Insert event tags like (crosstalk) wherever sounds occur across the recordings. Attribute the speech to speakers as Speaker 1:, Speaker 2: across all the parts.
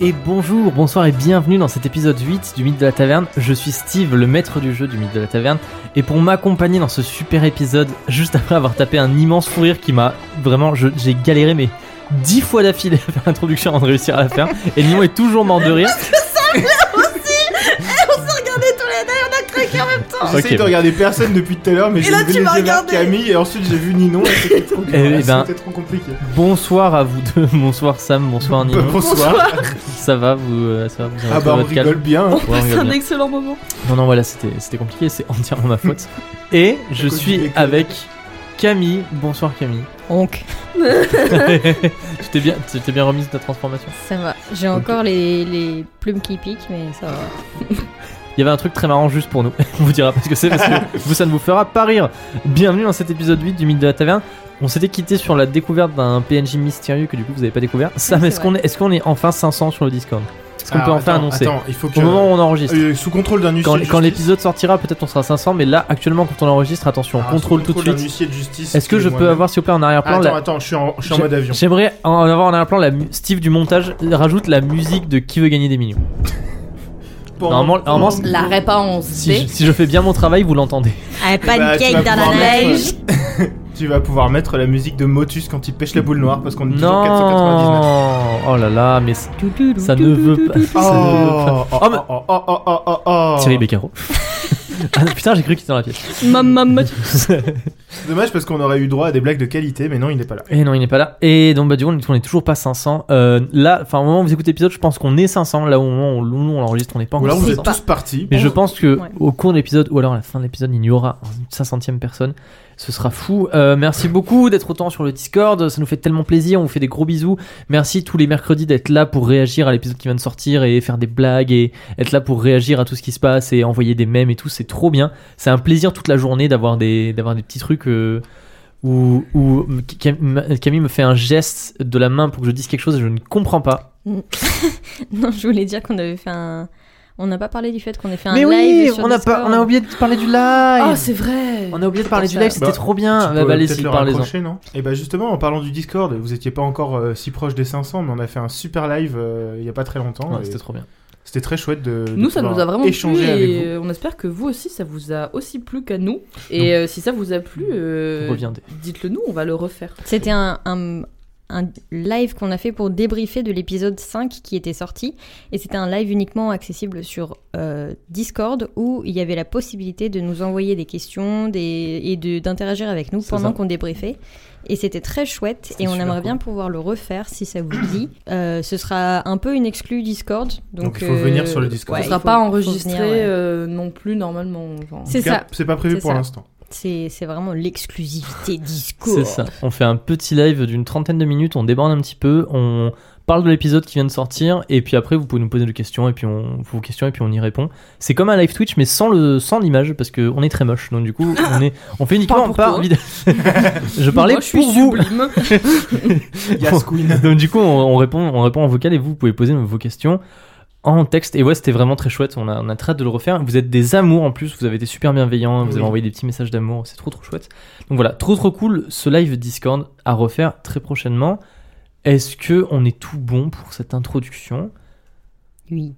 Speaker 1: Et bonjour, bonsoir et bienvenue dans cet épisode 8 du Mythe de la Taverne. Je suis Steve, le maître du jeu du Mythe de la Taverne. Et pour m'accompagner dans ce super épisode, juste après avoir tapé un immense fou rire qui m'a vraiment, je- j'ai galéré mais 10 fois d'affilée à faire l'introduction avant de réussir à la faire. Et Mignon est toujours mort de rire.
Speaker 2: Regardez tous les deux, on a craqué en même temps.
Speaker 3: J'essayais
Speaker 1: Ok.
Speaker 3: Ah, de regarder personne depuis tout à l'heure, mais
Speaker 2: Et
Speaker 3: j'ai
Speaker 2: là,
Speaker 3: levé
Speaker 2: tu
Speaker 3: les
Speaker 2: m'as
Speaker 3: yeux vers
Speaker 2: regardé.
Speaker 3: Camille et ensuite j'ai vu Ninon et c'était trop,
Speaker 1: Eh
Speaker 3: voilà,
Speaker 1: ben,
Speaker 3: c'était trop compliqué.
Speaker 1: Bonsoir à vous deux, bonsoir Sam, bonsoir
Speaker 3: Bah,
Speaker 1: Nino.
Speaker 3: bonsoir.
Speaker 1: Ça va, vous, euh, ça va, vous avez
Speaker 3: Ah
Speaker 1: retrouvé
Speaker 3: bah on
Speaker 1: votre calme
Speaker 3: rigole bien. hein.
Speaker 1: Ouais, on
Speaker 2: C'est
Speaker 1: rigole
Speaker 2: un
Speaker 1: bien.
Speaker 2: excellent moment.
Speaker 1: Non, non, voilà, c'était c'était compliqué, c'est entièrement ma
Speaker 3: (laughs)
Speaker 1: faute. Et je
Speaker 3: cause du
Speaker 1: suis
Speaker 3: décalage.
Speaker 1: avec Camille. Bonsoir Camille.
Speaker 4: Onk,
Speaker 1: (laughs) tu t'es bien, tu t'es bien remise de ta transformation.
Speaker 4: ça va. J'ai encore les, les plumes qui piquent, mais ça va.
Speaker 1: Il y avait un truc très marrant juste pour nous. (laughs) On vous dira pas ce que c'est parce
Speaker 3: (laughs)
Speaker 1: que vous, ça ne vous fera pas rire. Bienvenue dans cet épisode 8 du Mythe de la Taverne. On s'était quitté sur la découverte d'un PNJ mystérieux que du coup vous avez pas découvert. Sam,
Speaker 4: c'est
Speaker 1: est-ce qu'on est, est, qu'on est enfin 500 sur le Discord Est-ce qu'on peut
Speaker 3: Alors,
Speaker 1: enfin
Speaker 3: Ah, attends,
Speaker 1: annoncer
Speaker 3: Attends, il faut que.
Speaker 1: Au moment où on enregistre.
Speaker 3: Euh, sous contrôle d'un huissier.
Speaker 1: Quand,
Speaker 3: de
Speaker 1: quand
Speaker 3: justice.
Speaker 1: l'épisode sortira, peut-être on sera 500, mais là, actuellement, quand on enregistre, attention, on
Speaker 3: Ah, sous
Speaker 1: contrôle tout de
Speaker 3: contrôle d'un
Speaker 1: suite.
Speaker 3: huissier de justice.
Speaker 1: Est-ce que je peux
Speaker 3: moi-même.
Speaker 1: avoir, s'il vous plaît, en
Speaker 3: Ah,
Speaker 1: arrière-plan, la-
Speaker 3: Attends, attends, je suis en, je suis en
Speaker 1: J'ai-
Speaker 3: mode avion.
Speaker 1: J'aimerais en avoir en arrière-plan la mu- Steve du montage rajoute la musique de Qui veut gagner des millions. normalement- normalement, c'est-
Speaker 4: La réponse
Speaker 1: Si je, si je fais bien mon travail, vous l'entendez.
Speaker 4: Un
Speaker 3: pancake
Speaker 4: pancake
Speaker 3: vas dans
Speaker 4: dans
Speaker 3: la pouvoir
Speaker 4: la
Speaker 3: mettre- neige.
Speaker 4: neige.
Speaker 3: Tu vas pouvoir mettre la musique de Motus quand il pêche la boule noire parce qu'on est toujours 499.
Speaker 1: Non. Oh là là, mais c- ça ne veut pas.
Speaker 3: Oh,
Speaker 1: ça ne veut pas.
Speaker 3: oh,
Speaker 1: Oh, mais-
Speaker 3: oh, oh, oh, oh, oh, oh.
Speaker 1: Thierry
Speaker 3: (laughs)
Speaker 1: Beccaro. ah non, putain, j'ai cru qu'il était dans la pièce. (laughs)
Speaker 3: C'est dommage parce qu'on aurait eu droit à des blagues de qualité, mais non, il n'est pas là.
Speaker 1: Et Eh non, il n'est pas là. Et donc, bah, du coup, on est- on est toujours pas 500. Euh, là, enfin, au moment où vous écoutez l'épisode, je pense qu'on est 500. Là, au moment où on, on l'enregistre, on n'est pas
Speaker 3: Ou alors
Speaker 1: encore
Speaker 3: vous
Speaker 1: 500.
Speaker 3: êtes tous partis.
Speaker 1: Mais je pense que
Speaker 4: Ouais.
Speaker 1: au cours de l'épisode, ou alors à la fin de l'épisode, il y aura une 500ème personne. Ce sera fou. Euh, merci beaucoup d'être autant sur le Discord. Ça nous fait tellement plaisir. On vous fait des gros bisous. Merci tous les mercredis d'être là pour réagir à l'épisode qui vient de sortir et faire des blagues et être là pour réagir à tout ce qui se passe et envoyer des mèmes et tout. C'est trop bien. C'est un plaisir toute la journée d'avoir des, d'avoir des petits trucs. euh, où, où Cam- Camille me fait un geste de la main pour que je dise quelque chose et je ne comprends pas.
Speaker 4: (laughs) Non, je voulais dire qu'on avait fait un. On n'a pas parlé du fait qu'on ait fait un
Speaker 1: Mais oui,
Speaker 4: live. sur
Speaker 1: on a, pas,
Speaker 4: Discord. Oh,
Speaker 1: on a oublié de parler du live.
Speaker 2: Ah, c'est vrai.
Speaker 1: On a oublié de parler du
Speaker 4: Comme ça.
Speaker 1: live, c'était
Speaker 3: Bah,
Speaker 1: trop bien.
Speaker 3: Tu
Speaker 1: Bah,
Speaker 3: peux
Speaker 1: bah,
Speaker 3: peut-être
Speaker 1: allez-y,
Speaker 3: le
Speaker 1: parlez-en.
Speaker 3: raccrocher, non Et bah justement, en parlant du Discord, vous étiez pas encore euh, si proche des 500, mais on a fait un super live euh, il y a pas très longtemps.
Speaker 1: Ouais,
Speaker 3: et
Speaker 1: C'était trop bien.
Speaker 3: C'était très chouette de, de
Speaker 2: Nous, ça
Speaker 3: pouvoir
Speaker 2: nous a vraiment
Speaker 3: échanger
Speaker 2: plu
Speaker 3: avec
Speaker 2: et
Speaker 3: vous.
Speaker 2: euh, on espère que vous aussi, ça vous a aussi plu qu'à nous. Et euh, si ça vous a plu, euh,
Speaker 1: Reviendez.
Speaker 2: dites-le nous, on va le refaire.
Speaker 4: C'était un, un- un live qu'on a fait pour débriefer de l'épisode 5 qui était sorti. Et c'était un live uniquement accessible sur euh, Discord où il y avait la possibilité de nous envoyer des questions des, et de- d'interagir avec nous
Speaker 1: C'est
Speaker 4: pendant
Speaker 1: ça.
Speaker 4: qu'on débriefait. Et c'était très chouette
Speaker 1: C'était
Speaker 4: et on
Speaker 1: super
Speaker 4: aimerait
Speaker 1: cool.
Speaker 4: bien pouvoir le refaire si ça vous dit. Euh, ce sera un peu une exclue Discord. Donc, euh,
Speaker 3: Donc, il faut venir sur le Discord.
Speaker 4: ouais,
Speaker 2: Ce
Speaker 4: il
Speaker 2: sera
Speaker 4: faut-
Speaker 2: pas
Speaker 4: faut
Speaker 2: enregistré
Speaker 4: venir, ouais.
Speaker 2: euh, non plus normalement. Enfin,
Speaker 4: C'est
Speaker 3: En tout cas,
Speaker 4: ça.
Speaker 3: C'est pas prévu
Speaker 4: C'est
Speaker 3: pour
Speaker 4: ça.
Speaker 3: l'instant.
Speaker 4: C'est c'est vraiment l'exclusivité Discord.
Speaker 1: C'est ça. On fait un petit live d'une trentaine de minutes, on déborde un petit peu, on parle de l'épisode qui vient de sortir, et puis après vous pouvez nous poser des questions, et puis on vos questions, et puis on y répond. C'est comme un live Twitch, mais sans le sans l'image, parce que on est très moche. Donc du coup, on est on
Speaker 2: (laughs)
Speaker 1: fait
Speaker 2: Parle
Speaker 1: uniquement
Speaker 2: pour
Speaker 1: par
Speaker 2: toi.
Speaker 1: vidéo. (laughs) Je parlais
Speaker 2: Moi, je suis
Speaker 1: pour vous.
Speaker 4: (laughs)
Speaker 2: sublime.
Speaker 3: Yas Queen.
Speaker 1: (laughs) Donc du coup, on, on répond, on répond en vocal et vous, vous pouvez poser vos questions en texte. Et ouais, c'était vraiment très chouette. On a, on a très hâte de le refaire. Vous êtes des amours en plus. Vous avez été super bienveillants. Vous
Speaker 3: Oui.
Speaker 1: avez envoyé des petits messages d'amour. C'est trop trop chouette. Donc voilà, trop trop cool. Ce live Discord à refaire très prochainement. Est-ce que on est tout bon pour cette introduction
Speaker 4: Oui.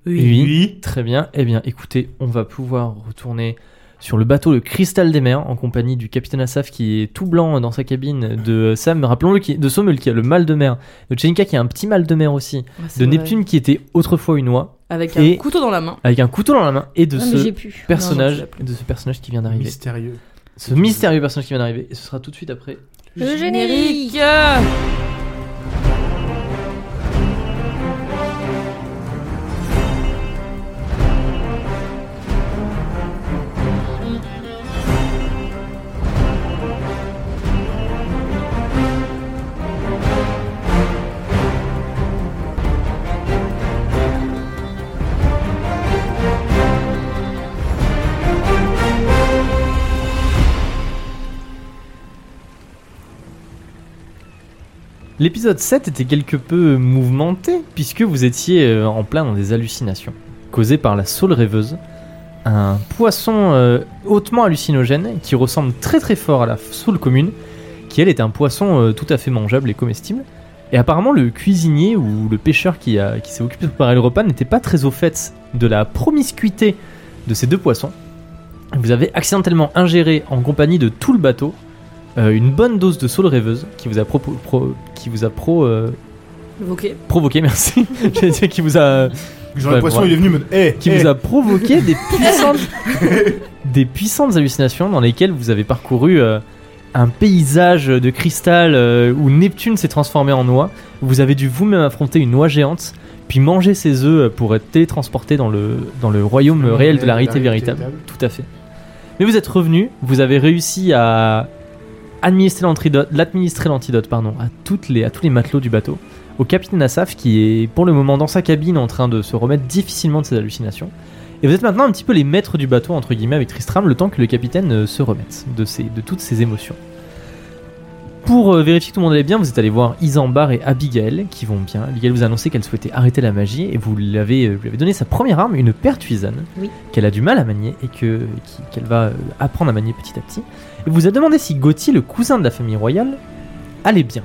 Speaker 1: Très bien. Eh bien, écoutez, on va pouvoir retourner sur le bateau le Cristal des Mers en compagnie du capitaine Asaf qui est tout blanc dans sa cabine, de Sam, rappelons-le, qui- de Sommel qui a le mal de mer, de Tchenka qui a un petit mal de mer aussi,
Speaker 2: Ah, c'est
Speaker 1: de
Speaker 2: vrai.
Speaker 1: Neptune qui était autrefois une oie,
Speaker 2: Avec
Speaker 1: et-
Speaker 2: un couteau dans la main.
Speaker 1: avec un couteau dans la main, et de
Speaker 4: Ah, mais
Speaker 1: ce
Speaker 4: j'ai pu.
Speaker 1: personnage,
Speaker 2: Non, non,
Speaker 1: de ce personnage qui vient d'arriver,
Speaker 3: Mystérieux.
Speaker 1: ce mystérieux personnage qui vient d'arriver, et ce sera tout de suite après.
Speaker 4: Le générique.
Speaker 1: L'épisode 7 était quelque peu mouvementé, puisque vous étiez euh, en plein dans des hallucinations, causées par la saule rêveuse, un poisson euh, hautement hallucinogène qui ressemble très très fort à la saule commune, qui elle est un poisson euh, tout à fait mangeable et comestible, Et apparemment, le cuisinier ou le pêcheur qui, a- qui s'est occupé de préparer le repas n'était pas très au fait de la promiscuité de ces deux poissons. Vous avez accidentellement ingéré en compagnie de tout le bateau euh, une bonne dose de saule rêveuse qui vous a, propo- pro- qui vous a pro, euh,
Speaker 2: Évoqué.
Speaker 1: provoqué, (laughs) merci, J'allais dire qui vous a
Speaker 3: Genre,
Speaker 1: Ouais,
Speaker 3: le poisson,
Speaker 1: voilà.
Speaker 3: il est venu me dire Eh,
Speaker 1: qui
Speaker 3: eh,
Speaker 1: vous a provoqué des puissantes, des puissantes hallucinations dans lesquelles vous avez parcouru euh, un paysage de cristal euh, où Neptune s'est transformé en noix. Vous avez dû vous-même affronter une noix géante, puis manger ses œufs pour être télétransporté dans le, dans le royaume
Speaker 3: Le
Speaker 1: réel de Ah, la réalité véritable. Tout à fait. Mais vous êtes revenu, vous avez réussi à administrer l'antidote, l'administrer l'antidote pardon, à, toutes les, à tous les matelots du bateau, au capitaine Asaf qui est pour le moment dans sa cabine en train de se remettre difficilement de ses hallucinations. Et vous êtes maintenant un petit peu les maîtres du bateau, entre guillemets, avec Tristram, le temps que le capitaine euh, se remette de, ses, de toutes ses émotions. Pour euh, vérifier que tout le monde allait bien, vous êtes allé voir Isambard et Abigail qui vont bien. Abigail vous a annoncé qu'elle souhaitait arrêter la magie et vous, l'avez, euh, lui avez donné sa première arme, une pertuisane,
Speaker 4: Oui.
Speaker 1: qu'elle a du mal à manier et que, qui- qu'elle va euh, apprendre à manier petit à petit. Et vous a demandé si Gauthier, le cousin de la famille royale, allait bien.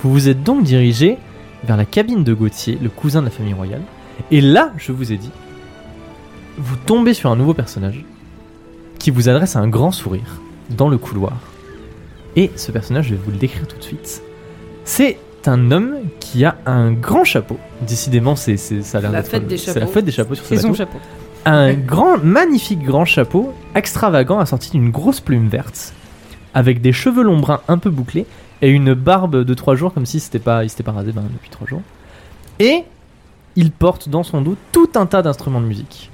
Speaker 1: Vous vous êtes donc dirigé vers la cabine de Gauthier, le cousin de la famille royale. Et là, je vous ai dit, vous tombez sur un nouveau personnage qui vous adresse un grand sourire dans le couloir. Et ce personnage, je vais vous le décrire tout de suite. C'est un homme qui a un grand chapeau. Décidément, c'est, c'est- ça a l'air
Speaker 2: La
Speaker 1: d'être-
Speaker 2: fête des
Speaker 1: c'est la
Speaker 2: chapeaux.
Speaker 1: fête des chapeaux sur ce
Speaker 4: C'est son
Speaker 1: bateau
Speaker 4: chapeau.
Speaker 1: un grand, magnifique grand chapeau, extravagant, assorti d'une grosse plume verte, avec des cheveux longs bruns un peu bouclés et une barbe de trois jours, comme si c'était pas, il s'était pas rasé ben, depuis trois jours. Et il porte dans son dos tout un tas d'instruments de musique,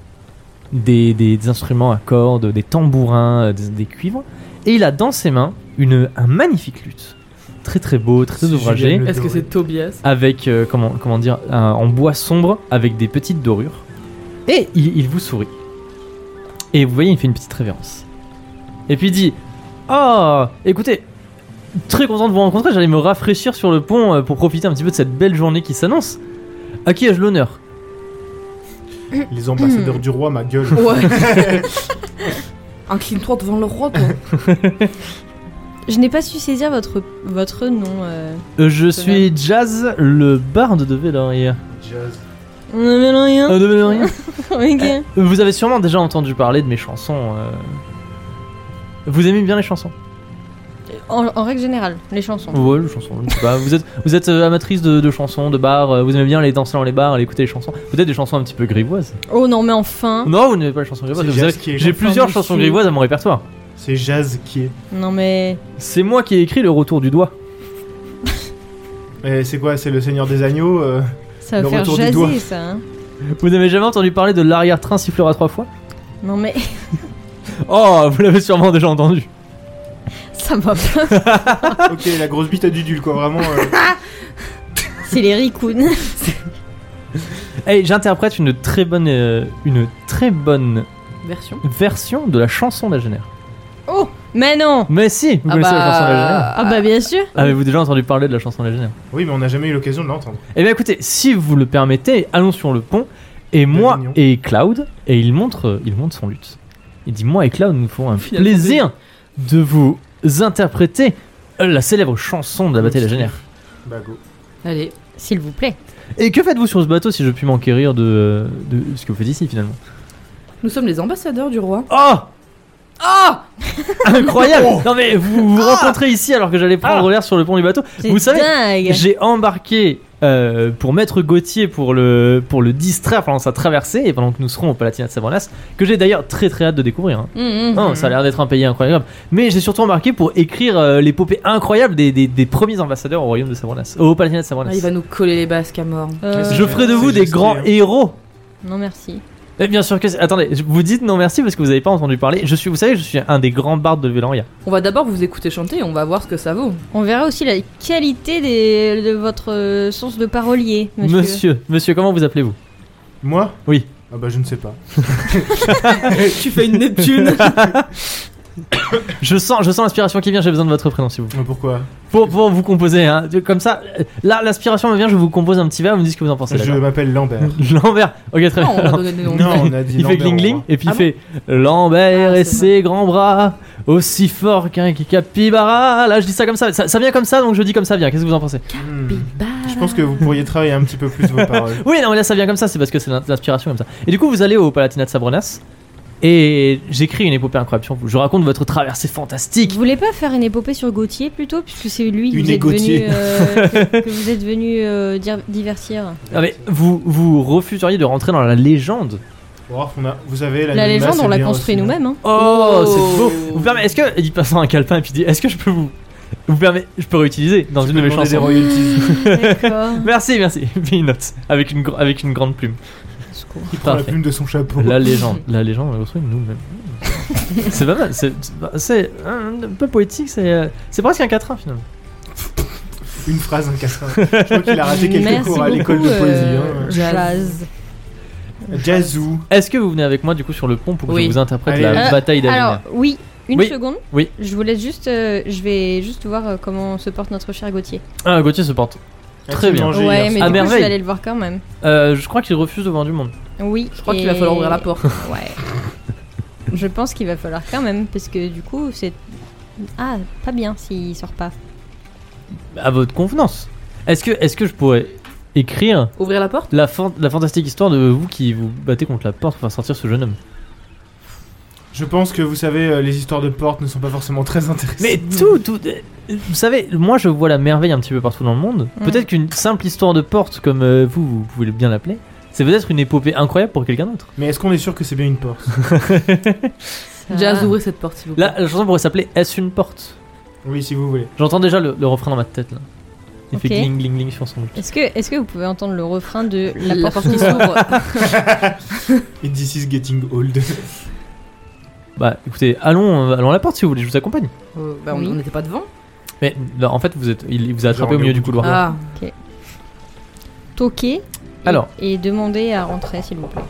Speaker 1: des, des- des instruments à cordes, des tambourins, euh, des, des cuivres, et il a dans ses mains une, un magnifique luth, très très beau, très
Speaker 3: Si
Speaker 1: ouvragé
Speaker 3: Julien le
Speaker 2: Est-ce que c'est Tobias
Speaker 1: avec euh, comment comment dire un- en bois sombre avec des petites dorures et il, il vous sourit et vous voyez il fait une petite révérence et puis il dit ah écoutez très content de vous rencontrer j'allais me rafraîchir sur le pont euh, pour profiter un petit peu de cette belle journée qui s'annonce à qui ai-je l'honneur
Speaker 3: Les ambassadeurs du roi, ma gueule.
Speaker 2: Ouais. Incline-toi devant le
Speaker 1: (laughs)
Speaker 2: roi, toi.
Speaker 4: Je n'ai pas su saisir votre, votre nom. euh.
Speaker 1: Euh, je
Speaker 4: C'est vrai.
Speaker 1: suis Jazz le barde de Véloria
Speaker 3: Jazz.
Speaker 4: On n'avait rien.
Speaker 1: Euh, de Véloria
Speaker 4: (laughs) Ok.
Speaker 1: vous avez sûrement déjà entendu parler de mes chansons euh. vous aimez bien les chansons
Speaker 4: En, en règle générale, les
Speaker 3: Oh.
Speaker 4: chansons.
Speaker 1: Ouais, les chansons, je sais pas. vous êtes, vous êtes euh, amatrice de, de chansons, de bars, euh, vous aimez bien aller danser dans les bars, aller écouter les chansons. Peut-être des chansons un petit peu grivoises.
Speaker 4: Oh non, mais enfin.
Speaker 1: Non, vous n'avez pas les chansons grivoises.
Speaker 3: Hein C'est
Speaker 1: vous
Speaker 3: Jazz
Speaker 1: avez-
Speaker 3: qui est-
Speaker 1: J'ai
Speaker 3: Enfin,
Speaker 1: plusieurs
Speaker 4: monsieur.
Speaker 1: chansons grivoises à mon répertoire.
Speaker 3: C'est Jazz qui est.
Speaker 4: Non, mais.
Speaker 1: C'est moi qui ai écrit Le Retour du Doigt.
Speaker 3: Eh, c'est quoi C'est le Seigneur des Agneaux euh,
Speaker 4: Ça va
Speaker 3: Le
Speaker 4: faire
Speaker 3: retour du doigt.
Speaker 4: jaser, ça. hein.
Speaker 1: Vous n'avez jamais entendu parler de l'arrière-train sifflera trois fois
Speaker 4: Non, mais (laughs)
Speaker 1: Oh, vous l'avez sûrement déjà entendu.
Speaker 4: ça va pas.
Speaker 3: Ok, la grosse bite à Dudule, quoi, vraiment. euh,
Speaker 4: C'est les ricounes.
Speaker 1: Hey, j'interprète une très bonne, euh, une très bonne
Speaker 2: Version.
Speaker 1: version de la chanson d'Agener.
Speaker 4: Oh, (laughs) mais non.
Speaker 1: Mais si, vous connaissez la chanson d'Agener.
Speaker 4: Ah bah bien sûr.
Speaker 3: euh,
Speaker 1: Avez-vous déjà entendu parler de la chanson d'Agener
Speaker 3: Oui, mais on n'a jamais eu l'occasion de l'entendre.
Speaker 1: Eh bien écoutez, si vous le permettez, allons sur le pont. Et moi
Speaker 3: mignon.
Speaker 1: et Cloud, et il montre, euh, il montre son lutte. Il dit moi et Cloud, nous ferons un
Speaker 2: Finalement,
Speaker 1: plaisir de vous interpréter la célèbre chanson de la bataille de la Génère.
Speaker 3: Bah, go.
Speaker 2: Allez.
Speaker 4: S'il vous plaît.
Speaker 1: Et que faites-vous sur ce bateau si je puis m'enquérir de, euh, de ce que vous faites ici finalement
Speaker 2: Nous sommes les ambassadeurs du roi.
Speaker 1: Oh
Speaker 2: Ah
Speaker 1: Incroyable Non mais vous vous rencontrez ici alors que j'allais prendre l'air sur le pont du bateau.
Speaker 4: C'est
Speaker 1: Vous savez,
Speaker 4: dingue.
Speaker 1: J'ai embarqué euh, pour Maître Gauthier pour le, pour le distraire pendant sa traversée et pendant que nous serons au Palatinat de Sabranas, que j'ai d'ailleurs très très hâte de découvrir. hein.
Speaker 2: Mm-hmm.
Speaker 4: Mm, mm.
Speaker 1: Hein, ça a l'air d'être un pays incroyable. Mais j'ai surtout embarqué pour écrire euh, l'épopée incroyable des, des, des premiers ambassadeurs au royaume de Sabranas, au Palatinat de Sabranas.
Speaker 2: Ah, Il va nous coller les basques à mort.
Speaker 4: Euh,
Speaker 1: Je ferai de
Speaker 3: C'est
Speaker 1: vous des
Speaker 3: juste
Speaker 1: grands
Speaker 3: qu'il
Speaker 1: héros.
Speaker 4: Non merci.
Speaker 1: Et bien sûr que c'est- Attendez, je- vous dites non merci parce que vous n'avez pas entendu parler. Je suis, vous savez, je suis un des grands bardes de Véloria.
Speaker 2: On va d'abord vous écouter chanter et on va voir ce que ça vaut.
Speaker 4: On verra aussi la qualité des- de votre euh, sens de parolier, monsieur.
Speaker 1: monsieur, monsieur, comment vous appelez-vous
Speaker 3: Moi
Speaker 1: Oui.
Speaker 3: Ah, bah, je ne sais pas.
Speaker 2: tu fais une Neptune.
Speaker 1: Je sens, je sens l'inspiration qui vient, j'ai besoin de votre prénom, s'il vous plaît.
Speaker 3: Mais Ah, Pourquoi
Speaker 1: Pour, pour vous composer, hein. comme ça. Là, l'inspiration me vient, je vous compose un petit verre, vous me dites ce que vous en pensez.
Speaker 3: Je
Speaker 1: d'accord
Speaker 3: m'appelle Lambert.
Speaker 1: Lambert. Ok, très
Speaker 2: (laughs) Non, on va
Speaker 1: bien.
Speaker 2: donner des noms.
Speaker 3: non, on a dit
Speaker 1: Il fait
Speaker 3: Lambert,
Speaker 1: gling
Speaker 3: au
Speaker 1: gling
Speaker 3: revoir.
Speaker 1: et puis
Speaker 2: Ah
Speaker 1: il fait Lambert
Speaker 2: Ah,
Speaker 1: et
Speaker 2: c'est
Speaker 1: ses grands bras aussi fort qu'un capybara. Là, je dis ça comme ça. ça. ça vient comme ça, donc je dis comme ça vient. Qu'est-ce que vous en pensez
Speaker 3: Hmm.
Speaker 2: Bibara.
Speaker 3: Je pense que vous pourriez travailler un petit peu plus
Speaker 1: (laughs)
Speaker 3: vos paroles.
Speaker 1: Oui, non, mais là ça vient comme ça, c'est parce que c'est l'in- l'inspiration comme ça. Et du coup, vous allez au Palatinat de Sabronas et j'écris une épopée incroyable sur vous. Je raconte votre traversée fantastique.
Speaker 4: Vous voulez pas faire une épopée sur Gauthier plutôt Puisque c'est lui que
Speaker 3: Une
Speaker 4: vous êtes
Speaker 3: égotier.
Speaker 4: venu,
Speaker 3: (laughs)
Speaker 4: euh, que vous êtes venu euh, dire- divertir.
Speaker 1: Non, mais vous, vous refuseriez de rentrer dans la légende.
Speaker 3: Bon, on a- Vous avez la,
Speaker 4: La
Speaker 3: Numa,
Speaker 4: légende,
Speaker 3: c'est
Speaker 4: on l'a
Speaker 3: bien
Speaker 4: construite
Speaker 3: aussi.
Speaker 4: nous-mêmes.
Speaker 2: (laughs)
Speaker 4: hein.
Speaker 1: Oh,
Speaker 2: Oh.
Speaker 1: c'est beau. Vous permet, est-ce que, il dit passant un calepin et puis il dit, est-ce que je peux vous, vous permet, je peux réutiliser dans une de mes
Speaker 3: demander des
Speaker 1: chansons. (laughs)
Speaker 4: D'accord.
Speaker 1: Merci, merci. (laughs) Et Puis une note avec une gr- avec une grande plume.
Speaker 3: Il prend la
Speaker 1: Parfait.
Speaker 3: plume de son chapeau.
Speaker 1: La légende, la légende, on l'a construit nous-mêmes.
Speaker 3: (laughs)
Speaker 1: c'est pas mal, c'est, c'est un peu poétique, c'est, euh, c'est presque un quatrain finalement.
Speaker 3: Une phrase, un cassin. Je crois qu'il a
Speaker 4: (laughs)
Speaker 3: raté quelques
Speaker 4: Merci
Speaker 3: cours à l'école de
Speaker 4: beaucoup,
Speaker 3: poésie.
Speaker 4: euh,
Speaker 3: hein.
Speaker 4: Jazz.
Speaker 3: Jazzou.
Speaker 1: Est-ce que vous venez avec moi du coup sur le pont pour que
Speaker 2: Oui.
Speaker 1: je vous interprète
Speaker 3: Allez.
Speaker 1: la
Speaker 4: Euh,
Speaker 1: bataille d'Alina
Speaker 4: Alors, oui, une
Speaker 1: Oui.
Speaker 4: seconde.
Speaker 1: Oui.
Speaker 4: Je vous laisse juste. euh, je vais juste voir euh, comment se porte notre cher Gauthier.
Speaker 1: Ah, Gauthier se porte. Très
Speaker 3: A-t-il
Speaker 1: bien.
Speaker 3: mangé
Speaker 4: Ouais,
Speaker 3: hier
Speaker 4: mais
Speaker 1: Ah,
Speaker 4: du
Speaker 3: soir
Speaker 4: coup, je
Speaker 1: merveille.
Speaker 4: vais aller le voir quand même.
Speaker 1: Euh, je crois qu'il refuse de voir du monde.
Speaker 4: Oui.
Speaker 2: Je crois qu'il va falloir ouvrir la porte.
Speaker 4: Ouais. je pense qu'il va falloir quand même, parce que du coup, c'est. Ah, pas bien s'il sort pas.
Speaker 1: À votre convenance. Est-ce que, est-ce que je pourrais écrire
Speaker 2: Ouvrir la porte
Speaker 1: la, fan- la fantastique histoire de vous qui vous battez contre la porte pour faire sortir ce jeune homme
Speaker 3: Je pense que vous savez, euh, les histoires de portes ne sont pas forcément très intéressantes.
Speaker 1: Mais tout, tout. euh, Vous savez, moi je vois la merveille un petit peu partout dans le monde.
Speaker 4: Mm.
Speaker 1: Peut-être qu'une simple histoire de porte, comme euh, vous, vous pouvez bien l'appeler, c'est peut-être une épopée incroyable pour quelqu'un d'autre.
Speaker 3: Mais est-ce qu'on est sûr que c'est bien
Speaker 1: (laughs)
Speaker 3: une porte
Speaker 4: Ah.
Speaker 2: Jazz, ouvrez cette porte, s'il vous plaît.
Speaker 1: Là, la chanson pourrait s'appeler Est-ce une porte
Speaker 3: Oui, si vous voulez.
Speaker 1: J'entends déjà le, le refrain dans ma tête là. Il
Speaker 4: Ok.
Speaker 1: fait gling gling gling sur son bouton.
Speaker 4: Est-ce que, est que vous pouvez entendre le refrain de La, porte
Speaker 2: qui
Speaker 4: qui s'ouvre
Speaker 2: s'ouvre.
Speaker 3: And this is getting old.
Speaker 1: Bah écoutez, allons, euh, allons à la porte si vous voulez, je vous accompagne.
Speaker 2: Euh, bah, on
Speaker 4: Oui.
Speaker 2: on n'était pas devant.
Speaker 1: Mais bah, en fait, vous êtes, il il vous a attrapé
Speaker 3: Genre,
Speaker 1: au milieu
Speaker 3: le-
Speaker 1: du couloir.
Speaker 2: Ah,
Speaker 4: toquer et-
Speaker 1: Alors.
Speaker 4: et demander à rentrer, s'il vous plaît.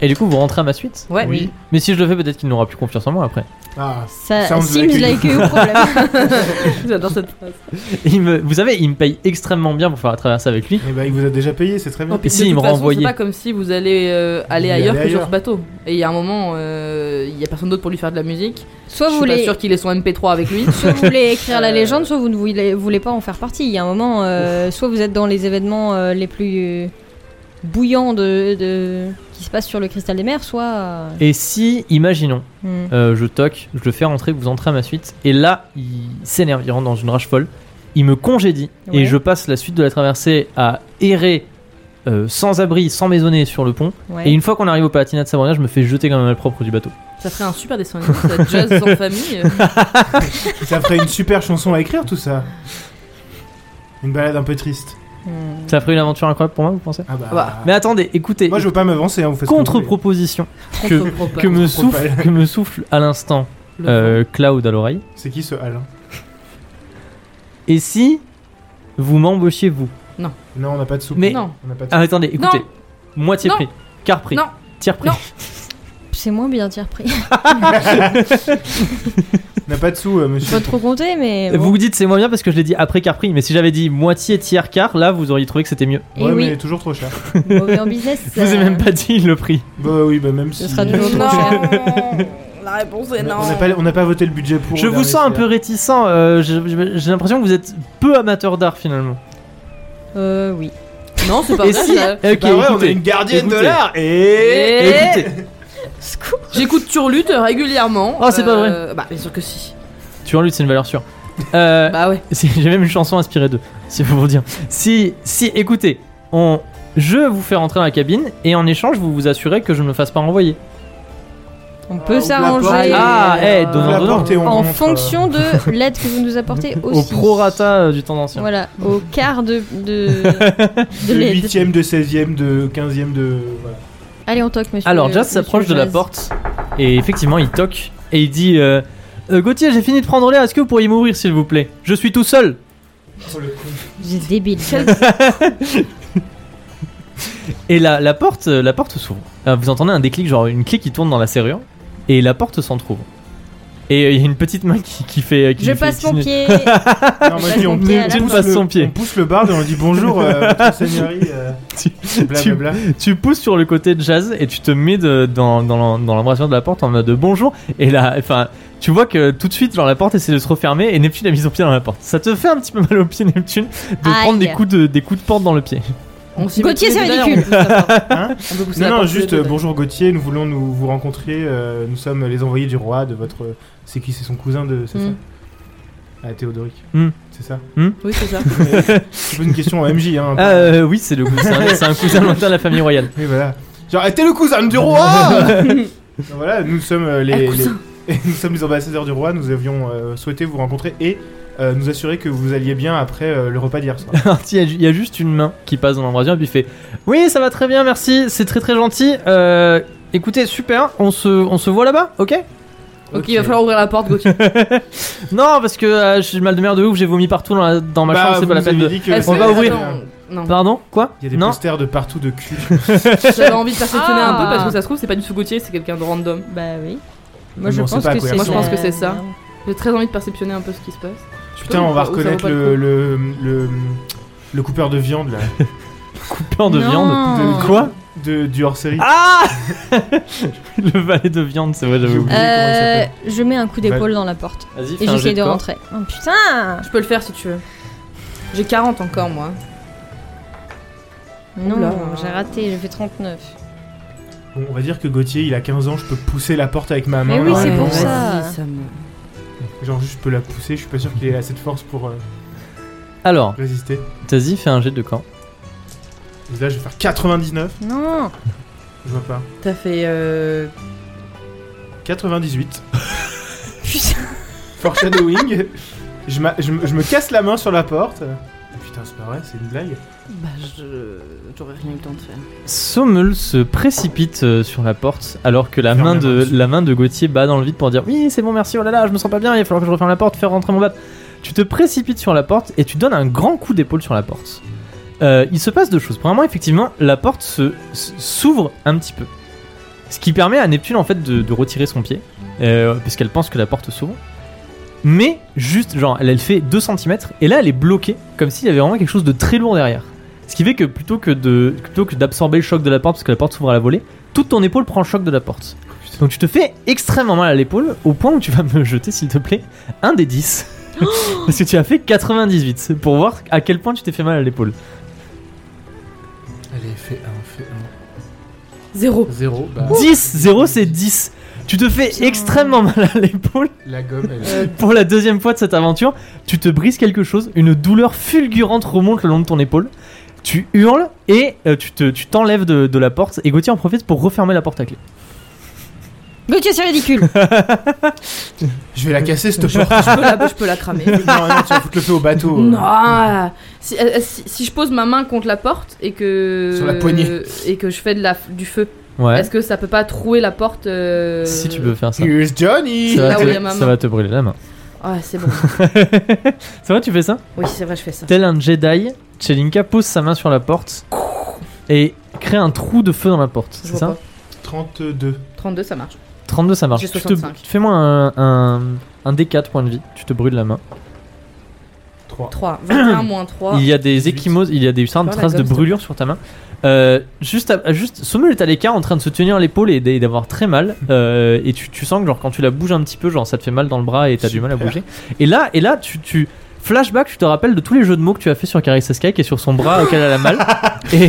Speaker 1: Et du coup, vous rentrez à ma suite.
Speaker 2: ouais.
Speaker 3: Oui.
Speaker 1: Mais si je le fais, peut-être qu'il n'aura plus confiance en moi après.
Speaker 3: Ah,
Speaker 4: Ça
Speaker 3: Sounds
Speaker 4: seems
Speaker 3: like
Speaker 4: like a problem.
Speaker 2: J'adore cette phrase.
Speaker 1: Il me, vous savez, il me paye extrêmement bien pour faire la traversée avec lui.
Speaker 3: et bah il vous a déjà payé, c'est très bien.
Speaker 1: Et si, il me renvoyait.
Speaker 2: C'est pas comme si vous allez euh, aller
Speaker 3: Vous
Speaker 2: ailleurs
Speaker 3: allez
Speaker 2: que sur
Speaker 3: ailleurs.
Speaker 2: ce bateau. Et il y a un moment, euh, il y a personne d'autre pour lui faire de la musique.
Speaker 4: Soit
Speaker 2: je
Speaker 4: vous
Speaker 2: suis pas
Speaker 4: voulez.
Speaker 2: sûr qu'il ait son MP3 avec (laughs) lui.
Speaker 4: Soit vous voulez écrire la
Speaker 2: Euh,
Speaker 4: légende, soit vous ne voulez, voulez pas en faire partie. Il y a un moment, euh, soit vous êtes dans les événements euh, les plus euh, bouillants de, de- qui se passent sur le cristal des mers, soit. euh,
Speaker 1: Et si, imaginons,
Speaker 4: hmm.
Speaker 1: euh, je toque, je le fais rentrer, que vous entrez à ma suite, et là, il s'énerve, il rentre dans une rage folle, il me congédie,
Speaker 4: Ouais.
Speaker 1: et je passe la suite de la traversée à errer euh, sans abri, sans maisonner sur le pont.
Speaker 4: Ouais.
Speaker 1: Et une fois qu'on arrive au Palatinat de Sabrina, je me fais jeter comme un malpropre du bateau.
Speaker 2: Ça ferait un super dessin animé, ça. Jazz sans famille. euh,
Speaker 3: Ça ferait une super chanson à écrire tout ça. Une balade un peu triste.
Speaker 4: Hmm.
Speaker 1: Ça ferait une aventure incroyable pour moi, vous pensez
Speaker 3: Ah bah.
Speaker 2: Ah bah,
Speaker 1: Mais attendez, écoutez,
Speaker 3: Moi je veux pas m'avancer, hein, vous faites ce que vous voulez.
Speaker 1: contre-proposition que,
Speaker 2: contre-propos.
Speaker 1: que, me
Speaker 3: Contre-propos.
Speaker 1: souffle, que me souffle à l'instant
Speaker 2: Le
Speaker 1: euh, Cloud à l'oreille.
Speaker 3: C'est qui ce Alain
Speaker 1: Et si vous m'embauchiez vous
Speaker 3: Non, on n'a pas de soupe.
Speaker 1: Mais-
Speaker 2: Non.
Speaker 3: On n'a pas de
Speaker 1: Ah, attendez, écoutez.
Speaker 2: Non.
Speaker 1: Moitié
Speaker 2: Non.
Speaker 1: prix, quart prix,
Speaker 2: Non.
Speaker 1: tiers prix.
Speaker 2: Non.
Speaker 4: C'est moins bien dire (laughs) pris.
Speaker 3: On n'a pas de sous, euh,
Speaker 4: Faut
Speaker 3: monsieur.
Speaker 4: trop compter, mais.
Speaker 1: Vous
Speaker 4: bon.
Speaker 1: vous dites c'est moins bien parce que je l'ai dit après quart prix, mais si j'avais dit moitié, tiers, quart, là vous auriez trouvé que c'était mieux.
Speaker 4: Eh
Speaker 3: ouais,
Speaker 4: oui.
Speaker 3: mais toujours trop cher.
Speaker 4: Mauvais en business.
Speaker 1: Je vous ai
Speaker 4: euh,
Speaker 1: même pas dit le prix.
Speaker 3: Bah oui, bah même
Speaker 4: Ce
Speaker 3: si.
Speaker 4: sera toujours
Speaker 2: fond.
Speaker 3: (laughs)
Speaker 4: trop cher.
Speaker 2: Non La réponse est
Speaker 3: On
Speaker 2: non.
Speaker 3: a- on n'a pas, on n'a pas voté le budget pour.
Speaker 1: je vous
Speaker 3: derrière,
Speaker 1: sens un
Speaker 3: c'est-
Speaker 1: peu réticent, euh, je- je- j'ai l'impression que vous êtes peu amateur d'art finalement.
Speaker 4: Euh, oui.
Speaker 2: Non, c'est pas
Speaker 1: Et
Speaker 2: vrai.
Speaker 1: si
Speaker 2: ça.
Speaker 1: Ok,
Speaker 3: Bah ouais, on
Speaker 1: écoutez,
Speaker 3: est une gardienne de
Speaker 1: écoutez.
Speaker 3: l'art et.
Speaker 2: Et-
Speaker 1: écoutez,
Speaker 2: J'écoute Turlute régulièrement.
Speaker 1: Oh, c'est pas
Speaker 2: Euh, Bah, bien sûr que si.
Speaker 1: tu vois, lui c'est une valeur sûre. Euh,
Speaker 2: Eh. Bah ouais.
Speaker 1: (laughs) Si- J'ai même une chanson inspirée d'eux, si vous vous dire. Si, si, écoutez, on, je vous fais rentrer dans la cabine et en échange, vous vous assurez que je ne me fasse pas renvoyer.
Speaker 4: On
Speaker 3: Ah,
Speaker 4: peut
Speaker 3: ouvre la porte.
Speaker 4: s'arranger.
Speaker 1: Ah, eh,
Speaker 3: On
Speaker 1: donnant,
Speaker 3: la
Speaker 1: donnant.
Speaker 3: porte et on
Speaker 4: en
Speaker 3: rentre, euh,
Speaker 4: fonction de l'aide que vous nous apportez
Speaker 1: Au
Speaker 4: aussi.
Speaker 1: prorata euh, du temps ancien.
Speaker 4: Voilà, au quart de,
Speaker 1: (laughs)
Speaker 4: de, de
Speaker 3: De
Speaker 4: l'aide.
Speaker 3: 8ème, de 16ème, de 15ème, de. voilà.
Speaker 4: Allez, on toque, monsieur.
Speaker 1: Alors, Jazz
Speaker 4: monsieur
Speaker 1: s'approche de la
Speaker 4: Jazz.
Speaker 1: porte et effectivement, il toque et il dit euh, Euh, Gauthier, j'ai fini de prendre l'air, est-ce que vous pourriez m'ouvrir s'il vous plaît Je suis tout seul
Speaker 4: J'ai débile.
Speaker 1: Et la, la porte, euh, la porte s'ouvre. Euh, Vous entendez un déclic, genre une clé qui tourne dans la serrure. et la porte s'entrouvre. Et euh, il y a une petite main qui, qui fait. euh, Qui
Speaker 4: Je
Speaker 1: fait
Speaker 4: passe mon
Speaker 1: signe. (laughs)
Speaker 4: pied.
Speaker 3: Non, moi, je dis, on,
Speaker 4: Passe son pied à
Speaker 3: on
Speaker 1: porte.
Speaker 4: la
Speaker 3: pousse
Speaker 1: Passe
Speaker 3: le,
Speaker 1: son pied.
Speaker 3: on pousse le barde et on dit
Speaker 1: (laughs)
Speaker 3: bonjour, euh, votre seigneurie. euh,
Speaker 1: Tu- tu- (laughs)
Speaker 3: Blablabla.
Speaker 1: Tu pousses sur le côté de jazz et tu te mets de- dans, dans, l'em- dans l'embrasure de la porte en mode bonjour. Et là, enfin, tu vois que tout de suite, genre la porte essaie de se refermer et Neptune a mis son pied dans la porte. Ça te fait un petit peu mal au pied, Neptune, de
Speaker 4: Aïe.
Speaker 1: prendre des coups de, des coups de porte dans le pied.
Speaker 2: On s'y
Speaker 4: Gauthier,
Speaker 2: met tous les
Speaker 4: c'est
Speaker 2: deux
Speaker 4: ridicule.
Speaker 2: derrière, on pousse la porte.
Speaker 3: Hein
Speaker 2: On
Speaker 3: (laughs)
Speaker 2: peut pousser
Speaker 3: Non,
Speaker 2: la
Speaker 3: non,
Speaker 2: porte tous les
Speaker 3: juste
Speaker 2: deux
Speaker 3: euh,
Speaker 2: derrière.
Speaker 3: bonjour Gauthier, nous voulons nous, vous rencontrer. euh, nous sommes les envoyés du roi de votre. C'est qui C'est son cousin de. C'est
Speaker 2: Hmm.
Speaker 4: Mm.
Speaker 3: ça Ah, Théodoric.
Speaker 1: Mm.
Speaker 3: C'est ça
Speaker 2: Oui,
Speaker 3: (laughs)
Speaker 2: c'est ça.
Speaker 3: C'est pas une question à
Speaker 1: (laughs)
Speaker 3: MJ. Hein, un peu.
Speaker 1: Ah euh, oui, c'est le cousin,
Speaker 3: (laughs)
Speaker 1: c'est un- c'est un cousin lointain de la famille royale.
Speaker 3: Oui, voilà. Genre, Eh, t'es le cousin
Speaker 1: (laughs)
Speaker 3: du roi Donc Voilà, nous sommes euh, les, (laughs)
Speaker 2: Ah, cousin.
Speaker 3: les- nous sommes les ambassadeurs du roi. Nous avions euh, souhaité vous rencontrer et euh, nous assurer que vous alliez bien après euh, le repas d'hier soir.
Speaker 1: Alors, Il y, a ju- il y a juste une main qui passe dans l'embrasure et puis fait Oui, ça va très bien, merci, c'est très très gentil. Euh, écoutez, super, on se, on se voit là-bas, ok
Speaker 2: Ok, il va falloir ouvrir la porte, Gauthier.
Speaker 1: Non, parce que euh, j'ai mal de mer de ouf, j'ai vomi partout dans, la- dans ma
Speaker 3: Bah,
Speaker 1: chambre, c'est
Speaker 3: vous
Speaker 1: pas la
Speaker 3: nous
Speaker 1: peine
Speaker 3: avez
Speaker 1: de.
Speaker 3: dit que-
Speaker 2: Est-ce
Speaker 1: On
Speaker 2: que-
Speaker 1: va ouvrir.
Speaker 2: Attends, Non,
Speaker 1: Pardon Quoi
Speaker 3: Il y a des
Speaker 1: Non
Speaker 3: posters de partout de cul.
Speaker 2: j'avais envie de perfectionner un
Speaker 4: Ah.
Speaker 2: peu parce que ça se trouve, c'est pas du tout Gauthier, c'est quelqu'un de random.
Speaker 4: Bah oui.
Speaker 3: Mais
Speaker 4: Moi je
Speaker 3: on sait
Speaker 4: pense
Speaker 3: pas à
Speaker 4: que
Speaker 3: quoi
Speaker 4: c'est Euh,
Speaker 3: elle
Speaker 2: ressemble. Moi, je pense que c'est
Speaker 4: la-
Speaker 2: ça. J'ai très envie de perceptionner un peu ce qui se passe.
Speaker 3: Putain, on va
Speaker 2: Ou ça vaut
Speaker 3: reconnaître
Speaker 2: pas le
Speaker 3: le,
Speaker 2: coup
Speaker 3: le, le, le coupeur de viande là.
Speaker 1: Coupeur de
Speaker 4: Non.
Speaker 1: viande
Speaker 3: De-
Speaker 1: Quoi
Speaker 3: de, Du hors-série.
Speaker 1: Ah (laughs) Le valet de viande, c'est vrai, j'avais
Speaker 3: J'ai
Speaker 1: oublié.
Speaker 3: oublié comment il
Speaker 4: Euh,
Speaker 3: s'appelle.
Speaker 4: je mets un coup d'épaule dans la porte
Speaker 1: Vas-y,
Speaker 4: et
Speaker 1: fais un
Speaker 4: j'essaie
Speaker 1: jet
Speaker 4: de
Speaker 1: corps.
Speaker 4: rentrer. Oh putain
Speaker 2: Je peux le faire si tu veux. J'ai 40 encore, moi. Oula.
Speaker 4: Non, j'ai raté, j'ai fait 39.
Speaker 3: Bon, on va dire que Gauthier, il a 15 ans, je peux pousser la porte avec ma main.
Speaker 4: Mais oui,
Speaker 3: là,
Speaker 4: c'est
Speaker 3: et
Speaker 4: pour
Speaker 3: Ah bon,
Speaker 4: ça.
Speaker 3: euh, Genre, juste, je peux la pousser, je suis pas sûr qu'il ait assez de force pour euh,
Speaker 1: Alors,
Speaker 3: résister.
Speaker 1: Tazi fait un jet de camp.
Speaker 3: Et là, je vais faire 99,
Speaker 4: Non
Speaker 1: (laughs)
Speaker 3: je vois pas.
Speaker 2: T'as fait. euh,
Speaker 3: 98.
Speaker 4: Putain
Speaker 3: Foreshadowing. je, m'a- je me- je me casse la main sur la porte. Putain, c'est pas vrai, c'est une blague.
Speaker 2: Bah, je. J'aurais rien eu le temps de faire.
Speaker 1: Sommel se précipite euh, sur la porte alors que la
Speaker 3: Ferme
Speaker 1: main,
Speaker 3: la main
Speaker 1: de,
Speaker 3: dessus.
Speaker 1: la main de Gauthier bat dans le vide pour dire Oui, c'est bon, merci, oh là là, je me sens pas bien, il va falloir que je referme la porte, faire rentrer mon bap. Tu te précipites sur la porte et tu donnes un grand coup d'épaule sur la porte. Euh, il se passe deux choses. Premièrement, effectivement, la porte se- se- s'ouvre un petit peu. Ce qui permet à Neptune en fait de, de retirer son pied, euh, puisqu'elle pense que la porte s'ouvre. Mais juste, genre, elle, elle fait 2 cm et là elle est bloquée, comme s'il y avait vraiment quelque chose de très lourd derrière. Ce qui fait que plutôt que de plutôt que d'absorber le choc de la porte, parce que la porte s'ouvre à la volée, toute ton épaule prend le choc de la porte. Donc tu te fais extrêmement mal à l'épaule, au point où tu vas me jeter, s'il te plaît, un des 10. parce que tu as fait 98, pour voir à quel point tu t'es fait mal à l'épaule.
Speaker 3: Allez, fais 1, fais
Speaker 2: Zéro.
Speaker 3: 1. 0, bah,
Speaker 1: 10, 0 c'est 10. Tu te fais
Speaker 4: Putain.
Speaker 1: extrêmement mal à l'épaule.
Speaker 3: la gomme, elle
Speaker 2: Euh,
Speaker 1: Pour la deuxième fois de cette aventure, tu te brises quelque chose, une douleur fulgurante remonte le long de ton épaule, tu hurles et euh, tu te- tu t'enlèves de, de la porte et Gauthier en profite pour refermer la porte à clé.
Speaker 4: Gauthier, c'est ridicule
Speaker 3: Je vais la casser, cette porte.
Speaker 2: je, peux la, je peux la cramer.
Speaker 3: non, non, tu vas foutre le feu au bateau.
Speaker 2: Non si, euh, si, si je pose ma main contre la porte et que.
Speaker 3: Sur la poignée.
Speaker 2: Et que je fais de la, du feu,
Speaker 1: Ouais.
Speaker 2: est-ce que ça peut pas trouer la porte euh,
Speaker 1: Si tu peux faire ça.
Speaker 3: Here's Johnny
Speaker 1: Ça va,
Speaker 2: là où il y a
Speaker 1: te,
Speaker 2: ma main.
Speaker 1: ça va te brûler la main. (laughs)
Speaker 2: Ah, c'est bon.
Speaker 1: c'est vrai, tu fais ça
Speaker 2: Oui, c'est vrai, je fais ça.
Speaker 1: Tel un Jedi, Chelinka pose sa main sur la porte et crée un trou de feu dans la porte.
Speaker 2: Je
Speaker 1: C'est
Speaker 2: vois
Speaker 1: ça
Speaker 2: pas.
Speaker 3: 32.
Speaker 2: 32, ça marche.
Speaker 1: 32, ça marche.
Speaker 2: J'ai
Speaker 1: Tu te-
Speaker 2: 65.
Speaker 1: Fais-moi un, un, un D4 point de vie, tu te brûles la main.
Speaker 3: 3.
Speaker 2: 3. 21 moins 3.
Speaker 1: Il y a des
Speaker 3: 18.
Speaker 1: échymoses, il y a des sortes de
Speaker 2: Voilà,
Speaker 1: traces de
Speaker 2: comme ça.
Speaker 1: brûlure sur ta main. Euh, juste, à- juste, Sommel est à l'écart en train de se tenir l'épaule et d- et d'avoir très mal. Euh, et tu, tu sens que genre quand tu la bouges un petit peu, genre ça te fait mal dans le bras et t'as du mal à
Speaker 3: Super.
Speaker 1: bouger. Et là, et là, tu, tu flashback, tu te rappelles de tous les jeux de mots que tu as fait sur Carissa Sky et sur son bras auquel elle a mal. Et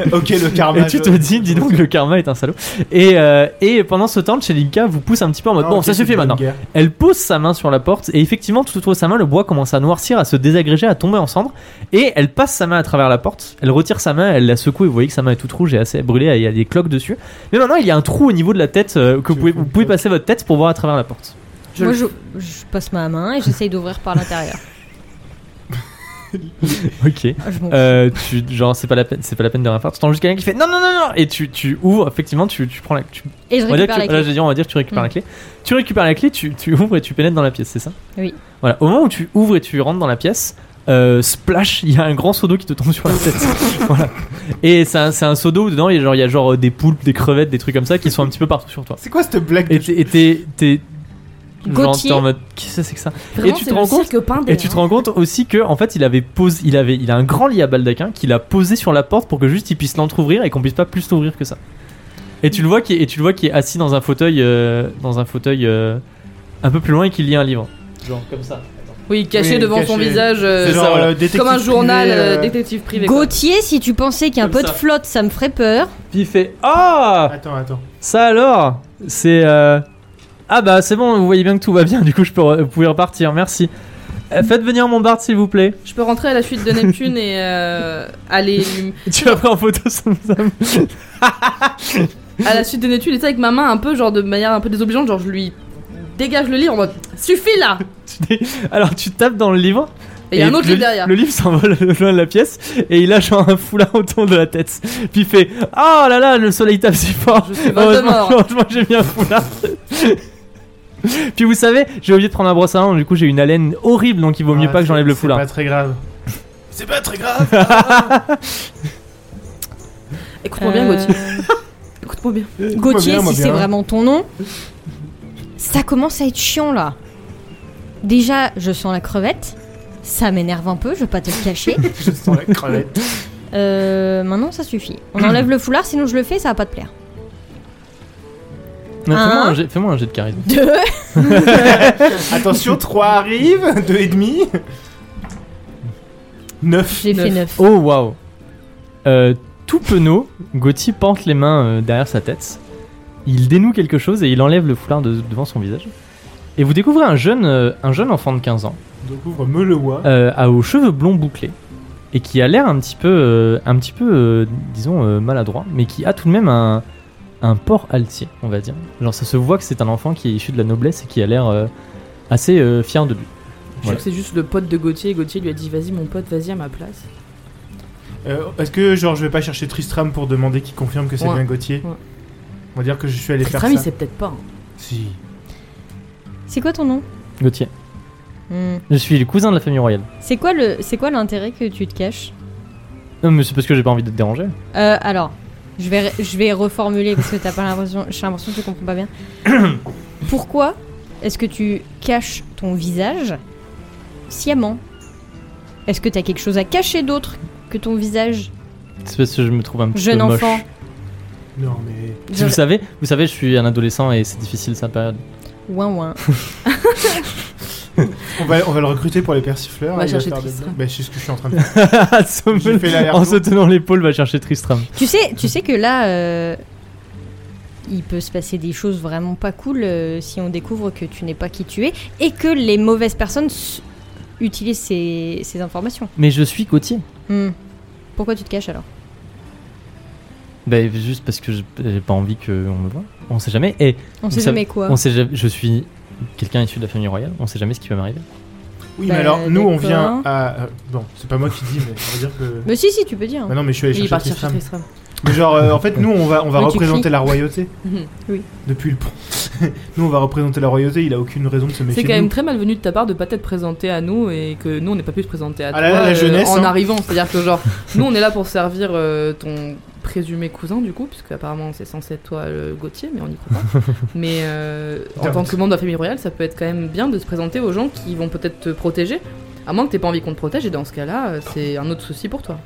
Speaker 3: (laughs)
Speaker 1: (laughs)
Speaker 3: ok, le karma.
Speaker 1: Et tu te dis, dis donc, le karma est un salaud. Et, euh, et pendant ce temps, Chelinka vous pousse un petit peu en
Speaker 3: Ah,
Speaker 1: mode bon, ça suffit maintenant. Elle pose sa main sur la porte et effectivement, tout autour de sa main, le bois commence à noircir, à se désagréger, à tomber en cendres. Et elle passe sa main à travers la porte, elle retire sa main, elle la secoue et vous voyez que sa main est toute rouge et assez brûlée, il y a des cloques dessus. Mais maintenant, il y a un trou au niveau de la tête euh, que vous
Speaker 3: Tu
Speaker 1: pouvez,
Speaker 3: fous
Speaker 1: vous
Speaker 3: une
Speaker 1: pouvez
Speaker 3: cloque.
Speaker 1: passer votre tête pour voir à travers la porte.
Speaker 2: Je
Speaker 4: Moi
Speaker 2: le-
Speaker 4: je, je passe ma main et j'essaye d'ouvrir
Speaker 1: (laughs)
Speaker 4: par l'intérieur.
Speaker 1: Ok.
Speaker 4: Ah, je m'en fous.
Speaker 1: Euh, tu, genre, c'est pas la peine, c'est pas la peine de rien faire. Tu entends juste quelqu'un qui fait non, non, non, non, et tu, tu ouvres, effectivement, tu, tu prends la, tu
Speaker 4: et je
Speaker 1: On va dire
Speaker 4: récupère
Speaker 1: que
Speaker 4: la
Speaker 1: tu,
Speaker 4: clé.
Speaker 1: là, j'ai dit, on va dire que tu récupères
Speaker 4: Mm.
Speaker 1: la clé. Tu récupères la clé, tu, tu ouvres et tu pénètres dans la pièce, c'est ça
Speaker 4: Oui.
Speaker 1: Voilà. Au moment où tu ouvres et tu rentres dans la pièce, euh, splash, il y a un grand seau d'eau qui te tombe sur la tête.
Speaker 4: (laughs)
Speaker 1: voilà. Et c'est un, c'est un seau d'eau où dedans, il y a genre, il y a genre euh, des poulpes, des crevettes, des trucs comme ça qui sont un petit peu partout sur toi.
Speaker 3: C'est quoi cette blague
Speaker 1: Et
Speaker 3: de...
Speaker 1: t'es- et t'es. t'es- genre,
Speaker 4: Gauthier.
Speaker 1: t'es en mode. Qu'est-ce que c'est que ça
Speaker 2: Vraiment,
Speaker 1: tu te
Speaker 2: c'est le
Speaker 1: rends compte-
Speaker 2: cirque Pinder,
Speaker 1: Et tu te
Speaker 2: hein.
Speaker 1: rends compte aussi que en fait il avait posé, il avait, il a un grand lit à baldaquin qu'il a posé sur la porte pour que juste il puisse l'entrouvrir et qu'on puisse pas plus l'ouvrir que ça. Et tu le vois qui, est- et tu le vois qui est assis dans un fauteuil, euh, dans un fauteuil euh, un peu plus loin et qu'il lit un livre. Genre comme ça.
Speaker 2: Oui, caché
Speaker 3: Oui,
Speaker 2: devant son
Speaker 3: caché.
Speaker 2: visage. euh,
Speaker 3: C'est genre,
Speaker 1: ça, voilà.
Speaker 3: euh, détective
Speaker 2: Comme un journal
Speaker 3: privé,
Speaker 2: euh,
Speaker 3: euh,
Speaker 2: détective privé. quoi.
Speaker 4: Gauthier, si tu pensais qu'un
Speaker 1: Comme
Speaker 4: peu de
Speaker 1: ça.
Speaker 4: flotte, ça me ferait peur.
Speaker 1: Puis il fait ah
Speaker 3: Attends, attends.
Speaker 1: ça alors c'est euh, ah bah c'est bon vous voyez bien que tout va bien du coup je peux re- vous pouvez repartir merci. Euh, Faites venir mon bard s'il vous plaît.
Speaker 2: Je peux rentrer à la suite de Neptune et euh, aller
Speaker 1: (laughs)
Speaker 2: lui-
Speaker 1: Tu vas prendre en photo son
Speaker 2: à la suite de Neptune et ça avec ma main un peu genre de manière un peu désobligeante, genre je lui dégage le livre en mode suffit là.
Speaker 1: Alors tu tapes dans le livre
Speaker 2: Et il y a un
Speaker 1: Et
Speaker 2: autre
Speaker 1: le,
Speaker 2: livre derrière.
Speaker 1: Le livre s'envole (laughs) loin de la pièce et il lâche un foulard autour de la tête. Puis il fait Ah là là, le soleil tape si fort.
Speaker 2: Je suis 22
Speaker 1: Heureusement,
Speaker 2: mort.
Speaker 1: heureusement, j'ai mis un foulard. (laughs) Puis vous savez, j'ai oublié de prendre un brosse à dents, du coup j'ai une haleine horrible donc il vaut mieux
Speaker 3: Ah,
Speaker 1: pas que j'enlève le
Speaker 3: c'est-
Speaker 1: foulard.
Speaker 3: C'est pas très grave.
Speaker 1: (laughs)
Speaker 3: C'est pas très grave.
Speaker 2: Écoute-moi bien
Speaker 4: Euh,
Speaker 2: Gauthier. Écoute-moi bien. (laughs)
Speaker 4: Gauthier,
Speaker 3: bien, moi
Speaker 4: si
Speaker 3: bien.
Speaker 4: c'est vraiment ton nom, ça commence à être chiant là. Déjà, je sens la crevette. Ça m'énerve un peu, je vais pas te le
Speaker 3: (laughs)
Speaker 4: cacher.
Speaker 3: Je sens la crevette.
Speaker 4: Euh, maintenant, ça suffit. On enlève le foulard, sinon je le fais, ça va pas te
Speaker 3: (laughs)
Speaker 4: plaire.
Speaker 1: Non,
Speaker 2: Ah.
Speaker 1: Fais-moi
Speaker 4: Hein
Speaker 1: un jet- fais-moi un jet de charisme.
Speaker 4: Deux.
Speaker 3: Attention, 3 arrivent, (laughs) 2 et demi. 9.
Speaker 4: J'ai
Speaker 2: Neuf.
Speaker 4: fait neuf.
Speaker 1: Oh waouh Euh, Tout penaud, Gauthier pente les mains euh, derrière sa tête. Il dénoue quelque chose et il enlève le foulard de- devant son visage. Et vous découvrez un jeune, euh, un jeune enfant de 15 ans.
Speaker 3: Donc ouvre me le vois.
Speaker 1: euh, a aux cheveux blonds bouclés et qui a l'air un petit peu, euh, un petit peu, euh, disons euh, maladroit, mais qui a tout de même un, un port altier, on va dire. Genre ça se voit que c'est un enfant qui est issu de la noblesse et qui a l'air euh, assez euh, fier de lui.
Speaker 2: Je sais que c'est juste le pote de Gauthier et Gauthier lui a dit vas-y mon pote, vas-y à ma place.
Speaker 3: Euh, Est-ce que genre je vais pas chercher Tristram pour demander qu'il confirme que c'est
Speaker 2: Ouais.
Speaker 3: bien Gauthier
Speaker 2: Ouais.
Speaker 3: On va dire que je suis allé faire
Speaker 2: Tristram il
Speaker 3: ça.
Speaker 2: sait peut-être pas. hein. (laughs)
Speaker 3: Si.
Speaker 4: C'est quoi ton nom
Speaker 1: Gauthier,
Speaker 4: Hmm.
Speaker 1: je suis le cousin de la famille royale.
Speaker 4: C'est quoi le, c'est quoi l'intérêt que tu te caches
Speaker 1: Non Euh, mais c'est parce que j'ai pas envie de te déranger.
Speaker 4: Euh, alors, je vais, je vais reformuler parce que t'as pas l'impression, j'ai l'impression que tu comprends pas bien. (coughs) Pourquoi est-ce que tu caches ton visage sciemment Est-ce que t'as quelque chose à cacher d'autre que ton visage
Speaker 1: C'est parce que je me trouve un petit
Speaker 4: Jeune
Speaker 1: peu moche.
Speaker 4: enfant.
Speaker 3: Non mais.
Speaker 1: Si vous savez, vous savez, je suis un adolescent et c'est difficile sa
Speaker 3: (laughs)
Speaker 1: période.
Speaker 4: Ouin ouin.
Speaker 3: On va, on va le recruter pour les persifleurs.
Speaker 2: On va
Speaker 3: il
Speaker 2: chercher
Speaker 3: faire des-
Speaker 2: Tristram.
Speaker 3: Bah, c'est ce que je suis en train
Speaker 2: (laughs)
Speaker 3: de faire. Ah,
Speaker 1: (laughs)
Speaker 3: J'ai fait l'aller-retour.
Speaker 1: en se tenant l'épaule, va chercher Tristram.
Speaker 4: Tu sais, tu sais que là, euh, il peut se passer des choses vraiment pas cool euh, si on découvre que tu n'es pas qui tu es et que les mauvaises personnes s- utilisent ces, ces informations.
Speaker 1: Mais je suis Gauthier.
Speaker 4: Hmm. Pourquoi tu te caches alors
Speaker 1: Bah, juste parce que j'ai j'ai pas envie qu'on me voit. On sait jamais. Et
Speaker 4: On
Speaker 1: Vous
Speaker 4: sait
Speaker 1: savez-
Speaker 4: jamais quoi.
Speaker 1: on sait jamais. Je suis quelqu'un issu de la famille royale. On sait jamais ce qui va m'arriver.
Speaker 3: Oui,
Speaker 4: Bah,
Speaker 3: mais alors nous on
Speaker 4: d'accord.
Speaker 3: vient à. euh, bon, c'est pas moi qui dis, mais on va dire que.
Speaker 4: Mais si, si, tu peux dire.
Speaker 3: Bah non, mais je suis allé
Speaker 2: Il est
Speaker 3: chercher
Speaker 2: parti chercher
Speaker 3: Tristram.
Speaker 2: Tristram.
Speaker 3: Mais genre, euh, en fait, nous, on va, on va
Speaker 4: Oui, tu
Speaker 3: représenter
Speaker 4: cries.
Speaker 3: la royauté depuis le pont. (laughs) nous, on va représenter la royauté. Il a aucune raison de se méfier.
Speaker 2: C'est
Speaker 3: de
Speaker 2: quand
Speaker 3: nous.
Speaker 2: même très malvenu de ta part de pas t'être présenté à nous et que nous on n'ait pas pu se présenter à
Speaker 3: Ah
Speaker 2: toi
Speaker 3: là là, la
Speaker 2: euh,
Speaker 3: jeunesse,
Speaker 2: en
Speaker 3: hein.
Speaker 2: arrivant. C'est-à-dire que
Speaker 3: (laughs)
Speaker 2: genre nous on est là pour servir euh, ton présumé cousin du coup, puisque apparemment c'est censé être toi le Gauthier, mais on n'y
Speaker 3: (laughs)
Speaker 2: croit pas. mais euh, en
Speaker 3: Damn.
Speaker 2: tant que membre de la famille royale, ça peut être quand même bien de se présenter aux gens qui vont peut-être te protéger. À moins que t'aies pas envie qu'on te protège, et dans ce cas-là, euh, c'est un autre souci pour toi.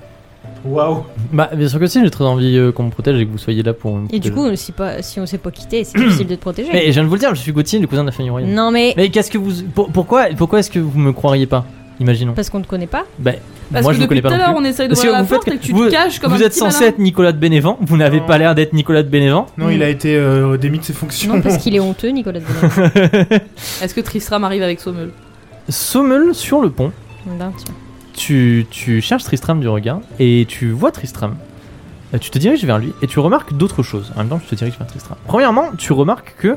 Speaker 3: Waouh.
Speaker 1: Bah, bien sûr que si. J'ai très envie euh, qu'on me protège et que vous soyez là pour. me
Speaker 4: Et du
Speaker 1: protéger.
Speaker 4: coup, si, pas, si on sait pas quitter,
Speaker 3: (clears throat)
Speaker 4: c'est difficile de te protéger.
Speaker 1: Mais je viens de vous le dire. Je suis Gauthier, le cousin de la famille royale.
Speaker 4: Non, mais
Speaker 1: Mais qu'est-ce que vous. pour- pourquoi Pourquoi est-ce que vous me croiriez pas Imaginons.
Speaker 4: parce qu'on te connaît pas.
Speaker 1: Bah,
Speaker 2: Parce
Speaker 1: moi
Speaker 2: que
Speaker 1: je vous connais
Speaker 2: depuis
Speaker 1: pas
Speaker 2: tout à
Speaker 1: non
Speaker 2: l'heure
Speaker 1: plus.
Speaker 2: on essaye
Speaker 1: Parce que
Speaker 2: d'ouvrir la
Speaker 1: vous faites
Speaker 2: porte
Speaker 1: que-
Speaker 2: et que tu te caches comme
Speaker 1: vous
Speaker 2: un
Speaker 1: êtes
Speaker 2: petit
Speaker 1: censé
Speaker 2: malin.
Speaker 1: être Nicolas de Bénévent. Vous n'avez
Speaker 3: Non.
Speaker 1: pas l'air d'être Nicolas de Bénévent.
Speaker 3: Non, il a été euh, démis de ses fonctions. (laughs)
Speaker 4: Non, parce qu'il est honteux, Nicolas de Bonnet.
Speaker 2: Est-ce que Tristram arrive avec Sommel
Speaker 1: Sommel sur le pont.
Speaker 4: Ben, tiens.
Speaker 1: Tu, tu cherches Tristram du regard et tu vois Tristram. Euh, Tu te diriges vers lui et tu remarques d'autres choses. En même temps, tu te diriges vers Tristram. Premièrement, tu remarques que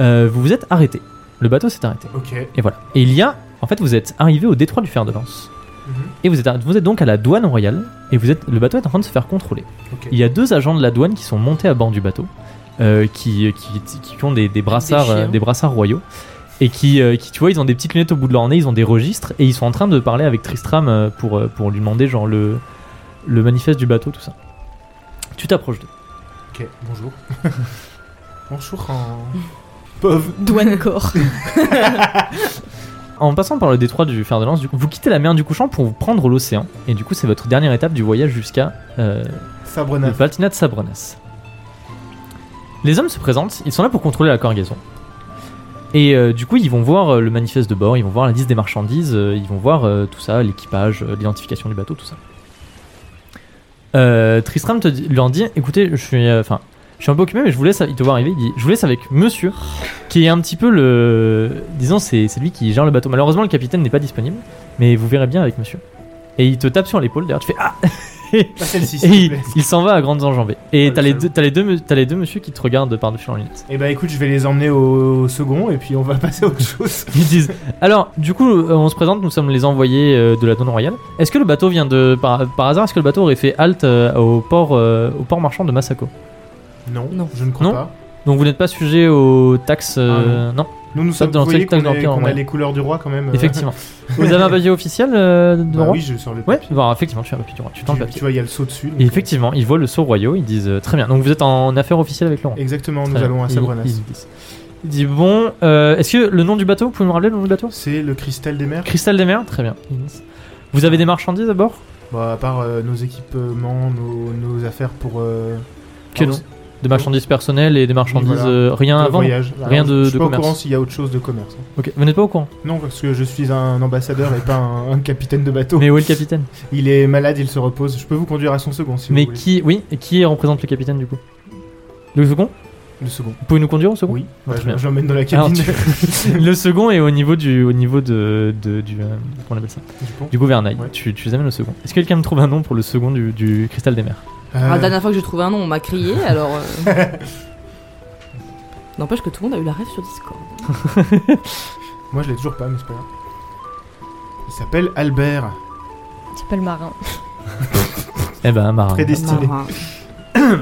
Speaker 1: euh, vous vous êtes arrêté. Le bateau s'est arrêté.
Speaker 3: Ok.
Speaker 1: Et voilà. Et il y a. En fait, vous êtes arrivé au détroit du fer de lance.
Speaker 3: Mhm.
Speaker 1: Et vous êtes, arr- vous êtes donc à la douane royale. Et vous êtes, le bateau est en train de se faire contrôler.
Speaker 3: Ok.
Speaker 1: Il y a deux agents de la douane qui sont montés à bord du bateau. euh, qui, qui, qui ont des, des brassards,
Speaker 2: chiens.
Speaker 1: euh, des brassards royaux. et qui, euh, qui, tu vois, ils ont des petites lunettes au bout de leur nez, ils ont des registres et ils sont en train de parler avec Tristram euh, pour, euh, pour lui demander genre le, le manifeste du bateau, tout ça. Tu t'approches d'eux.
Speaker 3: Ok, bonjour. bonjour hein. en. Euh.
Speaker 4: Douane corps.
Speaker 1: En passant par le détroit du fer de lance, du coup, vous quittez la mer du couchant pour vous prendre l'océan et du coup, c'est votre dernière étape du voyage jusqu'à euh, le
Speaker 3: Sabrenaf.
Speaker 1: Palatinat de Sabrenas. Les hommes se présentent, ils sont là pour contrôler la cargaison. Et euh, du coup, ils vont voir euh, le manifeste de bord, ils vont voir la liste des marchandises, euh, ils vont voir euh, tout ça, l'équipage, euh, l'identification du bateau, tout ça. Euh, Tristram te dit- lui en dit écoutez, je suis, euh, enfin, je suis un peu occupé, mais je vous laisse. Il te voit arriver, il dit je vous laisse avec Monsieur, qui est un petit peu le, disons, c'est c'est lui qui gère le bateau. Malheureusement, le capitaine n'est pas disponible, mais vous verrez bien avec Monsieur. Et il te tape sur l'épaule. D'ailleurs, tu fais ah
Speaker 3: Pas celle-ci,
Speaker 1: et
Speaker 3: s'il te
Speaker 1: il,
Speaker 3: plaît.
Speaker 1: il s'en va à grandes enjambées. Et
Speaker 3: Ah,
Speaker 1: t'as
Speaker 3: le
Speaker 1: les,
Speaker 3: salaud.
Speaker 1: deux- t'as les deux me- t'as les deux monsieur qui te regardent par-dessus leurs lunettes. (laughs)
Speaker 3: Eh bah écoute, je vais les emmener au second et puis on va (laughs) passer à autre chose.
Speaker 1: Ils disent Alors, du coup, euh, on se présente, nous sommes les envoyés euh, de la donne royale. Est-ce que le bateau vient de. Par, par hasard, est-ce que le bateau aurait fait halte euh, au, port, euh, au port marchand de Masako
Speaker 3: Non,
Speaker 2: Non.
Speaker 3: je ne crois
Speaker 1: Non.
Speaker 3: pas.
Speaker 1: Donc vous n'êtes pas sujet aux taxes. euh,
Speaker 3: Ah
Speaker 1: non,
Speaker 3: Nous, nous
Speaker 1: Ça,
Speaker 3: sommes
Speaker 1: dans
Speaker 3: vous
Speaker 1: le
Speaker 3: voyez
Speaker 1: secteur
Speaker 3: qu'on est-
Speaker 1: d'Empire,
Speaker 3: qu'on a
Speaker 1: ouais.
Speaker 3: les couleurs du roi quand
Speaker 1: (laughs)
Speaker 3: même. euh. (laughs)
Speaker 1: effectivement. vous avez un papier officiel euh, de
Speaker 3: Bah
Speaker 1: roi
Speaker 3: oui, je sors le
Speaker 1: Ouais,
Speaker 3: papier.
Speaker 1: bah, effectivement, tu as le papier du roi. Tu tends le
Speaker 3: Tu,
Speaker 1: papier.
Speaker 3: tu vois, il y a le saut dessus. donc,
Speaker 1: Et
Speaker 3: euh,
Speaker 1: effectivement, ils voient le sceau royaux, ils disent euh, Très bien. Donc vous êtes en affaire officielle avec le roi.
Speaker 3: euh, Exactement, nous
Speaker 1: Très bien.
Speaker 3: allons à
Speaker 1: Il-
Speaker 3: Sabrenas.
Speaker 1: il- il- Il dit bon, euh, est-ce que le nom du bateau, vous pouvez me rappeler le nom du bateau
Speaker 3: C'est le cristal des mers.
Speaker 1: Cristal des mers, très bien. Vous avez des marchandises à bord
Speaker 3: Bah, à part euh, nos équipements, nos, nos affaires pour. euh,
Speaker 1: Que
Speaker 3: alors,
Speaker 1: non. Ah Des marchandises personnelles et des marchandises
Speaker 3: Oui, voilà.
Speaker 1: euh, rien
Speaker 3: de
Speaker 1: à vendre.
Speaker 3: voyage.
Speaker 1: Rien
Speaker 3: Alors,
Speaker 1: de-
Speaker 3: Je suis
Speaker 1: de
Speaker 3: pas au
Speaker 1: commerce.
Speaker 3: courant s'il y a autre chose de commerce. hein.
Speaker 1: Ok, vous n'êtes pas au courant.
Speaker 3: Non, parce que je suis un ambassadeur et pas un, un capitaine de bateau.
Speaker 1: Mais où est le capitaine
Speaker 3: Il est malade, il se repose. Je peux vous conduire à son second si
Speaker 1: Mais
Speaker 3: vous voulez.
Speaker 1: qui, oui, et qui représente le capitaine du coup Le second
Speaker 3: Le second.
Speaker 1: Vous pouvez nous conduire au second Ah,
Speaker 3: Oui, bah,
Speaker 1: Très
Speaker 3: je,
Speaker 1: bien.
Speaker 3: je l'emmène dans la
Speaker 1: Alors,
Speaker 3: cabine.
Speaker 1: tu- (laughs) le second est au niveau du, au niveau de, de- du, euh, comment on appelle ça
Speaker 3: (laughs) du pont.
Speaker 1: Du gouvernail.
Speaker 3: Ouais.
Speaker 1: Tu, tu les amènes au second. Est-ce que quelqu'un me trouve un nom pour le second du, du cristal des mers
Speaker 3: Euh,
Speaker 2: Ah, La dernière fois que j'ai trouvé un nom, on
Speaker 3: (laughs)
Speaker 2: m'a crié, alors. euh, N'empêche que tout le monde a eu la rêve sur Discord.
Speaker 3: Moi, je l'ai toujours pas, mais c'est pas grave. Il s'appelle Albert.
Speaker 4: C'est pas le marin.
Speaker 1: Eh ben, Marin.
Speaker 3: Prédestiné.
Speaker 2: Marin.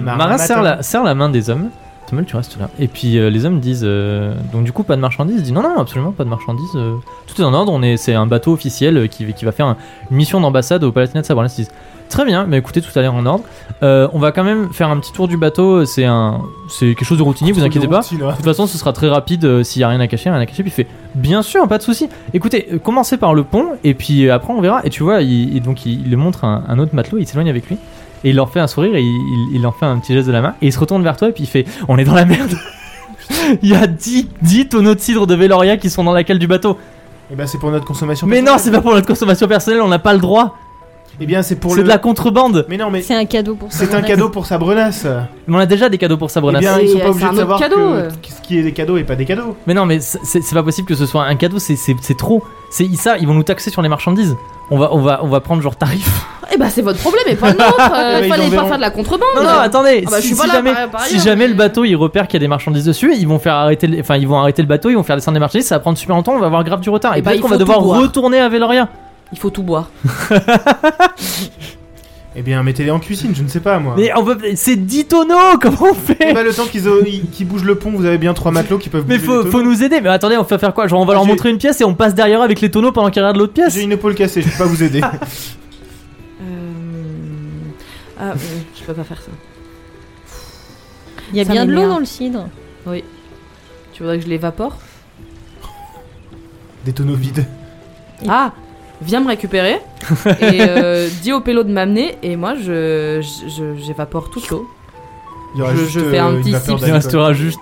Speaker 1: Marin
Speaker 3: Matin.
Speaker 1: serre la, serre la main des hommes. Tommel, tu restes là. Et puis euh, les hommes disent euh, donc du coup pas de marchandises. Il dit non non absolument pas de marchandises. euh, tout est en ordre. On est c'est un bateau officiel euh, qui, qui va faire un- une mission d'ambassade au Palatinat de Sabrina. Ils disent très bien. Mais écoutez tout a l'air en ordre. Euh, on va quand même faire un petit tour du bateau. C'est un c'est quelque chose de routinier. Vous inquiétez pas.
Speaker 3: Routine, hein.
Speaker 1: De toute façon, ce sera très rapide euh, s'il n'y a rien à cacher, rien à cacher. Puis il fait Bien sûr, pas de souci. Écoutez, euh, commencez par le pont et puis euh, après on verra. Et tu vois, il, il- donc il, il le montre à un, un autre matelot, il s'éloigne avec lui et il leur fait un sourire et il, il- il leur fait un petit geste de la main. Et il se retourne vers toi et puis il fait On est dans la merde. (laughs) il y a 10, 10 tonneaux de cidre de Veloria qui sont dans la cale du bateau.
Speaker 3: Eh ben, c'est pour notre consommation.
Speaker 1: Mais non, c'est pas pour notre consommation personnelle, on n'a pas le droit.
Speaker 3: Eh bien, c'est pour
Speaker 1: C'est
Speaker 3: le.
Speaker 1: de la contrebande.
Speaker 3: Mais non, mais
Speaker 4: C'est un cadeau pour
Speaker 3: c'est
Speaker 4: Sabrina.
Speaker 3: un cadeau pour sa brenasse.
Speaker 1: Mais on a déjà des cadeaux pour
Speaker 3: Eh
Speaker 1: Sabrina.
Speaker 3: bien,
Speaker 2: C'est-
Speaker 3: ils sont
Speaker 2: c'est
Speaker 3: pas obligés
Speaker 2: un
Speaker 3: de
Speaker 2: autre
Speaker 3: savoir
Speaker 2: cadeau,
Speaker 3: que-
Speaker 2: euh.
Speaker 3: ce qui est des cadeaux et pas des cadeaux.
Speaker 1: Mais non, mais c'est- c'est c'est pas possible que ce soit un cadeau, c'est- c'est c'est trop. C'est ça, ils vont nous taxer sur les marchandises. On va, on va, on va prendre genre tarif.
Speaker 2: Eh bah, c'est votre problème et
Speaker 3: (laughs)
Speaker 2: pas le nôtre
Speaker 3: Eh ben,
Speaker 2: Il
Speaker 3: ils en
Speaker 2: fallait pas
Speaker 3: verront.
Speaker 2: faire de la contrebande
Speaker 1: (laughs) Non, non, attendez,
Speaker 2: Ah bah, je
Speaker 1: si,
Speaker 2: suis pas
Speaker 1: si
Speaker 2: là,
Speaker 1: jamais,
Speaker 2: par- par
Speaker 1: si
Speaker 2: ailleurs,
Speaker 1: jamais
Speaker 2: mais-
Speaker 1: le bateau il repère qu'il y a des marchandises dessus, ils vont faire arrêter, le- enfin ils vont arrêter le bateau, ils vont faire descendre les marchandises, ça va prendre super longtemps, on va avoir grave du retard, et,
Speaker 2: Eh bah,
Speaker 1: peut-être
Speaker 2: il
Speaker 1: qu'on
Speaker 2: faut
Speaker 1: va devoir
Speaker 2: tout boire.
Speaker 1: retourner à Veloria.
Speaker 2: Il faut tout boire.
Speaker 3: Eh bien, mettez-les en cuisine, je ne sais pas moi.
Speaker 1: Mais on peut, c'est 10 tonneaux, (laughs) comment on
Speaker 3: Eh
Speaker 1: fait
Speaker 3: ben, le temps qu'ils ont- ils- qu'ils bougent le pont, vous avez bien trois matelots qui peuvent.
Speaker 1: Mais
Speaker 3: bouger
Speaker 1: faut,
Speaker 3: les
Speaker 1: faut
Speaker 3: tonneaux.
Speaker 1: nous aider, mais attendez, on va faire quoi Genre on va leur
Speaker 3: J'ai-
Speaker 1: montrer une pièce et on passe derrière eux avec les tonneaux pendant qu'ils regardent l'autre pièce
Speaker 3: J'ai une épaule cassée, je peux pas
Speaker 1: (laughs)
Speaker 3: vous aider.
Speaker 2: Euh, Ah, euh, je peux pas faire ça.
Speaker 4: Il y a
Speaker 2: Ça
Speaker 4: bien de l'eau
Speaker 2: m'énerve.
Speaker 4: dans le cidre.
Speaker 2: Tu voudrais que je l'évapore
Speaker 3: Des tonneaux vides.
Speaker 2: Ah Viens me récupérer
Speaker 3: (laughs)
Speaker 2: et euh, dis au pélo de m'amener et moi je je- je- j'évapore toute l'eau.
Speaker 3: Il y aura
Speaker 2: Je-
Speaker 3: juste,
Speaker 2: je fais un
Speaker 3: euh, une
Speaker 2: petit
Speaker 3: vapeur
Speaker 2: sip.
Speaker 1: Il
Speaker 3: d'alcool.
Speaker 1: restera juste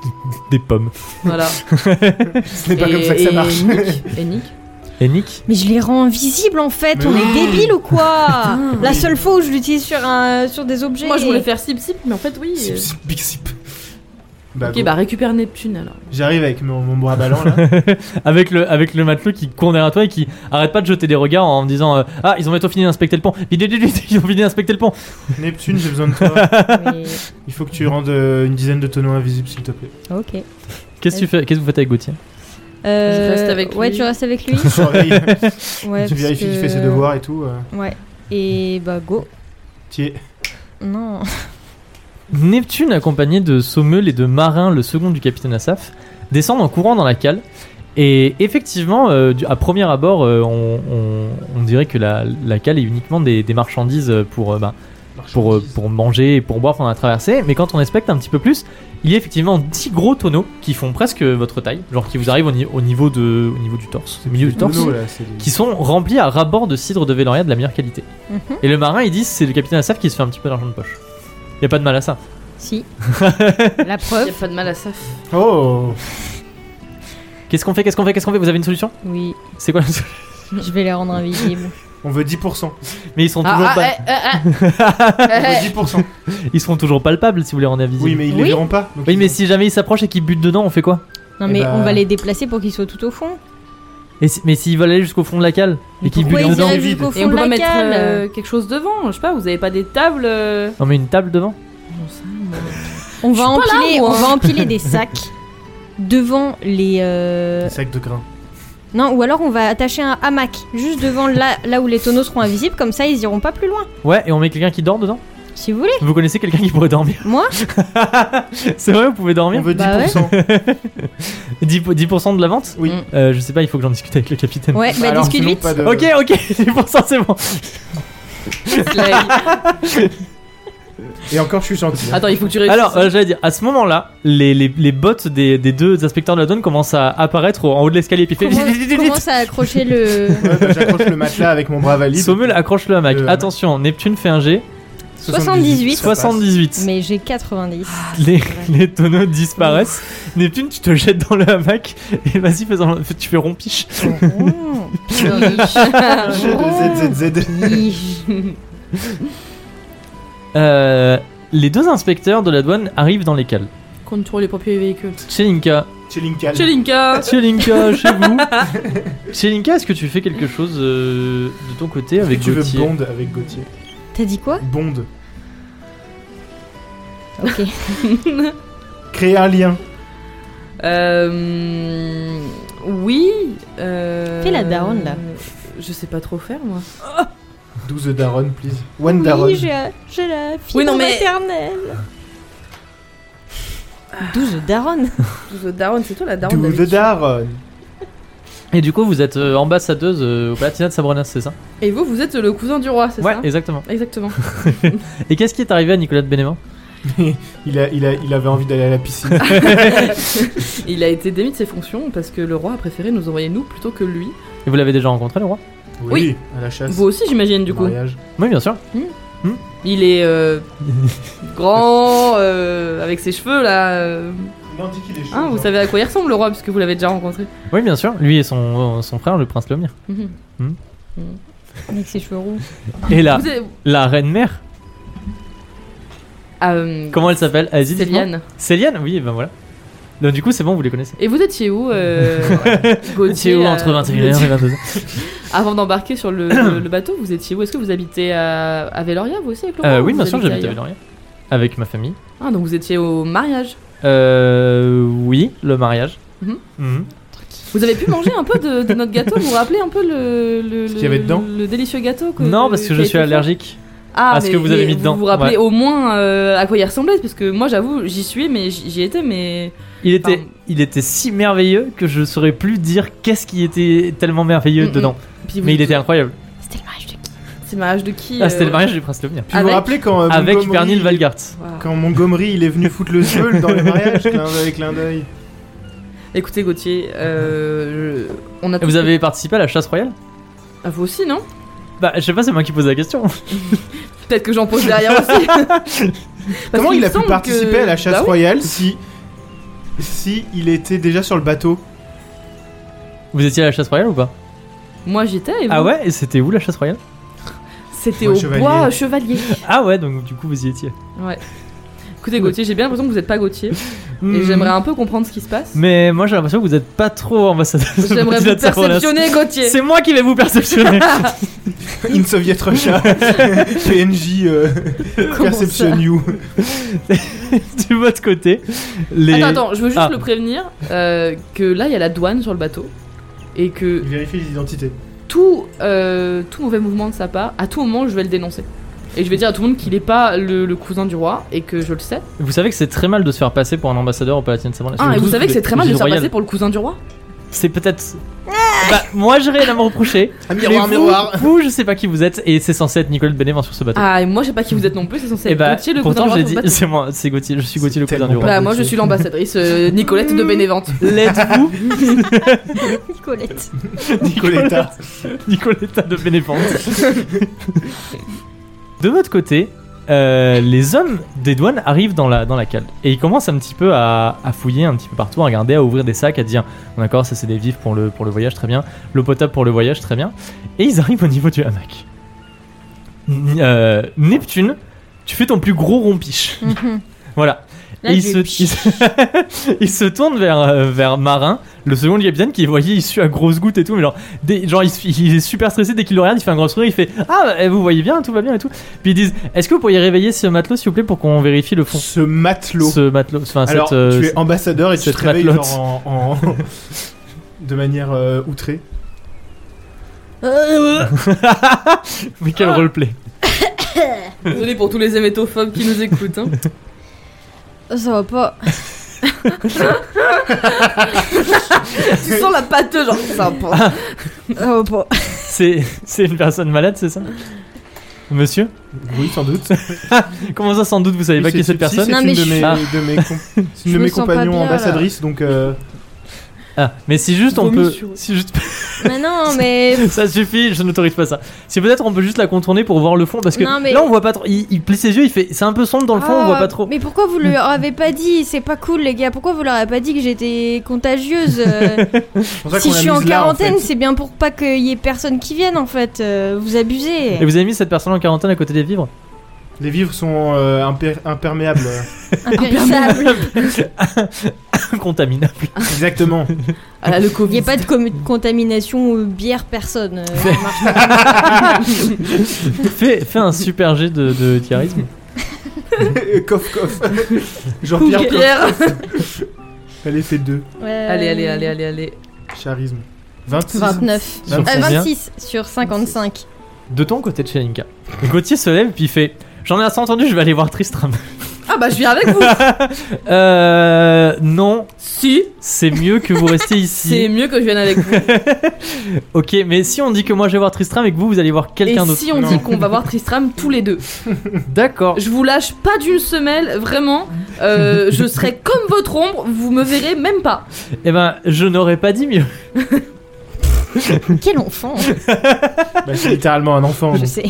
Speaker 1: des pommes.
Speaker 2: Voilà.
Speaker 3: Ce n'est pas
Speaker 2: Et-
Speaker 3: comme ça que ça
Speaker 2: et
Speaker 3: marche.
Speaker 2: Nick- et Nick
Speaker 1: Et Nick
Speaker 4: Mais je les rends invisibles en fait.
Speaker 3: Mais
Speaker 4: On
Speaker 3: oui.
Speaker 4: est débile ou
Speaker 3: (laughs)
Speaker 4: quoi La
Speaker 3: Oui.
Speaker 4: seule fois où je l'utilise sur un sur des objets.
Speaker 2: Moi je voulais faire sip sip mais en fait
Speaker 3: (laughs)
Speaker 2: oui.
Speaker 3: Sip,
Speaker 2: euh,
Speaker 3: sip, big sip. Bah,
Speaker 2: Ok
Speaker 3: go.
Speaker 2: bah récupère Neptune alors.
Speaker 3: J'arrive avec mon, mon bras ballant là.
Speaker 1: (laughs) avec le avec le matelot qui court derrière toi et qui arrête pas de jeter des regards en me disant euh, ah ils ont bientôt fini d'inspecter le pont Vite, vite, vite, ils ont fini d'inspecter le pont
Speaker 3: Neptune, j'ai besoin de toi.
Speaker 4: Mais-
Speaker 3: Il faut que tu rendes euh, une dizaine de tonneaux invisibles s'il te plaît.
Speaker 4: Ok.
Speaker 1: qu'est-ce que tu fais qu'est-ce que vous faites avec Gauthier
Speaker 4: Euh,
Speaker 2: Je reste avec
Speaker 4: Ouais,
Speaker 2: lui.
Speaker 4: tu restes avec lui.
Speaker 1: (laughs)
Speaker 3: Tu surveilles,
Speaker 4: Ouais,
Speaker 3: (laughs) tu
Speaker 4: parce
Speaker 3: vérifies qu'il
Speaker 4: que-
Speaker 3: fait ses devoirs et tout. euh.
Speaker 4: Ouais. Et bah go.
Speaker 3: T'y es.
Speaker 4: Non. (laughs)
Speaker 1: Neptune, accompagné de Sommeul et de Marin, le second du capitaine Asaf, descendent en courant dans la cale. Et effectivement, euh, du- à premier abord, euh, on, on- on dirait que la, la cale est uniquement des, des marchandises pour, euh, bah, pour, euh, pour manger et pour boire pendant la traversée. Mais quand on inspecte un petit peu plus, il y a effectivement 10 gros tonneaux qui font presque votre taille, genre qui vous arrivent au, ni- au niveau, de, au niveau du torse, au milieu du torse,
Speaker 3: Nono, là, c'est des-
Speaker 1: qui sont remplis à ras-bord de cidre de Véloria de la meilleure qualité.
Speaker 4: Mhm.
Speaker 1: Et le marin, il dit c'est le capitaine Assaf qui se fait un petit peu d'argent de poche. Il a pas de mal à ça.
Speaker 3: (laughs)
Speaker 4: Si.
Speaker 5: La
Speaker 2: Il n'y
Speaker 5: preuve.
Speaker 2: a pas de mal à ça.
Speaker 3: Oh
Speaker 1: Qu'est-ce qu'on fait Qu'est-ce qu'on fait Qu'est-ce qu'on fait Vous avez une solution
Speaker 4: Oui,
Speaker 1: C'est quoi la solution (laughs)
Speaker 4: (laughs) je vais les rendre invisibles.
Speaker 3: On veut 10%.
Speaker 1: Mais ils sont toujours
Speaker 2: Ah,
Speaker 1: pas.
Speaker 2: ah,
Speaker 3: (laughs)
Speaker 2: ah, ah,
Speaker 3: On
Speaker 2: ah.
Speaker 3: veut 10%.
Speaker 1: Ils seront toujours palpables si vous les rendez invisibles.
Speaker 3: Oui, mais ils les
Speaker 4: Oui.
Speaker 3: verront pas. donc
Speaker 1: Oui,
Speaker 3: ils
Speaker 1: mais
Speaker 3: ont-
Speaker 1: si jamais ils s'approchent et qu'ils butent dedans, on fait quoi
Speaker 4: Non,
Speaker 3: Eh
Speaker 4: mais
Speaker 2: ben,
Speaker 3: bah-
Speaker 4: on va les déplacer pour qu'ils soient tout au fond.
Speaker 1: et si- Mais s'ils veulent aller jusqu'au fond de la cale et qu'ils
Speaker 4: Pourquoi
Speaker 1: butent
Speaker 4: ils
Speaker 1: dedans.
Speaker 4: iraient
Speaker 3: vide.
Speaker 4: jusqu'au
Speaker 2: Et
Speaker 4: fond
Speaker 2: on
Speaker 4: de
Speaker 2: peut pas
Speaker 4: la
Speaker 2: mettre
Speaker 4: cale
Speaker 2: euh, quelque chose devant, je sais pas, vous avez pas des tables euh,
Speaker 1: On met une table devant
Speaker 2: j'en sais rien, (laughs) moi.
Speaker 4: On
Speaker 2: Je
Speaker 4: va,
Speaker 2: suis pas là,
Speaker 4: empiler,
Speaker 2: moi.
Speaker 4: on va empiler des sacs devant les. euh,
Speaker 3: Des sacs de grains.
Speaker 4: Non, ou alors on va attacher un hamac juste devant là, là où les tonneaux seront invisibles, comme ça ils iront pas plus loin.
Speaker 1: Ouais, et on met quelqu'un qui dort dedans
Speaker 4: Si vous voulez.
Speaker 1: Vous connaissez quelqu'un qui pourrait dormir
Speaker 4: Moi
Speaker 1: (laughs) C'est vrai, vous pouvez
Speaker 3: On
Speaker 1: dormir
Speaker 3: veut
Speaker 4: Bah ouais.
Speaker 3: 10%.
Speaker 1: 10%, pour- 10% de la vente
Speaker 3: Oui.
Speaker 2: Mm.
Speaker 1: Euh, Je sais pas, il faut que j'en discute avec le capitaine.
Speaker 4: Ouais, bah
Speaker 3: Alors,
Speaker 4: discute
Speaker 3: sinon,
Speaker 4: vite.
Speaker 3: pas
Speaker 1: (laughs)
Speaker 3: de-
Speaker 1: Ok, ok, 10% c'est bon.
Speaker 3: Et encore, je suis gentil. hein.
Speaker 2: Attends, il faut que tu réussisses.
Speaker 1: Alors, euh, j'allais dire, à ce moment-là, les, les, les bottes des, des deux inspecteurs de la donne commencent à apparaître au- en haut de l'escalier. Puis il fait.
Speaker 4: Comment- Commence à accrocher le.
Speaker 2: (laughs)
Speaker 3: Ouais, bah, J'accroche le matelas avec mon bras valide.
Speaker 1: Sommel accroche le hamac.
Speaker 3: Le hamac.
Speaker 1: Attention, Neptune fait un G.
Speaker 4: 78.
Speaker 3: ça passe.
Speaker 1: 78.
Speaker 4: Mais j'ai 90.
Speaker 1: (laughs)
Speaker 2: Ah
Speaker 1: les, les tonneaux disparaissent. Neptune, tu te jettes dans le hamac et vas-y, fais-en- tu fais rompiche.
Speaker 4: Oh.
Speaker 3: Ah, Z, Z, Z.
Speaker 1: Euh, les deux inspecteurs de la douane arrivent dans les cales.
Speaker 2: Contrôle les propriétés des véhicules.
Speaker 1: Chelinka,
Speaker 3: Chillingham.
Speaker 2: Chelinka
Speaker 1: Chelinka, chez vous. (laughs) Chelinka, est-ce que tu fais quelque chose euh, de ton côté avec
Speaker 3: tu veux
Speaker 1: Gauthier
Speaker 3: Bond avec Gauthier.
Speaker 4: T'as dit quoi
Speaker 3: Bond.
Speaker 2: (laughs)
Speaker 4: Ok.
Speaker 3: Créer un lien.
Speaker 2: Euh. Oui. Euh...
Speaker 4: Fais la daronne, là.
Speaker 2: Je sais pas trop faire moi.
Speaker 3: 12 Daron, please. One Daron.
Speaker 4: Oui, j'ai j'ai la fibre
Speaker 2: Oui, non, mais-
Speaker 4: maternelle. 12 daronne.
Speaker 2: The daronne, c'est toi la daronne.
Speaker 3: Do the
Speaker 2: d'habitude.
Speaker 3: Daron.
Speaker 1: Et du coup, vous êtes euh, ambassadeuse euh, au Palatinat de Sabronas, c'est ça
Speaker 2: Et vous, vous êtes le cousin du roi, c'est
Speaker 1: Ouais,
Speaker 2: ça
Speaker 1: exactement. (laughs)
Speaker 2: Exactement.
Speaker 1: Et qu'est-ce qui est arrivé à Nicolas de Bénévent
Speaker 3: Il, a, il, a, il avait envie d'aller à la piscine.
Speaker 2: Il a été démis de ses fonctions parce que le roi a préféré nous envoyer nous plutôt que lui.
Speaker 1: Et vous l'avez déjà rencontré, le roi
Speaker 2: Oui.
Speaker 3: À la chasse.
Speaker 2: Vous aussi, j'imagine, du coup.
Speaker 3: Mariage.
Speaker 1: Oui, bien sûr.
Speaker 2: Il
Speaker 1: (laughs)
Speaker 2: est euh, grand, euh, avec ses cheveux là. euh,
Speaker 3: Il en dit qu'il est chaud.
Speaker 2: hein, vous
Speaker 3: hein.
Speaker 2: savez à quoi il ressemble le roi, puisque vous l'avez déjà rencontré.
Speaker 1: Oui, bien sûr. Lui et son, euh, son frère, le prince Lomir.
Speaker 2: Mhm.
Speaker 4: Avec ses cheveux roux.
Speaker 1: Et là,
Speaker 2: Vous êtes-
Speaker 1: la reine mère,
Speaker 2: euh,
Speaker 1: comment elle s'appelle Vas-y,
Speaker 2: c'est
Speaker 1: dites-moi.
Speaker 2: Liane.
Speaker 1: Céliane, oui, et ben voilà. Donc du coup, c'est bon, vous les connaissez.
Speaker 2: Et vous étiez
Speaker 1: (laughs)
Speaker 2: où, euh, Gauthier,
Speaker 1: C'est où
Speaker 2: euh,
Speaker 1: entre 21 et 22
Speaker 2: Avant d'embarquer sur le, le- le bateau, vous étiez où Est-ce que vous habitez à, à Veloria, vous aussi, avec le roi
Speaker 1: euh,
Speaker 2: ou
Speaker 1: Oui,
Speaker 2: vous
Speaker 1: bien sûr,
Speaker 2: habitez
Speaker 1: j'habite à
Speaker 2: ailleurs
Speaker 1: Véloria. Avec ma famille.
Speaker 2: Ah, donc vous étiez au mariage.
Speaker 1: Euh, oui, le mariage.
Speaker 2: Mhm.
Speaker 1: Mhm.
Speaker 2: Vous avez pu manger un peu de, de notre gâteau Vous vous rappelez un peu le, le,
Speaker 3: Ce
Speaker 2: le-
Speaker 3: qu'il y avait dedans
Speaker 2: le délicieux gâteau que,
Speaker 1: Non, parce
Speaker 2: qui
Speaker 1: que
Speaker 2: a
Speaker 1: je
Speaker 2: été
Speaker 1: suis
Speaker 2: fait
Speaker 1: allergique.
Speaker 2: Ah,
Speaker 1: à ce
Speaker 2: mais-
Speaker 1: que vous avez
Speaker 2: mais
Speaker 1: mis dedans,
Speaker 2: Vous vous rappelez
Speaker 1: ouais.
Speaker 2: au moins euh, à quoi il ressemblait Parce que moi, j'avoue, j'y suis, mais j'y j'y étais, mais.
Speaker 1: Il était,
Speaker 2: Pardon.
Speaker 1: il était si merveilleux que je saurais plus dire qu'est-ce qui était tellement merveilleux
Speaker 2: Mhm.
Speaker 1: dedans.
Speaker 2: Puis vous-
Speaker 1: Mais il était incroyable.
Speaker 4: C'était le mariage de qui
Speaker 2: C'est le mariage de qui
Speaker 1: Ah, c'était le
Speaker 2: euh,
Speaker 1: mariage du prince Lomir.
Speaker 3: Puis vous
Speaker 2: Avec-
Speaker 3: vous rappelez quand. euh,
Speaker 1: Avec
Speaker 3: Montgomery-
Speaker 1: Pernil Valgart.
Speaker 2: Waouh.
Speaker 3: Quand Montgomery il est venu foutre le seul dans le
Speaker 2: (laughs)
Speaker 3: mariage, clin d'œil, clin d'œil.
Speaker 2: Écoutez, Gauthier, euh, je- on a.
Speaker 1: Et
Speaker 2: tous-
Speaker 1: Vous avez participé à la chasse royale
Speaker 2: Ah, vous aussi, non
Speaker 1: Bah, je sais pas, c'est moi qui pose la question.
Speaker 2: Peut-être que j'en pose derrière aussi. Parce
Speaker 3: Comment
Speaker 2: qu'il
Speaker 3: il
Speaker 2: me
Speaker 3: a pu
Speaker 2: semble
Speaker 3: participer
Speaker 2: que-
Speaker 3: à la chasse
Speaker 2: Bah oui.
Speaker 3: royale si. Si il était déjà sur le bateau
Speaker 1: (laughs)
Speaker 2: (laughs)
Speaker 1: Vous étiez à la chasse royale ou pas
Speaker 2: Moi, j'étais. et vous
Speaker 1: Ah ouais Et c'était où la chasse royale
Speaker 2: C'était
Speaker 3: Moi,
Speaker 2: au
Speaker 3: chevalier.
Speaker 2: bois euh, chevalier.
Speaker 1: Ah ouais, donc du coup, vous y étiez.
Speaker 2: Ouais. Écoutez, Gauthier, j'ai bien l'impression que vous n'êtes pas Gauthier.
Speaker 1: Mhm.
Speaker 2: Et j'aimerais un peu comprendre ce qui se passe.
Speaker 1: Mais moi j'ai l'impression que vous êtes pas trop ambassadeur. de
Speaker 2: J'aimerais
Speaker 1: Petit
Speaker 2: vous
Speaker 1: Latte Sarronas.
Speaker 2: perceptionner, Gauthier.
Speaker 1: C'est moi qui vais vous perceptionner.
Speaker 2: (laughs)
Speaker 3: In Soviet Russia, PNJ, euh, Perception You.
Speaker 1: de votre côté. Les...
Speaker 2: Attends, attends, je veux juste
Speaker 1: Ah.
Speaker 2: le prévenir euh, que là, il y a la douane sur le bateau. Et que
Speaker 3: Vérifier les identités.
Speaker 2: tout, euh, tout mauvais mouvement de sa part, à tout moment, je vais le dénoncer. Et je vais dire à tout le monde qu'il n'est pas le, le cousin du roi et que je le sais.
Speaker 1: Vous savez que c'est très mal de se faire passer pour un ambassadeur au Palatine de Sabrina.
Speaker 2: Ah, et vous
Speaker 1: Surtout
Speaker 2: savez que c'est très mal de
Speaker 1: les
Speaker 2: se faire
Speaker 1: royales.
Speaker 2: passer pour le cousin du roi
Speaker 1: c'est peut-être. Bah, moi, j'ai rien à me
Speaker 3: (laughs)
Speaker 1: reprocher.
Speaker 3: Ah,
Speaker 1: Mais
Speaker 3: miroir,
Speaker 1: vous,
Speaker 3: (laughs) miroir.
Speaker 1: vous, je sais pas qui vous êtes, et c'est censé être Nicolas de Bénévent sur ce bateau.
Speaker 2: Ah, et moi, je sais pas qui vous êtes non plus, c'est censé
Speaker 1: et
Speaker 2: être
Speaker 1: bah,
Speaker 2: Gauthier, le
Speaker 1: pourtant,
Speaker 2: cousin
Speaker 1: j'ai
Speaker 2: du
Speaker 1: dit,
Speaker 2: roi de ce
Speaker 1: c'est moi, c'est Gauthier, je suis Gauthier le
Speaker 3: C'est
Speaker 1: cousin du
Speaker 3: tellement
Speaker 2: bateau.
Speaker 1: roi.
Speaker 2: (laughs) Bah, moi, je suis l'ambassadrice euh, Nicolette de Bénévente. (laughs)
Speaker 1: Let's vous,
Speaker 4: (laughs) Nicolette.
Speaker 3: (laughs)
Speaker 2: (laughs)
Speaker 3: Nicoletta.
Speaker 1: (laughs) Nicoletta de Bénévent. de votre côté, euh, les hommes des douanes arrivent dans la, dans la cale et ils commencent un petit peu à, à fouiller un petit peu partout, à regarder, à ouvrir des sacs, à dire Bon, d'accord, ça c'est des vifs pour le, pour le voyage, très bien, l'eau potable pour le voyage, très bien. Et ils arrivent au niveau du hamac. N- euh, Neptune, tu fais ton plus gros rompiche.
Speaker 4: Mhm.
Speaker 1: Voilà.
Speaker 4: Là,
Speaker 1: et il
Speaker 4: je
Speaker 1: se,
Speaker 4: vais-
Speaker 1: il, se, (laughs) il se tourne vers, euh, vers Marin, le second capitaine qui voyait il sue à grosses gouttes et tout, mais genre, dès- genre il, se- il est super stressé dès qu'il le regarde, il fait un gros sourire, il fait Ah, eh, vous voyez bien, tout va bien et tout. Puis ils disent Est-ce que vous pourriez réveiller ce matelot s'il vous plaît pour qu'on vérifie le fond
Speaker 3: Ce matelot.
Speaker 1: Ce matelot, enfin,
Speaker 3: Alors,
Speaker 1: cette, euh,
Speaker 3: tu es ambassadeur et tu
Speaker 1: cette
Speaker 3: te réveilles
Speaker 1: matelote.
Speaker 3: genre en, en- (laughs) de manière euh, outrée.
Speaker 1: (laughs) Mais quel
Speaker 2: Ah.
Speaker 1: roleplay
Speaker 2: Désolé pour tous les hémétophobes qui nous écoutent. hein.
Speaker 4: Oh, Ça va pas.
Speaker 2: (laughs) tu sens la pâteuse, genre, c'est sympa.
Speaker 4: Ça va pas.
Speaker 1: C'est c'est une personne malade, c'est ça Monsieur
Speaker 3: Oui, sans doute.
Speaker 1: Comment ça, sans doute, vous savez
Speaker 3: Oui,
Speaker 1: pas qui est cette
Speaker 3: si,
Speaker 1: personne
Speaker 4: Non,
Speaker 3: C'est
Speaker 4: mais
Speaker 3: une de
Speaker 4: je-
Speaker 3: mes,
Speaker 1: Ah.
Speaker 3: de mes,
Speaker 1: (laughs)
Speaker 3: com- c'est une
Speaker 4: Je
Speaker 3: de
Speaker 4: me
Speaker 3: mes
Speaker 4: sens pas
Speaker 3: compagnons
Speaker 4: bien, là.
Speaker 3: ambassadrices, donc euh,
Speaker 1: Ah, mais si juste on
Speaker 2: Vomis
Speaker 1: peut.
Speaker 2: sur eux.
Speaker 1: Si juste...
Speaker 4: (laughs) Mais non, mais.
Speaker 1: (laughs) ça suffit, je n'autorise pas ça. Si peut-être on peut juste la contourner pour voir le fond, parce que
Speaker 4: Non, mais-
Speaker 1: là on voit pas trop. Il, il plie ses yeux, il fait. C'est un peu sombre dans le fond, on voit
Speaker 4: Ah,
Speaker 1: pas trop.
Speaker 4: Mais pourquoi vous leur avez pas dit C'est pas cool, les gars. Pourquoi vous leur avez pas dit que j'étais contagieuse euh,
Speaker 3: c'est pour ça
Speaker 4: Si
Speaker 3: qu'on
Speaker 4: je
Speaker 3: l'a
Speaker 4: suis en
Speaker 3: mise là,
Speaker 4: quarantaine,
Speaker 3: fait.
Speaker 4: c'est bien pour pas qu'il y ait personne qui vienne, en fait. Euh, vous abusez.
Speaker 1: Et vous avez mis cette personne en quarantaine à côté des vivres (laughs)
Speaker 3: Les vivres sont euh, impé- imperméables.
Speaker 4: Impérissable. (laughs)
Speaker 1: Contaminable.
Speaker 3: Exactement.
Speaker 2: Ah là, le
Speaker 4: Il n'y
Speaker 2: Covid.
Speaker 4: a pas de com- contamination euh, bière personne. euh,
Speaker 1: fais, fais un super jet de, de charisme.
Speaker 3: coff, coff.
Speaker 2: Coup de
Speaker 3: (laughs) Jean-Pierre, coff.
Speaker 2: pierre.
Speaker 3: Allez, fais deux.
Speaker 4: ouais.
Speaker 2: Allez, allez, allez, allez, allez.
Speaker 3: Charisme. 26.
Speaker 4: 29.
Speaker 1: Sur
Speaker 4: Euh,
Speaker 1: combien
Speaker 4: 26 sur 55.
Speaker 1: De ton côté de chez Linka. Gauthier se lève puis il fait. J'en ai assez entendu, je vais aller voir Tristram.
Speaker 2: Ah bah, je viens avec vous.
Speaker 1: (laughs) Euh. Non,
Speaker 2: (laughs) si,
Speaker 1: c'est mieux que vous
Speaker 4: (laughs)
Speaker 1: restiez
Speaker 2: c'est
Speaker 1: ici.
Speaker 2: mieux que je vienne avec vous.
Speaker 1: ok, mais si on dit que moi je vais voir Tristram et que vous, vous allez voir
Speaker 2: Et
Speaker 1: quelqu'un d'autre. Oh.
Speaker 2: si on
Speaker 3: Non.
Speaker 2: dit qu'on va voir Tristram tous les deux
Speaker 1: D'accord.
Speaker 2: Je vous lâche pas d'une semelle, vraiment.
Speaker 1: (laughs)
Speaker 2: Euh, je serai comme votre ombre, vous me verrez même pas.
Speaker 1: Eh ben, je n'aurais pas dit mieux.
Speaker 4: Quel enfant,
Speaker 3: Bah, c'est littéralement un enfant.
Speaker 4: je sais.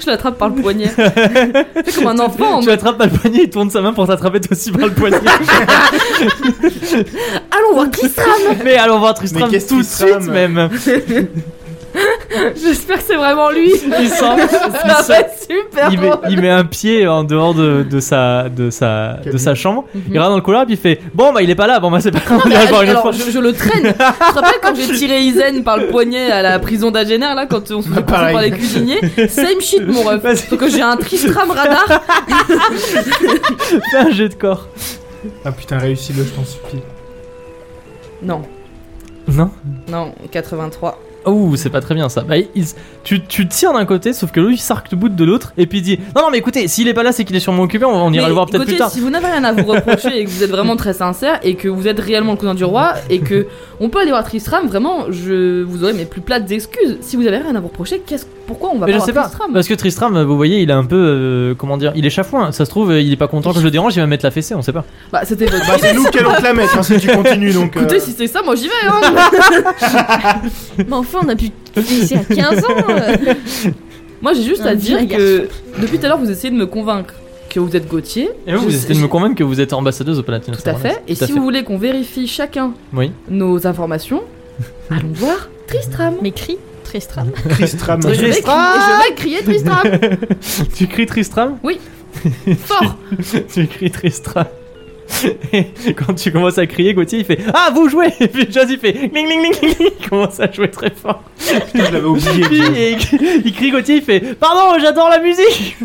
Speaker 2: Je l'attrape par le
Speaker 1: (laughs)
Speaker 2: poignet. C'est comme un enfant.
Speaker 1: Tu attrapes pas le poignet, il tourne sa main pour t'attraper toi aussi par le
Speaker 2: (laughs)
Speaker 1: poignet.
Speaker 2: Allons voir Tristram.
Speaker 1: mais allons voir Tristram
Speaker 3: Mais qu'est-ce
Speaker 1: tout de
Speaker 3: Tristram
Speaker 1: suite même.
Speaker 2: J'espère que c'est vraiment lui.
Speaker 1: Il
Speaker 2: (laughs)
Speaker 1: sort,
Speaker 2: Ça va être super
Speaker 1: il met,
Speaker 2: drôle.
Speaker 1: il met un pied en dehors de, de sa, de, sa, de sa chambre, il rentre dans le couloir puis il fait Bon bah il est pas là, bon bah c'est pas grave, on
Speaker 2: Mhm. Mais
Speaker 1: ira le voir une autre
Speaker 2: alors,
Speaker 1: fois.
Speaker 2: je, je le traîne. Tu te rappelles
Speaker 1: (laughs)
Speaker 2: quand j'ai tiré Isen par le poignet à la prison d'Agener, là, quand on se
Speaker 1: Bah,
Speaker 2: faisait
Speaker 3: Pareil.
Speaker 2: passer par les cuisiniers Same shit,
Speaker 1: (laughs)
Speaker 2: mon ref.
Speaker 1: Vas-y.
Speaker 2: Sauf que j'ai un Tristram radar.
Speaker 1: Fais un jet de corps.
Speaker 3: Ah putain, réussis-le, je t'en supplie.
Speaker 2: Non,
Speaker 1: Non
Speaker 2: non, 83.
Speaker 1: Ouh, c'est pas très bien ça. Bah, il- il- tu, tu tires d'un côté, sauf que lui il sarc le bout de l'autre et puis il dit Non, non, mais écoutez, s'il est pas là, c'est qu'il est sûrement occupé, on, on ira
Speaker 2: Mais
Speaker 1: le voir peut-être
Speaker 2: Gauthier,
Speaker 1: plus tard.
Speaker 2: Si vous n'avez rien à vous reprocher et que vous êtes vraiment très sincère et que vous êtes réellement le cousin du roi et que on peut aller voir Tristram, vraiment, je vous aurez mes plus plates excuses. Si vous avez rien à vous reprocher, qu'est-ce pourquoi on va
Speaker 1: Mais je
Speaker 2: pas voir
Speaker 1: sais pas,
Speaker 2: Tristram
Speaker 1: parce que Tristram, vous voyez, il est un peu, euh, comment dire, il est chafouin. Ça se trouve, euh, il est pas content que je le dérange, il va mettre la fessée, on sait pas.
Speaker 2: Bah c'était votre
Speaker 3: Bah, c'est nous qui allons te la mettre hein, si tu continues donc. euh, (laughs)
Speaker 2: Écoutez, si c'est ça, moi j'y vais.
Speaker 1: (laughs)
Speaker 2: hein.
Speaker 4: Mais enfin, on a pu c'est à 15 ans. euh.
Speaker 2: moi j'ai juste
Speaker 4: Un
Speaker 2: à dire
Speaker 4: vilain
Speaker 2: que depuis tout à l'heure vous essayez de me convaincre que vous êtes Gauthier.
Speaker 1: Et vous,
Speaker 2: Je
Speaker 1: vous
Speaker 2: sais-
Speaker 1: essayez de me convaincre que vous êtes ambassadeuse au Palatine.
Speaker 2: Tout à fait. Et si vous voulez qu'on vérifie chacun
Speaker 1: Oui. (laughs)
Speaker 2: nos informations, allons voir Tristram.
Speaker 4: Mais cri, Tristram.
Speaker 3: Tristram.
Speaker 2: Et je, vais crier, je vais crier Tristram
Speaker 1: (laughs) tu cries Tristram (laughs)
Speaker 2: fort.
Speaker 1: Tu cries Tristram. (laughs) Et quand tu commences à crier, Gauthier il fait Ah, vous jouez (laughs) Et puis Jazz il fait Ling ling ling ling ling Il commence à jouer très fort.
Speaker 3: Putain, je l'avais oublié.
Speaker 1: Puis, (laughs)
Speaker 3: Guillaume.
Speaker 1: et il crie- il crie Gauthier, il fait Pardon, j'adore la
Speaker 2: (laughs)
Speaker 1: musique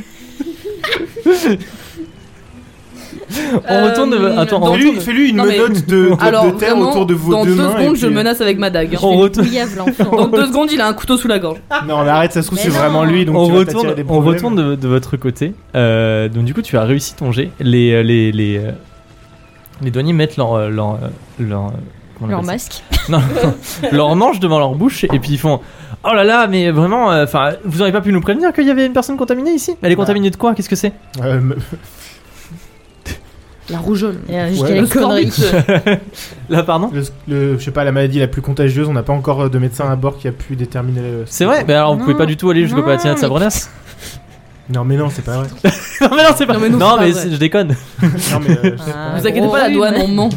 Speaker 1: On
Speaker 2: Euh,
Speaker 1: retourne. Attends, on
Speaker 2: dans-
Speaker 1: retourne.
Speaker 3: Fais-lui fais-lui une
Speaker 2: Non, mais-
Speaker 3: menotte de, de-
Speaker 2: Alors,
Speaker 3: de terre
Speaker 2: vraiment,
Speaker 3: autour de vos
Speaker 2: dans
Speaker 3: deux
Speaker 2: deux
Speaker 3: mains. et
Speaker 2: secondes, je le
Speaker 3: puis- euh,
Speaker 2: menace avec ma dague. hein.
Speaker 1: On retourne.
Speaker 4: Bouillave,
Speaker 2: (laughs)
Speaker 4: l'enfant.
Speaker 2: Dans deux secondes, il a un couteau sous la gorge.
Speaker 3: Non, mais arrête, ça se trouve,
Speaker 4: Mais
Speaker 3: c'est
Speaker 4: non.
Speaker 3: vraiment lui. Donc
Speaker 1: on
Speaker 3: tu vas t'attirer
Speaker 1: retourne,
Speaker 3: des
Speaker 1: on
Speaker 3: problèmes.
Speaker 1: retourne de, de votre côté. Euh, donc du coup, tu as réussi ton jet. Les les les, euh, les douaniers mettent leur euh, leur, euh, leur, euh, comment on
Speaker 4: Leur
Speaker 1: appelle ça
Speaker 4: masque.
Speaker 1: non, leur manche devant leur bouche et puis ils font Oh là là, mais vraiment, euh, enfin, vous auriez pas pu nous prévenir qu'il y avait une personne contaminée ici Mais Elle est
Speaker 2: Bah.
Speaker 1: contaminée de quoi Qu'est-ce que c'est (laughs)
Speaker 3: Euh, me-
Speaker 2: La rougeole.
Speaker 4: Et, euh, jusqu'à
Speaker 3: Ouais,
Speaker 4: les
Speaker 2: Le (laughs)
Speaker 4: conneries.
Speaker 2: scorbut.
Speaker 1: Là, pardon
Speaker 3: le- le- je sais pas, la maladie la plus contagieuse, on n'a pas encore euh, de médecin à bord qui a pu déterminer. le-
Speaker 1: C'est vrai Mais alors, vous pouvez
Speaker 4: Non,
Speaker 1: pas du tout aller jusqu'au
Speaker 4: non,
Speaker 1: Palatinat de
Speaker 4: mais-
Speaker 1: Sabrenas (laughs)
Speaker 3: Non, mais non, c'est pas vrai.
Speaker 1: Non, mais non, c'est pas.
Speaker 2: Non, mais nous,
Speaker 1: non,
Speaker 2: c'est pas
Speaker 1: mais
Speaker 2: vrai.
Speaker 1: c'est- je déconne.
Speaker 3: (laughs)
Speaker 1: (laughs)
Speaker 3: Non, (laughs) mais, euh, je sais
Speaker 4: Ah,
Speaker 3: pas.
Speaker 2: Vous inquiétez
Speaker 4: gros
Speaker 2: pas, la douane,
Speaker 4: rhume.
Speaker 2: on ment.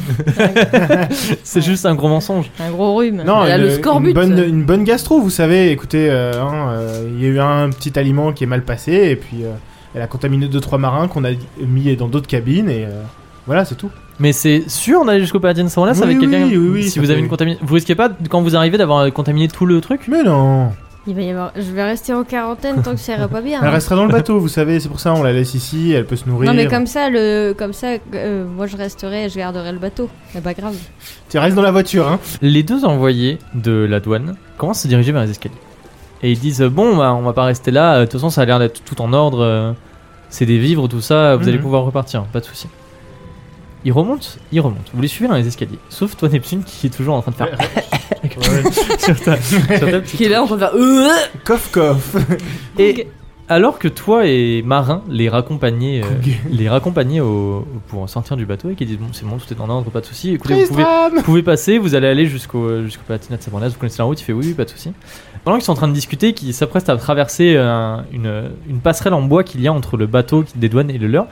Speaker 1: C'est juste un gros mensonge.
Speaker 4: Un gros rhume.
Speaker 3: Non,
Speaker 2: Il y a
Speaker 3: une,
Speaker 2: le scorbut.
Speaker 3: une bonne, une bonne gastro, vous savez. Écoutez, euh, hein, euh, il y a eu un petit aliment qui est mal passé, et puis euh, elle a contaminé deux trois marins qu'on a mis dans d'autres cabines, et euh, voilà, c'est tout.
Speaker 1: Mais c'est sûr d'aller jusqu'au Palatinat de Sabrenas
Speaker 3: Oui,
Speaker 1: avec
Speaker 3: oui,
Speaker 1: quelqu'un
Speaker 3: oui, oui,
Speaker 1: Si
Speaker 3: ça
Speaker 1: vous
Speaker 3: peut-
Speaker 1: avez une contamination. Vous risquez pas, quand vous arrivez, d'avoir euh, contaminé tout le truc
Speaker 3: Mais non,
Speaker 4: Il va y avoir. Je vais rester en quarantaine tant que ça ira pas bien. hein.
Speaker 3: elle restera dans le bateau, vous savez. C'est pour ça, on la laisse ici, elle peut se nourrir.
Speaker 4: Non mais comme ça, le, comme ça, euh, moi je resterai, et je garderai le bateau. C'est pas grave.
Speaker 3: Tu restes dans la voiture, hein.
Speaker 1: Les deux envoyés de la douane commencent à se diriger vers les escaliers. Et ils disent euh, Bon, bah, on va pas rester là, euh, de toute façon, ça a l'air d'être tout en ordre, euh, c'est des vivres, tout ça, vous allez
Speaker 3: Mhm.
Speaker 1: pouvoir repartir, pas de souci. Ils remontent, ils remontent. Vous les suivez dans les escaliers, sauf toi, Neptune, qui est toujours en train de faire
Speaker 3: (laughs) Ouais.
Speaker 1: sur ta- (laughs) sur ta petite-
Speaker 2: Qui est là en train de faire. Euh,
Speaker 3: coff coff.
Speaker 1: Et alors que toi et Marin les raccompagnez, euh,
Speaker 3: Cougue.
Speaker 1: les raccompagnez au- pour sortir du bateau et qui disent Bon, c'est bon, tout est en ordre, pas de souci, écoutez, vous pouvez,
Speaker 3: Tristram.
Speaker 1: Vous pouvez passer, vous allez aller jusqu'au euh, jusqu'au Palatinat de Sabrenas, vous connaissez la route, il fait oui, oui, pas de souci. Pendant qu'ils sont en train de discuter, qu'ils s'apprêtent à traverser euh, une, une passerelle en bois qu'il y a entre le bateau qui- des douanes et le leur,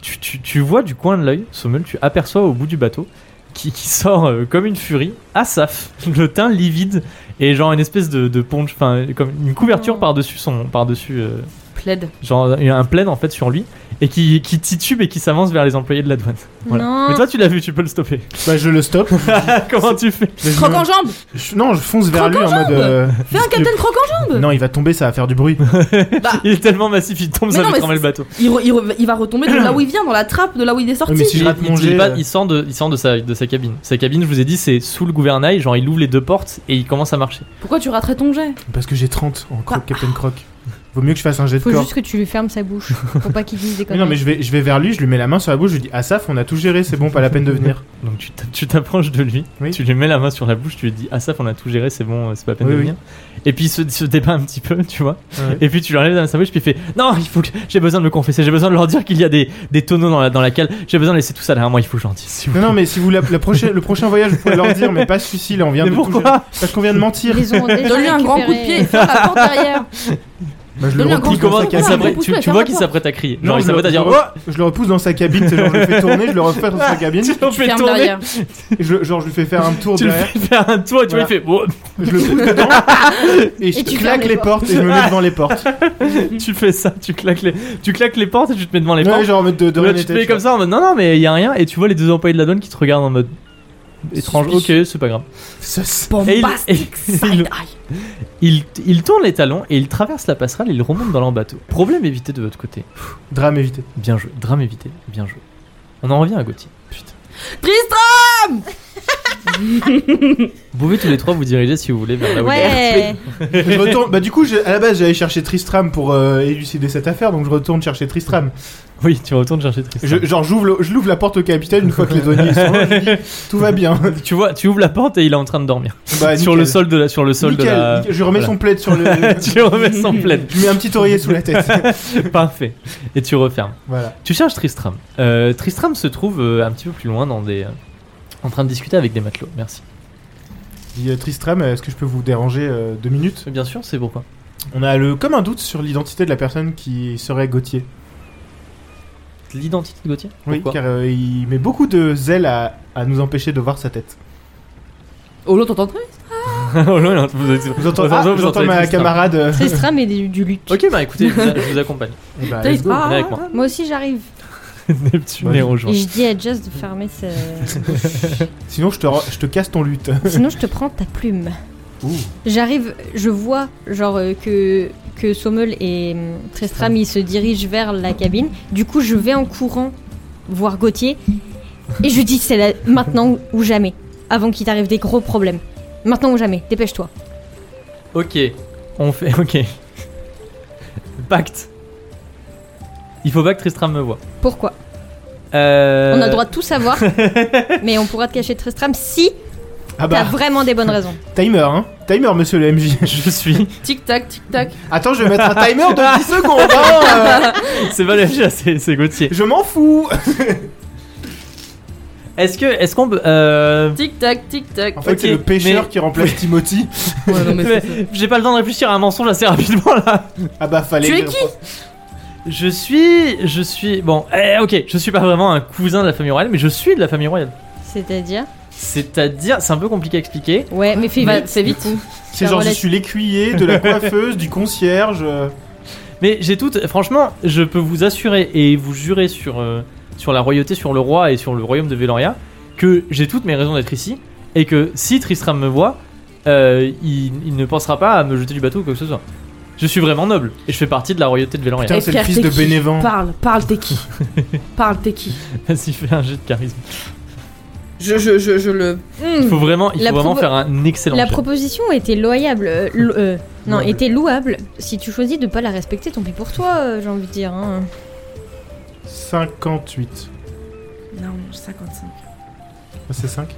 Speaker 1: tu, tu- tu vois du coin de l'œil, Sommel, tu aperçois au bout du bateau qui, qui sort euh, comme une furie, Asaf, (laughs) le teint livide et genre une espèce de, de ponche, enfin comme une couverture
Speaker 4: Oh.
Speaker 1: par-dessus son, par-dessus, euh,
Speaker 2: Plaid.
Speaker 1: genre il y a un plaid en fait sur lui et qui, qui titube et qui s'avance vers les employés de la douane. Voilà.
Speaker 4: Non.
Speaker 1: Mais toi tu l'as vu, tu peux le stopper. (laughs) Ah,
Speaker 3: Bah, je le stoppe.
Speaker 1: Comment tu fais
Speaker 3: Je
Speaker 2: Croque
Speaker 3: me-
Speaker 2: en jambe
Speaker 3: je- Non, je fonce vers lui en mode. euh,
Speaker 2: Fais un
Speaker 3: le-
Speaker 2: capitaine croque en jambe
Speaker 3: Non, il va tomber, ça va faire du (laughs) bruit.
Speaker 2: Bah,
Speaker 1: Il est tellement massif, il tombe,
Speaker 2: Mais
Speaker 1: ça
Speaker 2: non,
Speaker 1: fait
Speaker 2: mais
Speaker 1: cramer le
Speaker 2: c'est-
Speaker 1: bateau.
Speaker 2: il, re- il re- il va retomber de là où il vient, dans la trappe, de là où il est sorti.
Speaker 3: Oui, mais si je
Speaker 1: il,
Speaker 3: rate
Speaker 1: il-
Speaker 3: mon
Speaker 1: il
Speaker 3: jet,
Speaker 1: va-
Speaker 3: euh.
Speaker 1: il sort, de, il sort de, sa, de sa cabine. Sa cabine, je vous ai dit, c'est sous le gouvernail. Genre, il ouvre les deux portes et il commence à marcher.
Speaker 2: Pourquoi tu raterais ton jet
Speaker 3: Parce que j'ai 30 en croque, Captain Croc. Vaut mieux que je fasse un jet de
Speaker 4: Faut
Speaker 3: corps.
Speaker 4: juste que tu lui fermes sa bouche. Faut pas qu'il dise des
Speaker 3: (laughs) Mais
Speaker 4: conneries.
Speaker 3: non, mais je vais, je vais vers lui, je lui mets la main sur la bouche, je lui dis Asaf, on a tout géré, c'est bon, pas la peine de venir.
Speaker 1: Donc, tu t'a- tu t'approches de lui,
Speaker 3: Oui.
Speaker 1: tu lui mets la main sur la bouche, tu lui dis Asaf, on a tout géré, c'est bon, euh, c'est pas la peine
Speaker 3: Oui,
Speaker 1: de
Speaker 3: oui.
Speaker 1: venir. Et puis, il se, il se débat un petit peu, tu vois.
Speaker 3: (laughs) Ouais.
Speaker 1: Et puis, tu lui enlèves dans sa bouche, puis il fait Non, il faut que j'ai besoin de me confesser, j'ai besoin de leur dire qu'il y a des, des tonneaux dans la, dans la cale, j'ai besoin de laisser tout ça derrière moi, il faut que j'en dise. s'il vous
Speaker 3: Non, non, mais si vous la, la prochaine, le prochain voyage, vous pouvez leur dire, mais pas celui-ci, là, on vient
Speaker 1: plaît.
Speaker 3: de
Speaker 1: Mais
Speaker 3: tout
Speaker 1: pourquoi
Speaker 3: gérer. Parce qu'on vient de mentir.
Speaker 4: Ils ont déjà
Speaker 2: Donne-lui un grand coup de
Speaker 4: récupéré-
Speaker 2: pied et ferme la
Speaker 4: (laughs)
Speaker 2: porte derrière.
Speaker 3: Bah, je le
Speaker 2: Donne-lui un
Speaker 3: repousse
Speaker 1: il
Speaker 2: grand
Speaker 3: dans
Speaker 1: commence,
Speaker 3: sa
Speaker 2: coup de
Speaker 1: il
Speaker 2: pied.
Speaker 3: cabine.
Speaker 1: s'apprête-
Speaker 2: pousse-le,
Speaker 1: tu, tu
Speaker 2: ferme
Speaker 1: vois
Speaker 2: la
Speaker 1: qu'il
Speaker 2: porte.
Speaker 1: s'apprête à crier.
Speaker 3: Non,
Speaker 1: Genre, il
Speaker 3: je le-
Speaker 1: s'apprête à
Speaker 3: je
Speaker 1: dire
Speaker 3: le- Je le repousse dans sa cabine, c'est genre, je le fais tourner, je le refais (laughs) dans sa cabine,
Speaker 1: Oh, tu
Speaker 2: Tu
Speaker 1: le fais
Speaker 2: fermes
Speaker 1: tourner,
Speaker 2: derrière.
Speaker 3: et je, le- genre, je lui fais faire un tour
Speaker 1: tu le
Speaker 3: derrière,
Speaker 1: fais faire un tour et tu vois, il
Speaker 3: Voilà.
Speaker 1: fait Oh,
Speaker 3: je le pousse dedans, et je
Speaker 4: Et tu fermes
Speaker 3: claque
Speaker 4: les
Speaker 3: les portes et je me mets devant les portes.
Speaker 1: tu fais ça, tu claques les, tu claques les portes et tu te mets devant les
Speaker 3: Ouais,
Speaker 1: portes.
Speaker 3: genre, en mode de, de
Speaker 1: Là,
Speaker 3: rien
Speaker 1: tu te
Speaker 3: n'était,
Speaker 1: mets
Speaker 3: tu vois.
Speaker 1: comme ça en mode non, non, mais il y a rien. Et tu vois les deux employés de la douane qui te regardent en mode étrange, ok, c'est pas grave.
Speaker 3: Sauce.
Speaker 1: Et il-
Speaker 2: Bombastic
Speaker 1: et-
Speaker 2: side-eye.
Speaker 1: Ils, ils tournent les talons et ils traversent la passerelle et ils remontent dans leur bateau. Problème évité de votre côté.
Speaker 3: Drame
Speaker 1: (laughs)
Speaker 3: évité.
Speaker 1: Bien joué. Drame évité. Bien joué. On en revient à Gauthier. Putain.
Speaker 2: Tristram
Speaker 1: Vous pouvez tous les trois vous diriger si vous voulez vers la Wiggle.
Speaker 4: Ouais.
Speaker 3: je retourne, bah, du coup, j'ai- à la base, j'allais chercher Tristram pour euh, élucider cette affaire, donc je retourne chercher Tristram.
Speaker 1: Oui, tu retournes chercher Tristan.
Speaker 3: Je, genre, j'ouvre le- je l'ouvre la porte au capitaine une fois que les douaniers sont là, je lui dis, tout va bien.
Speaker 1: (laughs) Tu vois, tu ouvres la porte et il est en train de dormir.
Speaker 3: Bah,
Speaker 1: sur
Speaker 3: nickel.
Speaker 1: le sol de la, sur le sol
Speaker 3: Nickel,
Speaker 1: de la. (laughs)
Speaker 3: nickel. Je remets son plaid sur le. je
Speaker 1: tu remets son plaid.
Speaker 3: lui mets un petit oreiller sous la tête. (laughs)
Speaker 1: Parfait. Et tu refermes.
Speaker 3: voilà.
Speaker 1: Tu cherches Tristram. Euh, Tristram se trouve euh, un petit peu plus loin dans des, euh, en train de discuter avec des matelots. Merci.
Speaker 3: Je dis, euh, Tristram, est-ce que je peux vous déranger euh, deux minutes
Speaker 1: Bien sûr, c'est pourquoi.
Speaker 3: On a le, comme un doute sur l'identité de la personne qui serait Gauthier.
Speaker 1: L'identité de Gauthier
Speaker 3: Oui,
Speaker 1: Pourquoi
Speaker 3: car euh, il met beaucoup de zèle à, à nous empêcher de voir sa tête.
Speaker 2: Oh là, t'entendrais
Speaker 1: (laughs) Oh là là, vous entendez-
Speaker 3: Vous entendez,
Speaker 1: vous
Speaker 3: ah,
Speaker 1: entendez- vous
Speaker 3: j'entends
Speaker 1: entendez
Speaker 3: ma
Speaker 1: Tristram.
Speaker 3: camarade. euh,
Speaker 4: Tristram et du, du Luc.
Speaker 1: Ok, bah écoutez, je vous, je vous accompagne.
Speaker 3: eh bah, let's go.
Speaker 1: Venez
Speaker 2: Tristram
Speaker 1: avec
Speaker 3: (laughs)
Speaker 1: moi.
Speaker 4: Moi aussi j'arrive.
Speaker 1: Neptune
Speaker 3: Ouais.
Speaker 1: est
Speaker 4: Et
Speaker 1: rejoint.
Speaker 4: je dis à Just de fermer sa.
Speaker 3: Sinon, je te, re- je te casse ton Ah lutte.
Speaker 4: Sinon je te prends ta plume.
Speaker 3: Ouh.
Speaker 4: J'arrive, je vois genre euh, que que Sommel et hum, Tristram ils se dirigent vers la cabine. Du coup je vais en courant voir Gauthier et je lui dis c'est là maintenant ou jamais avant qu'il t'arrive des gros problèmes. Maintenant ou jamais, dépêche-toi.
Speaker 1: Ok, on fait. Ok. Pacte. Il faut pas que Tristram me Euh, voit.
Speaker 4: Pourquoi
Speaker 1: Euh,
Speaker 3: Euh. (laughs)
Speaker 4: On a le droit de tout savoir, mais on pourra te cacher Tristram si
Speaker 3: Ah
Speaker 4: T'as
Speaker 3: bah,
Speaker 4: vraiment des bonnes raisons.
Speaker 3: timer, hein. Timer, monsieur le MJ, je suis.
Speaker 2: Tic tac, tic tac.
Speaker 3: Attends, je vais mettre un timer de 10 secondes, hein, euh,
Speaker 1: (laughs) C'est pas le MJ, c'est c'est Gauthier.
Speaker 3: Je m'en fous
Speaker 1: Est-ce que, est-ce qu'on peut, euh,
Speaker 2: Tic tac, tic tac.
Speaker 3: En fait,
Speaker 1: Ok,
Speaker 3: c'est le pêcheur
Speaker 1: mais-
Speaker 3: qui remplace Timothy.
Speaker 2: Ouais, non, mais
Speaker 1: mais
Speaker 2: c'est-
Speaker 1: j'ai pas le temps de réfléchir à un mensonge assez rapidement là.
Speaker 3: Ah bah, fallait.
Speaker 2: Tu es qui
Speaker 1: Je suis, je suis, bon, eh, ok, je suis pas vraiment un cousin de la famille royale, mais je suis de la famille royale.
Speaker 4: C'est-à-dire
Speaker 1: C'est-à-dire, c'est un peu compliqué à expliquer.
Speaker 4: Ouais, mais fais
Speaker 2: Bah,
Speaker 4: vite.
Speaker 2: fais vite.
Speaker 4: du coup.
Speaker 3: C'est
Speaker 4: La
Speaker 3: genre, je
Speaker 4: relation-
Speaker 3: suis l'écuyer de la coiffeuse, du concierge. euh,
Speaker 1: Mais j'ai tout. Franchement, je peux vous assurer et vous jurer sur, euh, sur la royauté, sur le roi et sur le royaume de Veloria que j'ai toutes mes raisons d'être ici et que si Tristram me voit, euh, il, il ne pensera pas à me jeter du bateau ou quoi que ce soit. Je suis vraiment noble et je fais partie de la royauté de Veloria.
Speaker 3: Putain, c'est le
Speaker 2: Pierre,
Speaker 3: fils
Speaker 2: t'es
Speaker 3: de
Speaker 2: qui
Speaker 3: Bénévent.
Speaker 2: Parle, parle, t'es
Speaker 3: (laughs)
Speaker 2: qui Parle, t'es qui
Speaker 1: (laughs) Vas-y, fais un jet de charisme.
Speaker 2: Je, je, je, je le.
Speaker 1: Il faut vraiment, il
Speaker 4: Hmm. La
Speaker 1: faut vraiment
Speaker 4: propo-
Speaker 1: faire un excellent
Speaker 4: La
Speaker 1: jet.
Speaker 4: proposition était loyable. euh, lo- euh, non,
Speaker 3: Louable.
Speaker 4: était louable. Si tu choisis de pas la respecter, tant pis pour toi, euh, j'ai envie de dire. hein.
Speaker 3: 58.
Speaker 2: Non, 55.
Speaker 3: Ah, C'est Ah 5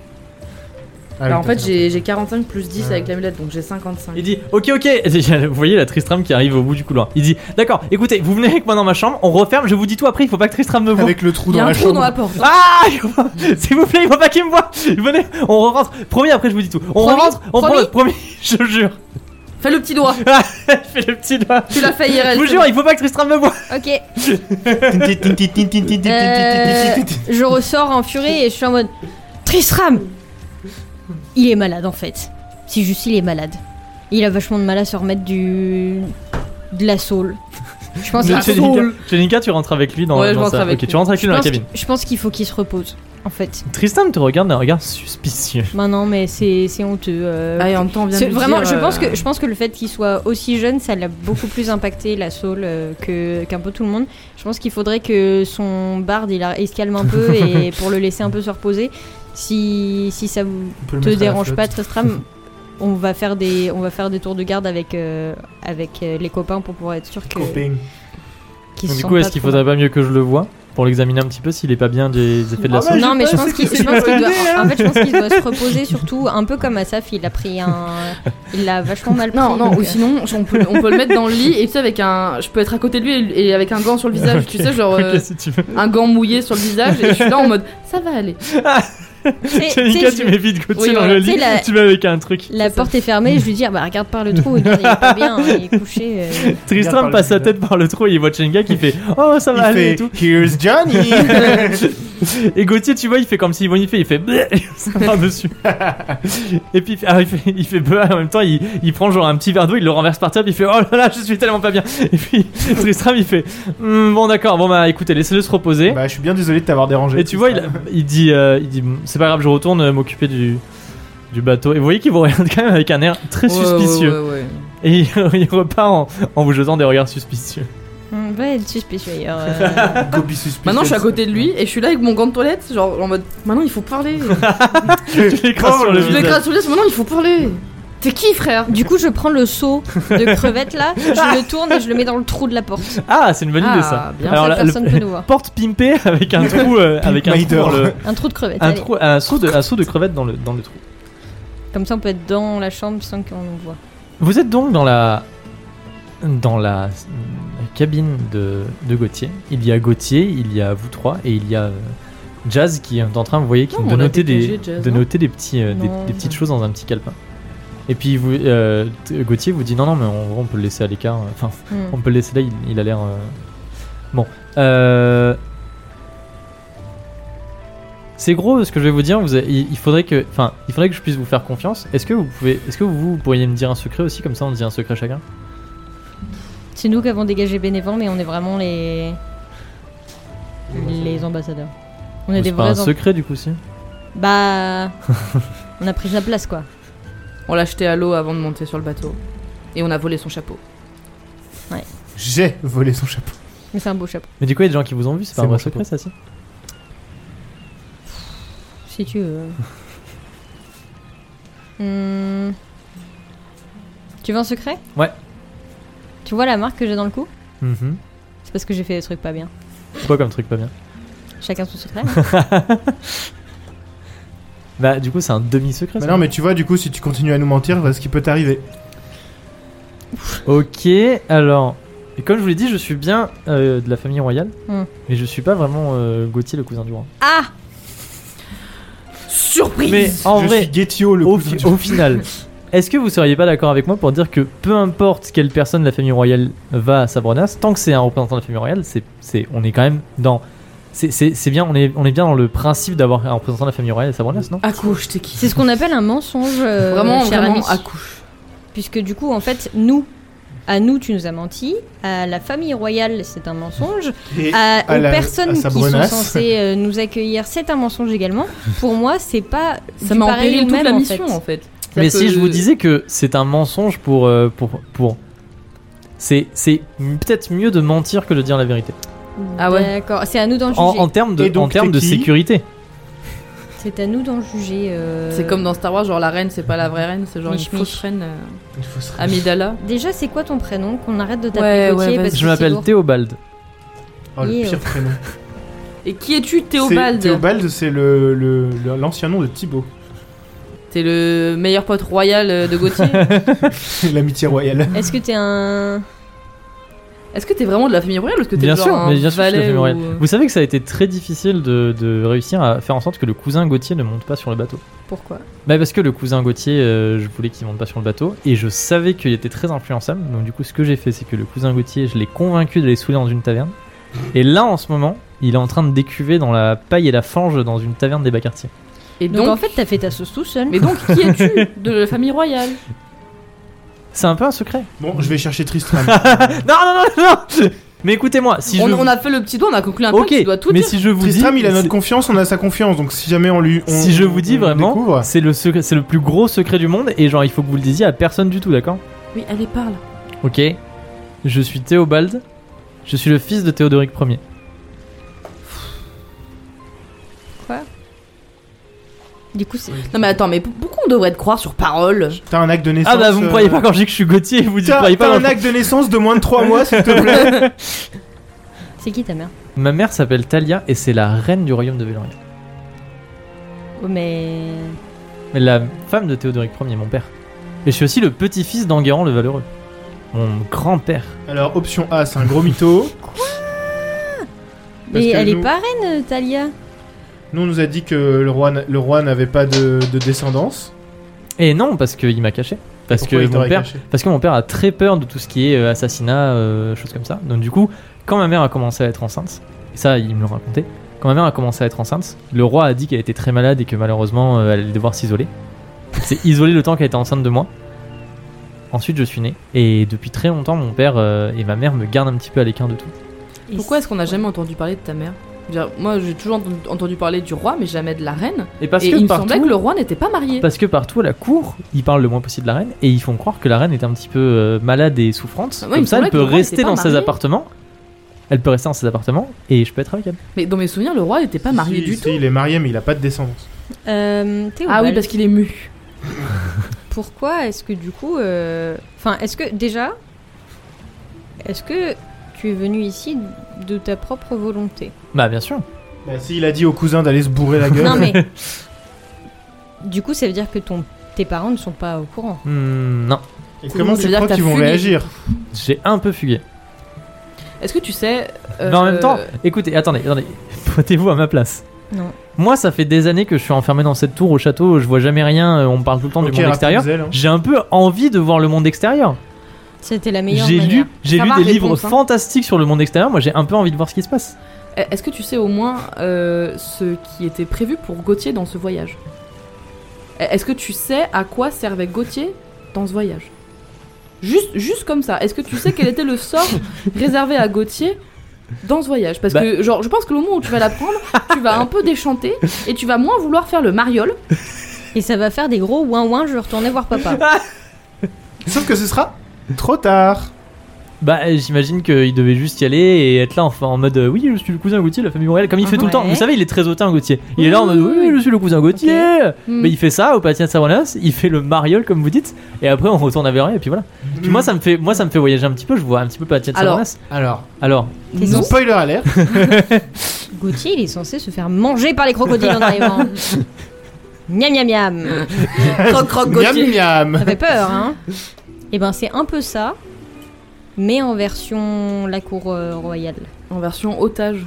Speaker 2: Alors Bah, en fait, j'ai j'ai 45 plus 10
Speaker 3: Ouais.
Speaker 2: avec l'amulette, donc j'ai
Speaker 1: Il
Speaker 2: 55.
Speaker 1: dit Ok, ok. (laughs) Vous voyez la Tristram qui arrive au bout du couloir. Il dit D'accord, écoutez, vous venez avec moi dans ma chambre, on referme, je vous dis tout après, il faut pas que Tristram me voie.
Speaker 3: Avec le trou
Speaker 2: Il y
Speaker 3: dans
Speaker 2: a un
Speaker 3: la
Speaker 2: trou
Speaker 3: chambre.
Speaker 2: dans la porte.
Speaker 1: Ah il faut pas- (laughs) S'il vous plaît, il faut pas qu'il me voit (laughs) Venez, on re rentre Promis, après je vous dis tout. On re
Speaker 4: Promis,
Speaker 1: rentre, on
Speaker 4: promis.
Speaker 1: prend le promis, (laughs) je jure.
Speaker 2: Fais le petit doigt.
Speaker 1: Je fais le petit doigt.
Speaker 2: Tu l'as fait
Speaker 1: Je
Speaker 2: IRL.
Speaker 1: vous jure, il faut pas que Tristram me voie.
Speaker 4: Ok,
Speaker 3: Euh,
Speaker 4: je ressors en furie et je suis en mode Tristram Il est malade en fait. C'est juste il est malade. Il a vachement de mal à se remettre du. de la saule. Je pense
Speaker 1: Mais
Speaker 4: qu'il
Speaker 1: Jenica- Jenica, tu rentres avec lui dans,
Speaker 2: Ouais, je
Speaker 1: dans
Speaker 2: rentre
Speaker 1: sa-
Speaker 2: avec
Speaker 1: ok,
Speaker 2: lui.
Speaker 1: tu rentres avec lui
Speaker 4: je
Speaker 1: dans la
Speaker 4: pense
Speaker 1: cabine.
Speaker 4: qu'il- je pense qu'il faut qu'il se repose en fait.
Speaker 1: Tristram te regarde d'un regard suspicieux.
Speaker 4: Bah non, mais c'est c'est honteux. euh,
Speaker 2: Ah, et en même temps, on vient de
Speaker 4: C'est-
Speaker 2: lui
Speaker 4: vraiment,
Speaker 2: dire,
Speaker 4: je
Speaker 2: euh,
Speaker 4: pense que je pense que le fait qu'il soit aussi jeune, ça l'a beaucoup plus impacté la soul euh, que qu'un peu tout le monde. Je pense qu'il faudrait que son barde il, a- il se calme un peu et pour le laisser un peu se reposer. Si si ça vous
Speaker 3: On peut le
Speaker 4: te
Speaker 3: mettre à la
Speaker 4: dérange
Speaker 3: flotte.
Speaker 4: pas, Tristram, on va faire des on va faire des tours de garde avec euh, avec euh, les copains pour pouvoir être sûr que
Speaker 3: Coping.
Speaker 4: qu'ils se
Speaker 1: du
Speaker 4: sentent
Speaker 1: coup,
Speaker 4: pas
Speaker 1: est-ce qu'il
Speaker 4: trop
Speaker 1: faudrait pas mieux que je le voie pour l'examiner un petit peu s'il est pas bien des effets de la
Speaker 3: Ah
Speaker 1: sauce
Speaker 3: ouais,
Speaker 4: mal. Non,
Speaker 3: je
Speaker 4: mais je
Speaker 3: pense
Speaker 4: pense
Speaker 1: (laughs)
Speaker 3: que
Speaker 4: qu'il
Speaker 3: c'est
Speaker 4: je pense
Speaker 3: pas
Speaker 4: qu'il doit.
Speaker 3: l'idée, hein.
Speaker 4: En fait, je pense qu'il doit se reposer surtout, un peu comme Asaf, il a pris un, il l'a vachement mal pris.
Speaker 2: Non, non,
Speaker 4: donc,
Speaker 2: ou
Speaker 4: euh,
Speaker 2: sinon, on peut, on peut le mettre dans le lit et tu sais, avec un. Je peux être à côté de lui et, et avec un gant sur le visage, tu
Speaker 1: Ok,
Speaker 2: sais, genre.
Speaker 1: (laughs)
Speaker 2: euh,
Speaker 1: ok, si tu veux.
Speaker 2: un gant mouillé sur le visage et je suis là en mode ça va aller.
Speaker 4: c'est-
Speaker 1: Jenica,
Speaker 4: c'est-
Speaker 1: tu m'évites Gauthier
Speaker 2: Oui,
Speaker 1: dans
Speaker 2: voilà,
Speaker 1: le
Speaker 4: tu
Speaker 1: lit,
Speaker 4: sais, la-
Speaker 1: tu vas avec un truc.
Speaker 4: La porte est fermée, je lui dis ah bah regarde par le trou, regarde, il est pas bien, il est couché.
Speaker 1: (laughs)
Speaker 4: euh.
Speaker 1: Tristram
Speaker 3: Regarde par
Speaker 1: passe
Speaker 3: le
Speaker 1: sa
Speaker 3: videur.
Speaker 1: tête par le trou et il voit Jenica qui fait Oh, ça va
Speaker 3: Il
Speaker 1: aller et
Speaker 3: fait
Speaker 1: tout.
Speaker 3: Here's Johnny
Speaker 1: Et Gauthier, tu vois, il fait comme s'il bonifiait, il fait (laughs) bleh, ça va
Speaker 3: (laughs)
Speaker 1: dessus. et puis il fait- ah, il fait, il fait bleh, en même temps, il, il prend genre un petit verre d'eau, il le renverse par terre, puis il fait oh là là, je suis tellement pas bien. Et puis (laughs) Tristram, il fait Hmm, bon d'accord, bon bah écoutez, laissez-le se reposer.
Speaker 3: Bah, je suis bien désolé de t'avoir dérangé.
Speaker 1: et tu vois, il, il dit, euh, il dit c'est pas grave, je retourne euh, m'occuper du du bateau. Et vous voyez qu'il vous regarde quand même avec un air très suspicieux.
Speaker 2: Ouais, ouais, ouais.
Speaker 1: Et il, (laughs) il repart en, en vous jetant des regards suspicieux.
Speaker 4: On va être suspicieux ailleurs. euh.
Speaker 3: (laughs) Gobi suspicieux.
Speaker 2: Maintenant, je suis à côté de lui et je suis là avec mon gant de toilette, genre en mode maintenant il faut parler.
Speaker 1: Tu l'écrases sur le
Speaker 2: je le
Speaker 1: visage.
Speaker 2: gratte sur le visage, maintenant il faut parler. T'es qui, frère
Speaker 4: Du coup, je prends le seau de crevettes là, je le tourne et je le mets dans le trou de la porte.
Speaker 1: Ah, c'est une bonne idée
Speaker 2: Ah,
Speaker 1: ça.
Speaker 2: bien,
Speaker 1: Alors,
Speaker 4: ça,
Speaker 1: la- le-
Speaker 4: personne peut nous
Speaker 1: (laughs)
Speaker 4: voir.
Speaker 1: porte pimpée avec un trou, euh, avec un trou
Speaker 3: Maider.
Speaker 1: dans le,
Speaker 4: Un trou de crevettes.
Speaker 1: un,
Speaker 4: allez.
Speaker 1: trou, un, seau de, un seau de crevettes dans le, dans le trou.
Speaker 4: Comme ça, on peut être dans la chambre sans qu'on nous voit.
Speaker 1: Vous êtes donc dans la dans la, euh, cabine de, de Gauthier. Il y a Gauthier, il y a vous trois et il y a euh, Jazz qui est en train, vous voyez, qui-
Speaker 2: Non,
Speaker 1: de
Speaker 2: on l'a
Speaker 1: noter des
Speaker 2: dégagé, Jazz, hein.
Speaker 1: de
Speaker 2: non
Speaker 1: noter des petits euh, des,
Speaker 4: Non.
Speaker 1: des petites choses dans un petit calepin. Et puis vous, euh, t- Gauthier vous dit non non mais on, on peut le laisser à l'écart. euh, Enfin
Speaker 4: Hmm.
Speaker 1: on peut le laisser là. Il, il a l'air euh, bon. Euh, C'est gros ce que je vais vous dire. Vous, avez- il il faudrait que, enfin, il faudrait que je puisse vous faire confiance. Est-ce que vous pouvez, est-ce que vous pourriez me dire un secret aussi comme ça on dit un secret chacun.
Speaker 4: C'est nous qui avons dégagé Bénévent, mais on est vraiment les les ambassadeurs. On est
Speaker 1: C'est
Speaker 4: des
Speaker 1: pas un
Speaker 4: vrais. amb-
Speaker 1: secret du coup si.
Speaker 4: Bah, (laughs) on a pris sa place quoi.
Speaker 2: On l'a jeté à l'eau avant de monter sur le bateau et on a volé son chapeau.
Speaker 3: (laughs) J'ai volé son chapeau.
Speaker 4: Mais c'est un beau chapeau.
Speaker 1: Mais du coup il y a des gens qui vous ont vu. C'est pas
Speaker 3: C'est
Speaker 1: un vrai
Speaker 3: mon chapeau.
Speaker 1: secret ça si.
Speaker 4: Si tu veux. Hmm. Tu veux un secret
Speaker 1: Ouais.
Speaker 4: Tu vois la marque que j'ai dans le cou
Speaker 1: Mhm.
Speaker 4: C'est parce que j'ai fait des trucs pas bien.
Speaker 1: C'est Quoi comme truc pas bien.
Speaker 4: Chacun son secret.
Speaker 1: Bah, du coup, c'est un demi-secret.
Speaker 3: Mais
Speaker 1: ça.
Speaker 3: non, mais tu vois, du coup, si tu continues à nous mentir, voilà ce qui peut t'arriver.
Speaker 1: Ok, alors. Et comme je vous l'ai dit, je suis bien euh, de la famille royale,
Speaker 4: Hmm.
Speaker 1: mais je suis pas vraiment euh, Gauthier, le cousin du roi.
Speaker 4: (laughs) Ah
Speaker 2: Surprise
Speaker 1: Mais en
Speaker 3: je
Speaker 1: vrai,
Speaker 3: suis Getio, le
Speaker 1: au,
Speaker 3: cousin
Speaker 1: fi-
Speaker 3: du-
Speaker 1: au final, est-ce que vous seriez pas d'accord avec moi pour dire que peu importe quelle personne de la famille royale va à Sabronas, tant que c'est un représentant de la famille royale, c'est, c'est, on est quand même dans. C'est, c'est, c'est bien, on est, on est bien dans le principe d'avoir un représentant de la famille royale à Sabronas, non
Speaker 2: Accouche, t'es qui
Speaker 4: C'est ce qu'on appelle un mensonge, euh,
Speaker 2: Vraiment,
Speaker 4: cher
Speaker 2: vraiment,
Speaker 4: ami.
Speaker 2: accouche.
Speaker 4: Puisque du coup, en fait, nous, à nous, tu nous as menti. À la famille royale, c'est un mensonge.
Speaker 3: Et-
Speaker 1: Ah.
Speaker 4: À,
Speaker 3: à
Speaker 4: aux
Speaker 3: la-
Speaker 4: personnes
Speaker 3: à
Speaker 4: qui
Speaker 3: sa
Speaker 4: sont
Speaker 3: brenasse.
Speaker 4: censées euh, nous accueillir, c'est un mensonge également. Pour moi, c'est pas.
Speaker 2: Ça
Speaker 4: du
Speaker 2: m'a en
Speaker 4: pareil
Speaker 2: péril
Speaker 4: au
Speaker 2: toute
Speaker 4: même,
Speaker 2: la
Speaker 4: en
Speaker 2: mission,
Speaker 4: fait.
Speaker 2: en fait.
Speaker 1: Mais
Speaker 2: C'est-à-dire
Speaker 1: si
Speaker 2: que-
Speaker 1: je vous disais que c'est un mensonge pour. euh, pour, pour c'est, c'est peut-être mieux de mentir que de dire la vérité.
Speaker 2: Ah ouais.
Speaker 4: D'accord. C'est à nous d'en juger.
Speaker 1: En, en termes de,
Speaker 3: Et donc,
Speaker 1: en termes
Speaker 3: t'es
Speaker 1: de
Speaker 3: qui
Speaker 1: sécurité.
Speaker 4: C'est à nous d'en juger. euh,
Speaker 2: C'est comme dans Star Wars, genre la reine, c'est pas la vraie reine, c'est genre une
Speaker 4: Mich,
Speaker 2: fausse
Speaker 4: mich.
Speaker 2: reine, euh,
Speaker 3: Il faut
Speaker 1: Ah,
Speaker 3: se-
Speaker 2: Amidala.
Speaker 4: Déjà, c'est quoi ton prénom Qu'on arrête de
Speaker 2: Ouais,
Speaker 4: t'appeler
Speaker 2: ouais,
Speaker 4: Gauthier
Speaker 2: vas-y.
Speaker 4: parce que
Speaker 1: Je m'appelle
Speaker 4: c'est
Speaker 1: Théobald.
Speaker 3: Oh, le
Speaker 4: Et, euh,
Speaker 3: pire prénom.
Speaker 2: Et qui es-tu,
Speaker 3: C'est-
Speaker 2: Théobald
Speaker 3: Théobald, c'est le- le- le- l'ancien nom de Thibaut. (laughs)
Speaker 2: T'es le meilleur pote royal euh, de Gauthier.
Speaker 1: (laughs)
Speaker 3: L'amitié royale.
Speaker 4: lourd. Est-ce que t'es un.
Speaker 2: Est-ce que t'es vraiment de la famille royale ou est-ce que t'es
Speaker 1: Bien
Speaker 2: genre
Speaker 1: sûr,
Speaker 2: un
Speaker 1: mais bien sûr, je suis de la
Speaker 2: valet
Speaker 1: famille royale.
Speaker 2: ou, euh,
Speaker 1: Vous savez que ça a été très difficile de, de réussir à faire en sorte que le cousin Gauthier ne monte pas sur le bateau.
Speaker 4: Pourquoi
Speaker 1: Bah parce que le cousin Gauthier, euh, je voulais qu'il monte pas sur le bateau et je savais qu'il était très influençable. Donc du coup, ce que j'ai fait, c'est que le cousin Gauthier, je l'ai convaincu d'aller saouler dans une taverne. Et là, en ce moment, il est en train de décuver dans la paille et la fange dans une taverne des bas quartiers.
Speaker 2: Et
Speaker 4: Donc,
Speaker 2: donc,
Speaker 4: en fait, t'as fait ta sauce tout seul.
Speaker 2: mais donc qui es-tu de la famille royale
Speaker 1: C'est un peu un secret.
Speaker 3: Bon, je vais
Speaker 1: (laughs)
Speaker 3: chercher Tristram.
Speaker 1: Non, non, non, non. Mais écoutez-moi, si
Speaker 2: on,
Speaker 1: je
Speaker 2: on a fait le petit doigt, on a conclu un
Speaker 1: ok,
Speaker 2: peu, tu dois tout
Speaker 1: mais
Speaker 2: dire.
Speaker 1: si je vous dis,
Speaker 3: Tristram, il a notre
Speaker 1: c'est-
Speaker 3: confiance, on a sa confiance. Donc si jamais on lui. on-
Speaker 1: si je vous dis
Speaker 3: on
Speaker 1: vraiment,
Speaker 3: découvre,
Speaker 1: c'est le secret, c'est le plus gros secret du monde et genre il faut que vous le disiez à personne du tout, d'accord
Speaker 2: Oui, allez, parle.
Speaker 1: Ok. Je suis Théobald. Je suis le fils de Théodoric Ier.
Speaker 4: Du coup, c'est.
Speaker 2: Non, mais attends, mais pour- pourquoi on devrait te croire sur parole
Speaker 3: T'as un acte de naissance.
Speaker 1: Ah bah vous me
Speaker 3: euh,
Speaker 1: croyez pas quand je dis que je suis Gauthier, vous ne
Speaker 3: T'as
Speaker 1: croyez
Speaker 3: t'as
Speaker 1: pas.
Speaker 3: un acte de naissance de moins de 3 mois, s'il te
Speaker 1: (laughs)
Speaker 3: plaît.
Speaker 4: C'est qui ta mère
Speaker 1: Ma mère s'appelle Talia et c'est la reine du royaume de Véloria.
Speaker 4: Oh, mais.
Speaker 1: Mais la femme de Théodoric Ier, mon père. Et je suis aussi le petit-fils d'Enguerrand le Valeureux. Mon grand-père.
Speaker 3: Alors, option A, c'est un gros mytho. Parce
Speaker 4: Mais
Speaker 3: que
Speaker 4: elle
Speaker 3: nous-
Speaker 4: est pas reine, Talia
Speaker 3: Nous, on nous a dit que le roi, n- le roi n'avait pas de, de descendance.
Speaker 1: Et non, parce qu'il m'a caché. Parce
Speaker 3: Pourquoi
Speaker 1: que,
Speaker 3: il
Speaker 1: mon
Speaker 3: t'aurait
Speaker 1: père,
Speaker 3: caché
Speaker 1: parce que mon père a très peur de tout ce qui est euh, assassinat, euh, choses comme ça. Donc du coup, quand ma mère a commencé à être enceinte, et ça il me le racontait, quand ma mère a commencé à être enceinte, le roi a dit qu'elle était très malade et que malheureusement euh, elle allait devoir s'isoler. Elle s'est isolée le temps qu'elle était enceinte de moi. Ensuite je suis né et depuis très longtemps mon père euh, et ma mère me gardent un petit peu à l'écart de tout.
Speaker 4: Et
Speaker 2: Pourquoi est-ce qu'on n'a
Speaker 4: ouais.
Speaker 2: jamais entendu parler de ta mère Je veux dire, Moi, j'ai toujours entendu- entendu parler du roi, mais jamais de la reine.
Speaker 1: Et parce
Speaker 2: et
Speaker 1: que
Speaker 2: il me
Speaker 1: partout,
Speaker 2: semblait que le roi n'était pas marié.
Speaker 1: parce que partout à la cour, ils parlent le moins possible de la reine et ils font croire que la reine est un petit peu euh, malade et souffrante.
Speaker 2: Ah ouais, il
Speaker 1: Comme
Speaker 2: me
Speaker 1: ça
Speaker 2: semblait
Speaker 1: elle
Speaker 2: que
Speaker 1: peut
Speaker 2: le roi
Speaker 1: rester
Speaker 2: était pas
Speaker 1: dans ses
Speaker 2: marié.
Speaker 1: appartements. Elle peut rester dans ses appartements et je peux être avec elle.
Speaker 2: Mais dans mes souvenirs, le roi n'était pas marié
Speaker 3: Si,
Speaker 2: du
Speaker 3: si,
Speaker 2: tout.
Speaker 3: Il est marié, mais il a pas de descendance.
Speaker 4: Euh,
Speaker 2: Ah oui,
Speaker 4: Théobald,
Speaker 2: parce qu'il est mu.
Speaker 4: pourquoi est-ce que du coup. euh, Enfin, est-ce que déjà. Est-ce que tu es venu ici de ta propre volonté
Speaker 1: Bah bien sûr.
Speaker 3: Bah, si, il a dit au cousin d'aller se bourrer
Speaker 2: (laughs)
Speaker 3: la gueule.
Speaker 4: Non,
Speaker 1: (laughs)
Speaker 4: mais. Du coup, ça veut dire que ton... tes parents ne sont pas au courant.
Speaker 1: Hmm, non,
Speaker 3: Et
Speaker 2: Comment
Speaker 3: comment
Speaker 2: ça
Speaker 3: tu
Speaker 2: veut dire
Speaker 3: crois
Speaker 2: que
Speaker 3: qu'ils
Speaker 2: t'as
Speaker 3: vont
Speaker 2: fugué
Speaker 3: réagir
Speaker 1: j'ai un peu fugué.
Speaker 2: Est-ce que tu sais. euh,
Speaker 1: Mais en même temps, écoutez, attendez, attendez, (laughs) mettez-vous à ma place.
Speaker 4: Non.
Speaker 1: Moi, ça fait des années que je suis enfermé dans cette tour au château, je vois jamais rien, euh, on me parle tout le temps
Speaker 3: Ok,
Speaker 1: du monde extérieur.
Speaker 3: Rapunzel, hein.
Speaker 1: J'ai un peu envie de voir le monde extérieur.
Speaker 4: C'était la meilleure
Speaker 1: J'ai
Speaker 4: manière.
Speaker 1: lu, j'ai
Speaker 2: Ça
Speaker 1: lu
Speaker 2: va,
Speaker 1: des livres
Speaker 2: réponse, hein.
Speaker 1: fantastiques sur le monde extérieur. Moi, j'ai un peu envie de voir ce qui se passe.
Speaker 2: Euh, Est-ce que tu sais au moins euh, ce qui était prévu pour Gauthier dans ce voyage Euh, Est-ce que tu sais à quoi servait Gauthier dans ce voyage Juste, juste comme ça. Est-ce que tu sais quel était le sort
Speaker 1: (laughs)
Speaker 2: réservé à Gauthier dans ce voyage Parce
Speaker 1: Bah-
Speaker 2: que, genre, je pense que le moment où tu vas l'apprendre, tu vas un peu déchanter et tu vas moins vouloir faire le mariole.
Speaker 4: Et ça va faire des gros ouin-ouin, je vais retourner voir papa.
Speaker 3: Ah. Sauf que ce sera trop tard.
Speaker 1: Bah, euh, j'imagine qu'il devait juste y aller et être là enfin, en mode euh, oui, je suis le cousin Gauthier, la famille royale, comme il fait tout le temps.
Speaker 4: Ouais.
Speaker 1: Vous savez, il est très hautain, Gauthier. Il est là en mode
Speaker 2: Mmh.
Speaker 4: Oui, oui,
Speaker 1: oui,
Speaker 4: oui.
Speaker 1: je suis le cousin Gauthier.
Speaker 2: Hmm.
Speaker 1: Mais il fait ça au Patia de Savonas, il fait le mariole comme vous dites, et après on retourne à Véloria et puis voilà. Puis moi ça me fait moi ça me fait voyager un petit peu, je vois un petit peu Patia de
Speaker 2: Mmh. Alors-
Speaker 1: Savonas.
Speaker 3: Mm. Alors,
Speaker 1: Alors,
Speaker 2: Non.
Speaker 3: spoiler
Speaker 2: (laughs)
Speaker 3: alert. (laughs)
Speaker 4: Gauthier, il est censé se faire manger par les crocodiles en arrivant. Miam miam miam
Speaker 2: Croc, croc, Gauthier.
Speaker 3: Miam
Speaker 4: Ça
Speaker 3: miam
Speaker 4: fait peur, hein Et ben c'est un peu ça, mais en version la cour euh, royale.
Speaker 2: En version otage.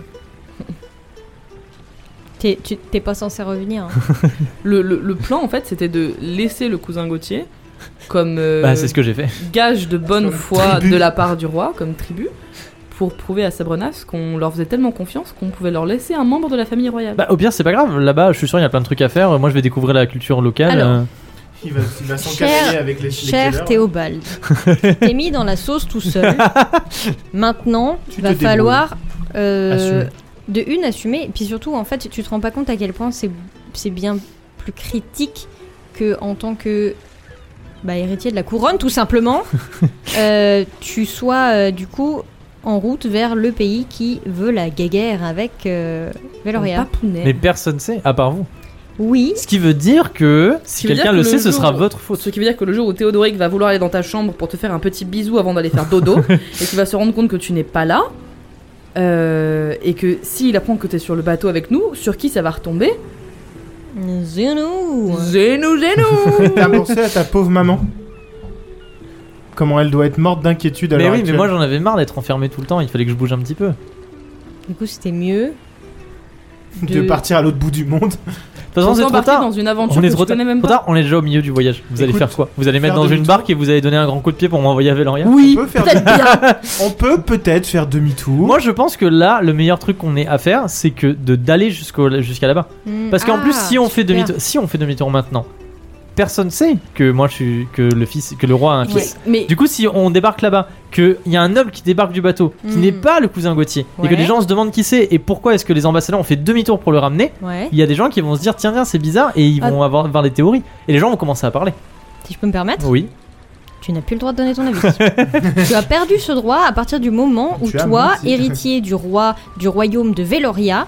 Speaker 4: T'es tu- t'es pas censé revenir. hein.
Speaker 2: Le, le- le plan, en fait, c'était de laisser le cousin Gauthier comme euh,
Speaker 1: Bah, c'est ce que j'ai fait.
Speaker 2: gage de bonne
Speaker 3: Comme
Speaker 2: foi
Speaker 3: tribu.
Speaker 2: de la part du roi, comme tribu, pour prouver à Sabrenas qu'on leur faisait tellement confiance qu'on pouvait leur laisser un membre de la famille royale.
Speaker 1: Bah, au pire, c'est pas grave. Là-bas, je suis sûr, il y a plein de trucs à faire. Moi, je vais découvrir la culture locale.
Speaker 2: Alors.
Speaker 1: euh.
Speaker 3: Il va, il va
Speaker 4: Cher-
Speaker 3: s'encadrer avec (laughs) les hein. les
Speaker 4: Cher
Speaker 3: killers.
Speaker 4: Théobald, tu t'es mis dans la sauce tout
Speaker 3: (laughs)
Speaker 4: seul. Maintenant,
Speaker 3: Tu
Speaker 4: il
Speaker 3: te
Speaker 4: va
Speaker 3: débrouilles.
Speaker 4: falloir euh,
Speaker 3: Assume.
Speaker 4: de une assumer, et puis surtout en fait, tu te rends pas compte à quel point c'est c'est bien plus critique que en tant que bah, héritier de la couronne,
Speaker 1: (laughs)
Speaker 4: tout simplement. euh, tu sois euh, du coup en route vers le pays qui veut la guéguerre avec euh, Veloria.
Speaker 2: Un papounet.
Speaker 1: Mais personne sait, à part vous.
Speaker 4: Oui,
Speaker 1: Ce qui veut dire que si
Speaker 2: qui veut
Speaker 1: quelqu'un
Speaker 2: dire
Speaker 1: le
Speaker 2: que
Speaker 1: sait,
Speaker 2: le
Speaker 1: ce
Speaker 2: jour-
Speaker 1: sera votre faute.
Speaker 2: Ce qui veut dire que le jour où Théodoric va vouloir aller dans ta chambre pour te faire un petit bisou avant d'aller faire
Speaker 1: (laughs)
Speaker 2: dodo, et qu'il va se rendre compte que tu n'es pas là, euh, et que s'il apprend que t'es sur le bateau avec nous, sur qui ça va retomber
Speaker 4: Zeno.
Speaker 2: Zénou,
Speaker 1: (laughs)
Speaker 3: T'as
Speaker 2: Zénou
Speaker 3: pensé à ta pauvre maman Comment elle doit être morte d'inquiétude à
Speaker 1: Mais
Speaker 3: l'heure
Speaker 1: oui, mais
Speaker 3: actuelle.
Speaker 1: moi, j'en avais marre d'être enfermé tout le temps. Il fallait que je bouge un petit peu.
Speaker 4: Du coup, c'était mieux.
Speaker 3: de partir à l'autre bout du monde.
Speaker 1: De toute façon, c'est trop tard.
Speaker 2: dans une aventure
Speaker 1: On est
Speaker 2: que
Speaker 1: trop
Speaker 2: tu connais
Speaker 1: tard.
Speaker 2: même
Speaker 1: Trop
Speaker 2: pas.
Speaker 1: tard, on est déjà au milieu du voyage. Vous allez
Speaker 3: Écoute,
Speaker 1: faire quoi Vous allez mettre
Speaker 3: faire
Speaker 1: dans une
Speaker 3: demi-tour.
Speaker 1: barque et vous allez donner un grand coup de pied pour m'envoyer à Veloria
Speaker 2: Oui,
Speaker 3: On peut faire
Speaker 1: (laughs)
Speaker 2: peut-être bien.
Speaker 3: On peut peut-être faire demi-tour.
Speaker 1: Moi, je pense que là, le meilleur truc qu'on ait à faire, c'est que de d'aller jusqu'au jusqu'à là-bas. Parce
Speaker 4: Ah.
Speaker 1: qu'en plus, si on fait
Speaker 4: demi
Speaker 1: demi-tour, si on fait demi-tour maintenant, personne sait que moi je suis que le fils, que le roi a un fils.
Speaker 2: Mais
Speaker 1: Du coup, si on débarque là-bas, qu'il y a un noble qui débarque du bateau, qui
Speaker 4: Mm.
Speaker 1: n'est pas le cousin Gauthier, et que
Speaker 4: Ouais.
Speaker 1: les gens se demandent qui c'est et pourquoi est-ce que les ambassadeurs ont fait demi-tour pour le ramener,
Speaker 4: Ouais,
Speaker 1: il y a des gens qui vont se dire tiens, tiens, c'est bizarre, et ils
Speaker 2: Ah.
Speaker 1: vont avoir, avoir des théories. Et les gens vont commencer à parler.
Speaker 4: si je peux me permettre,
Speaker 1: Oui.
Speaker 4: tu n'as plus le droit de donner ton avis. (laughs) tu as perdu ce droit à partir du moment où
Speaker 3: Tu as
Speaker 4: toi,
Speaker 3: menti.
Speaker 4: héritier du roi du royaume de Veloria,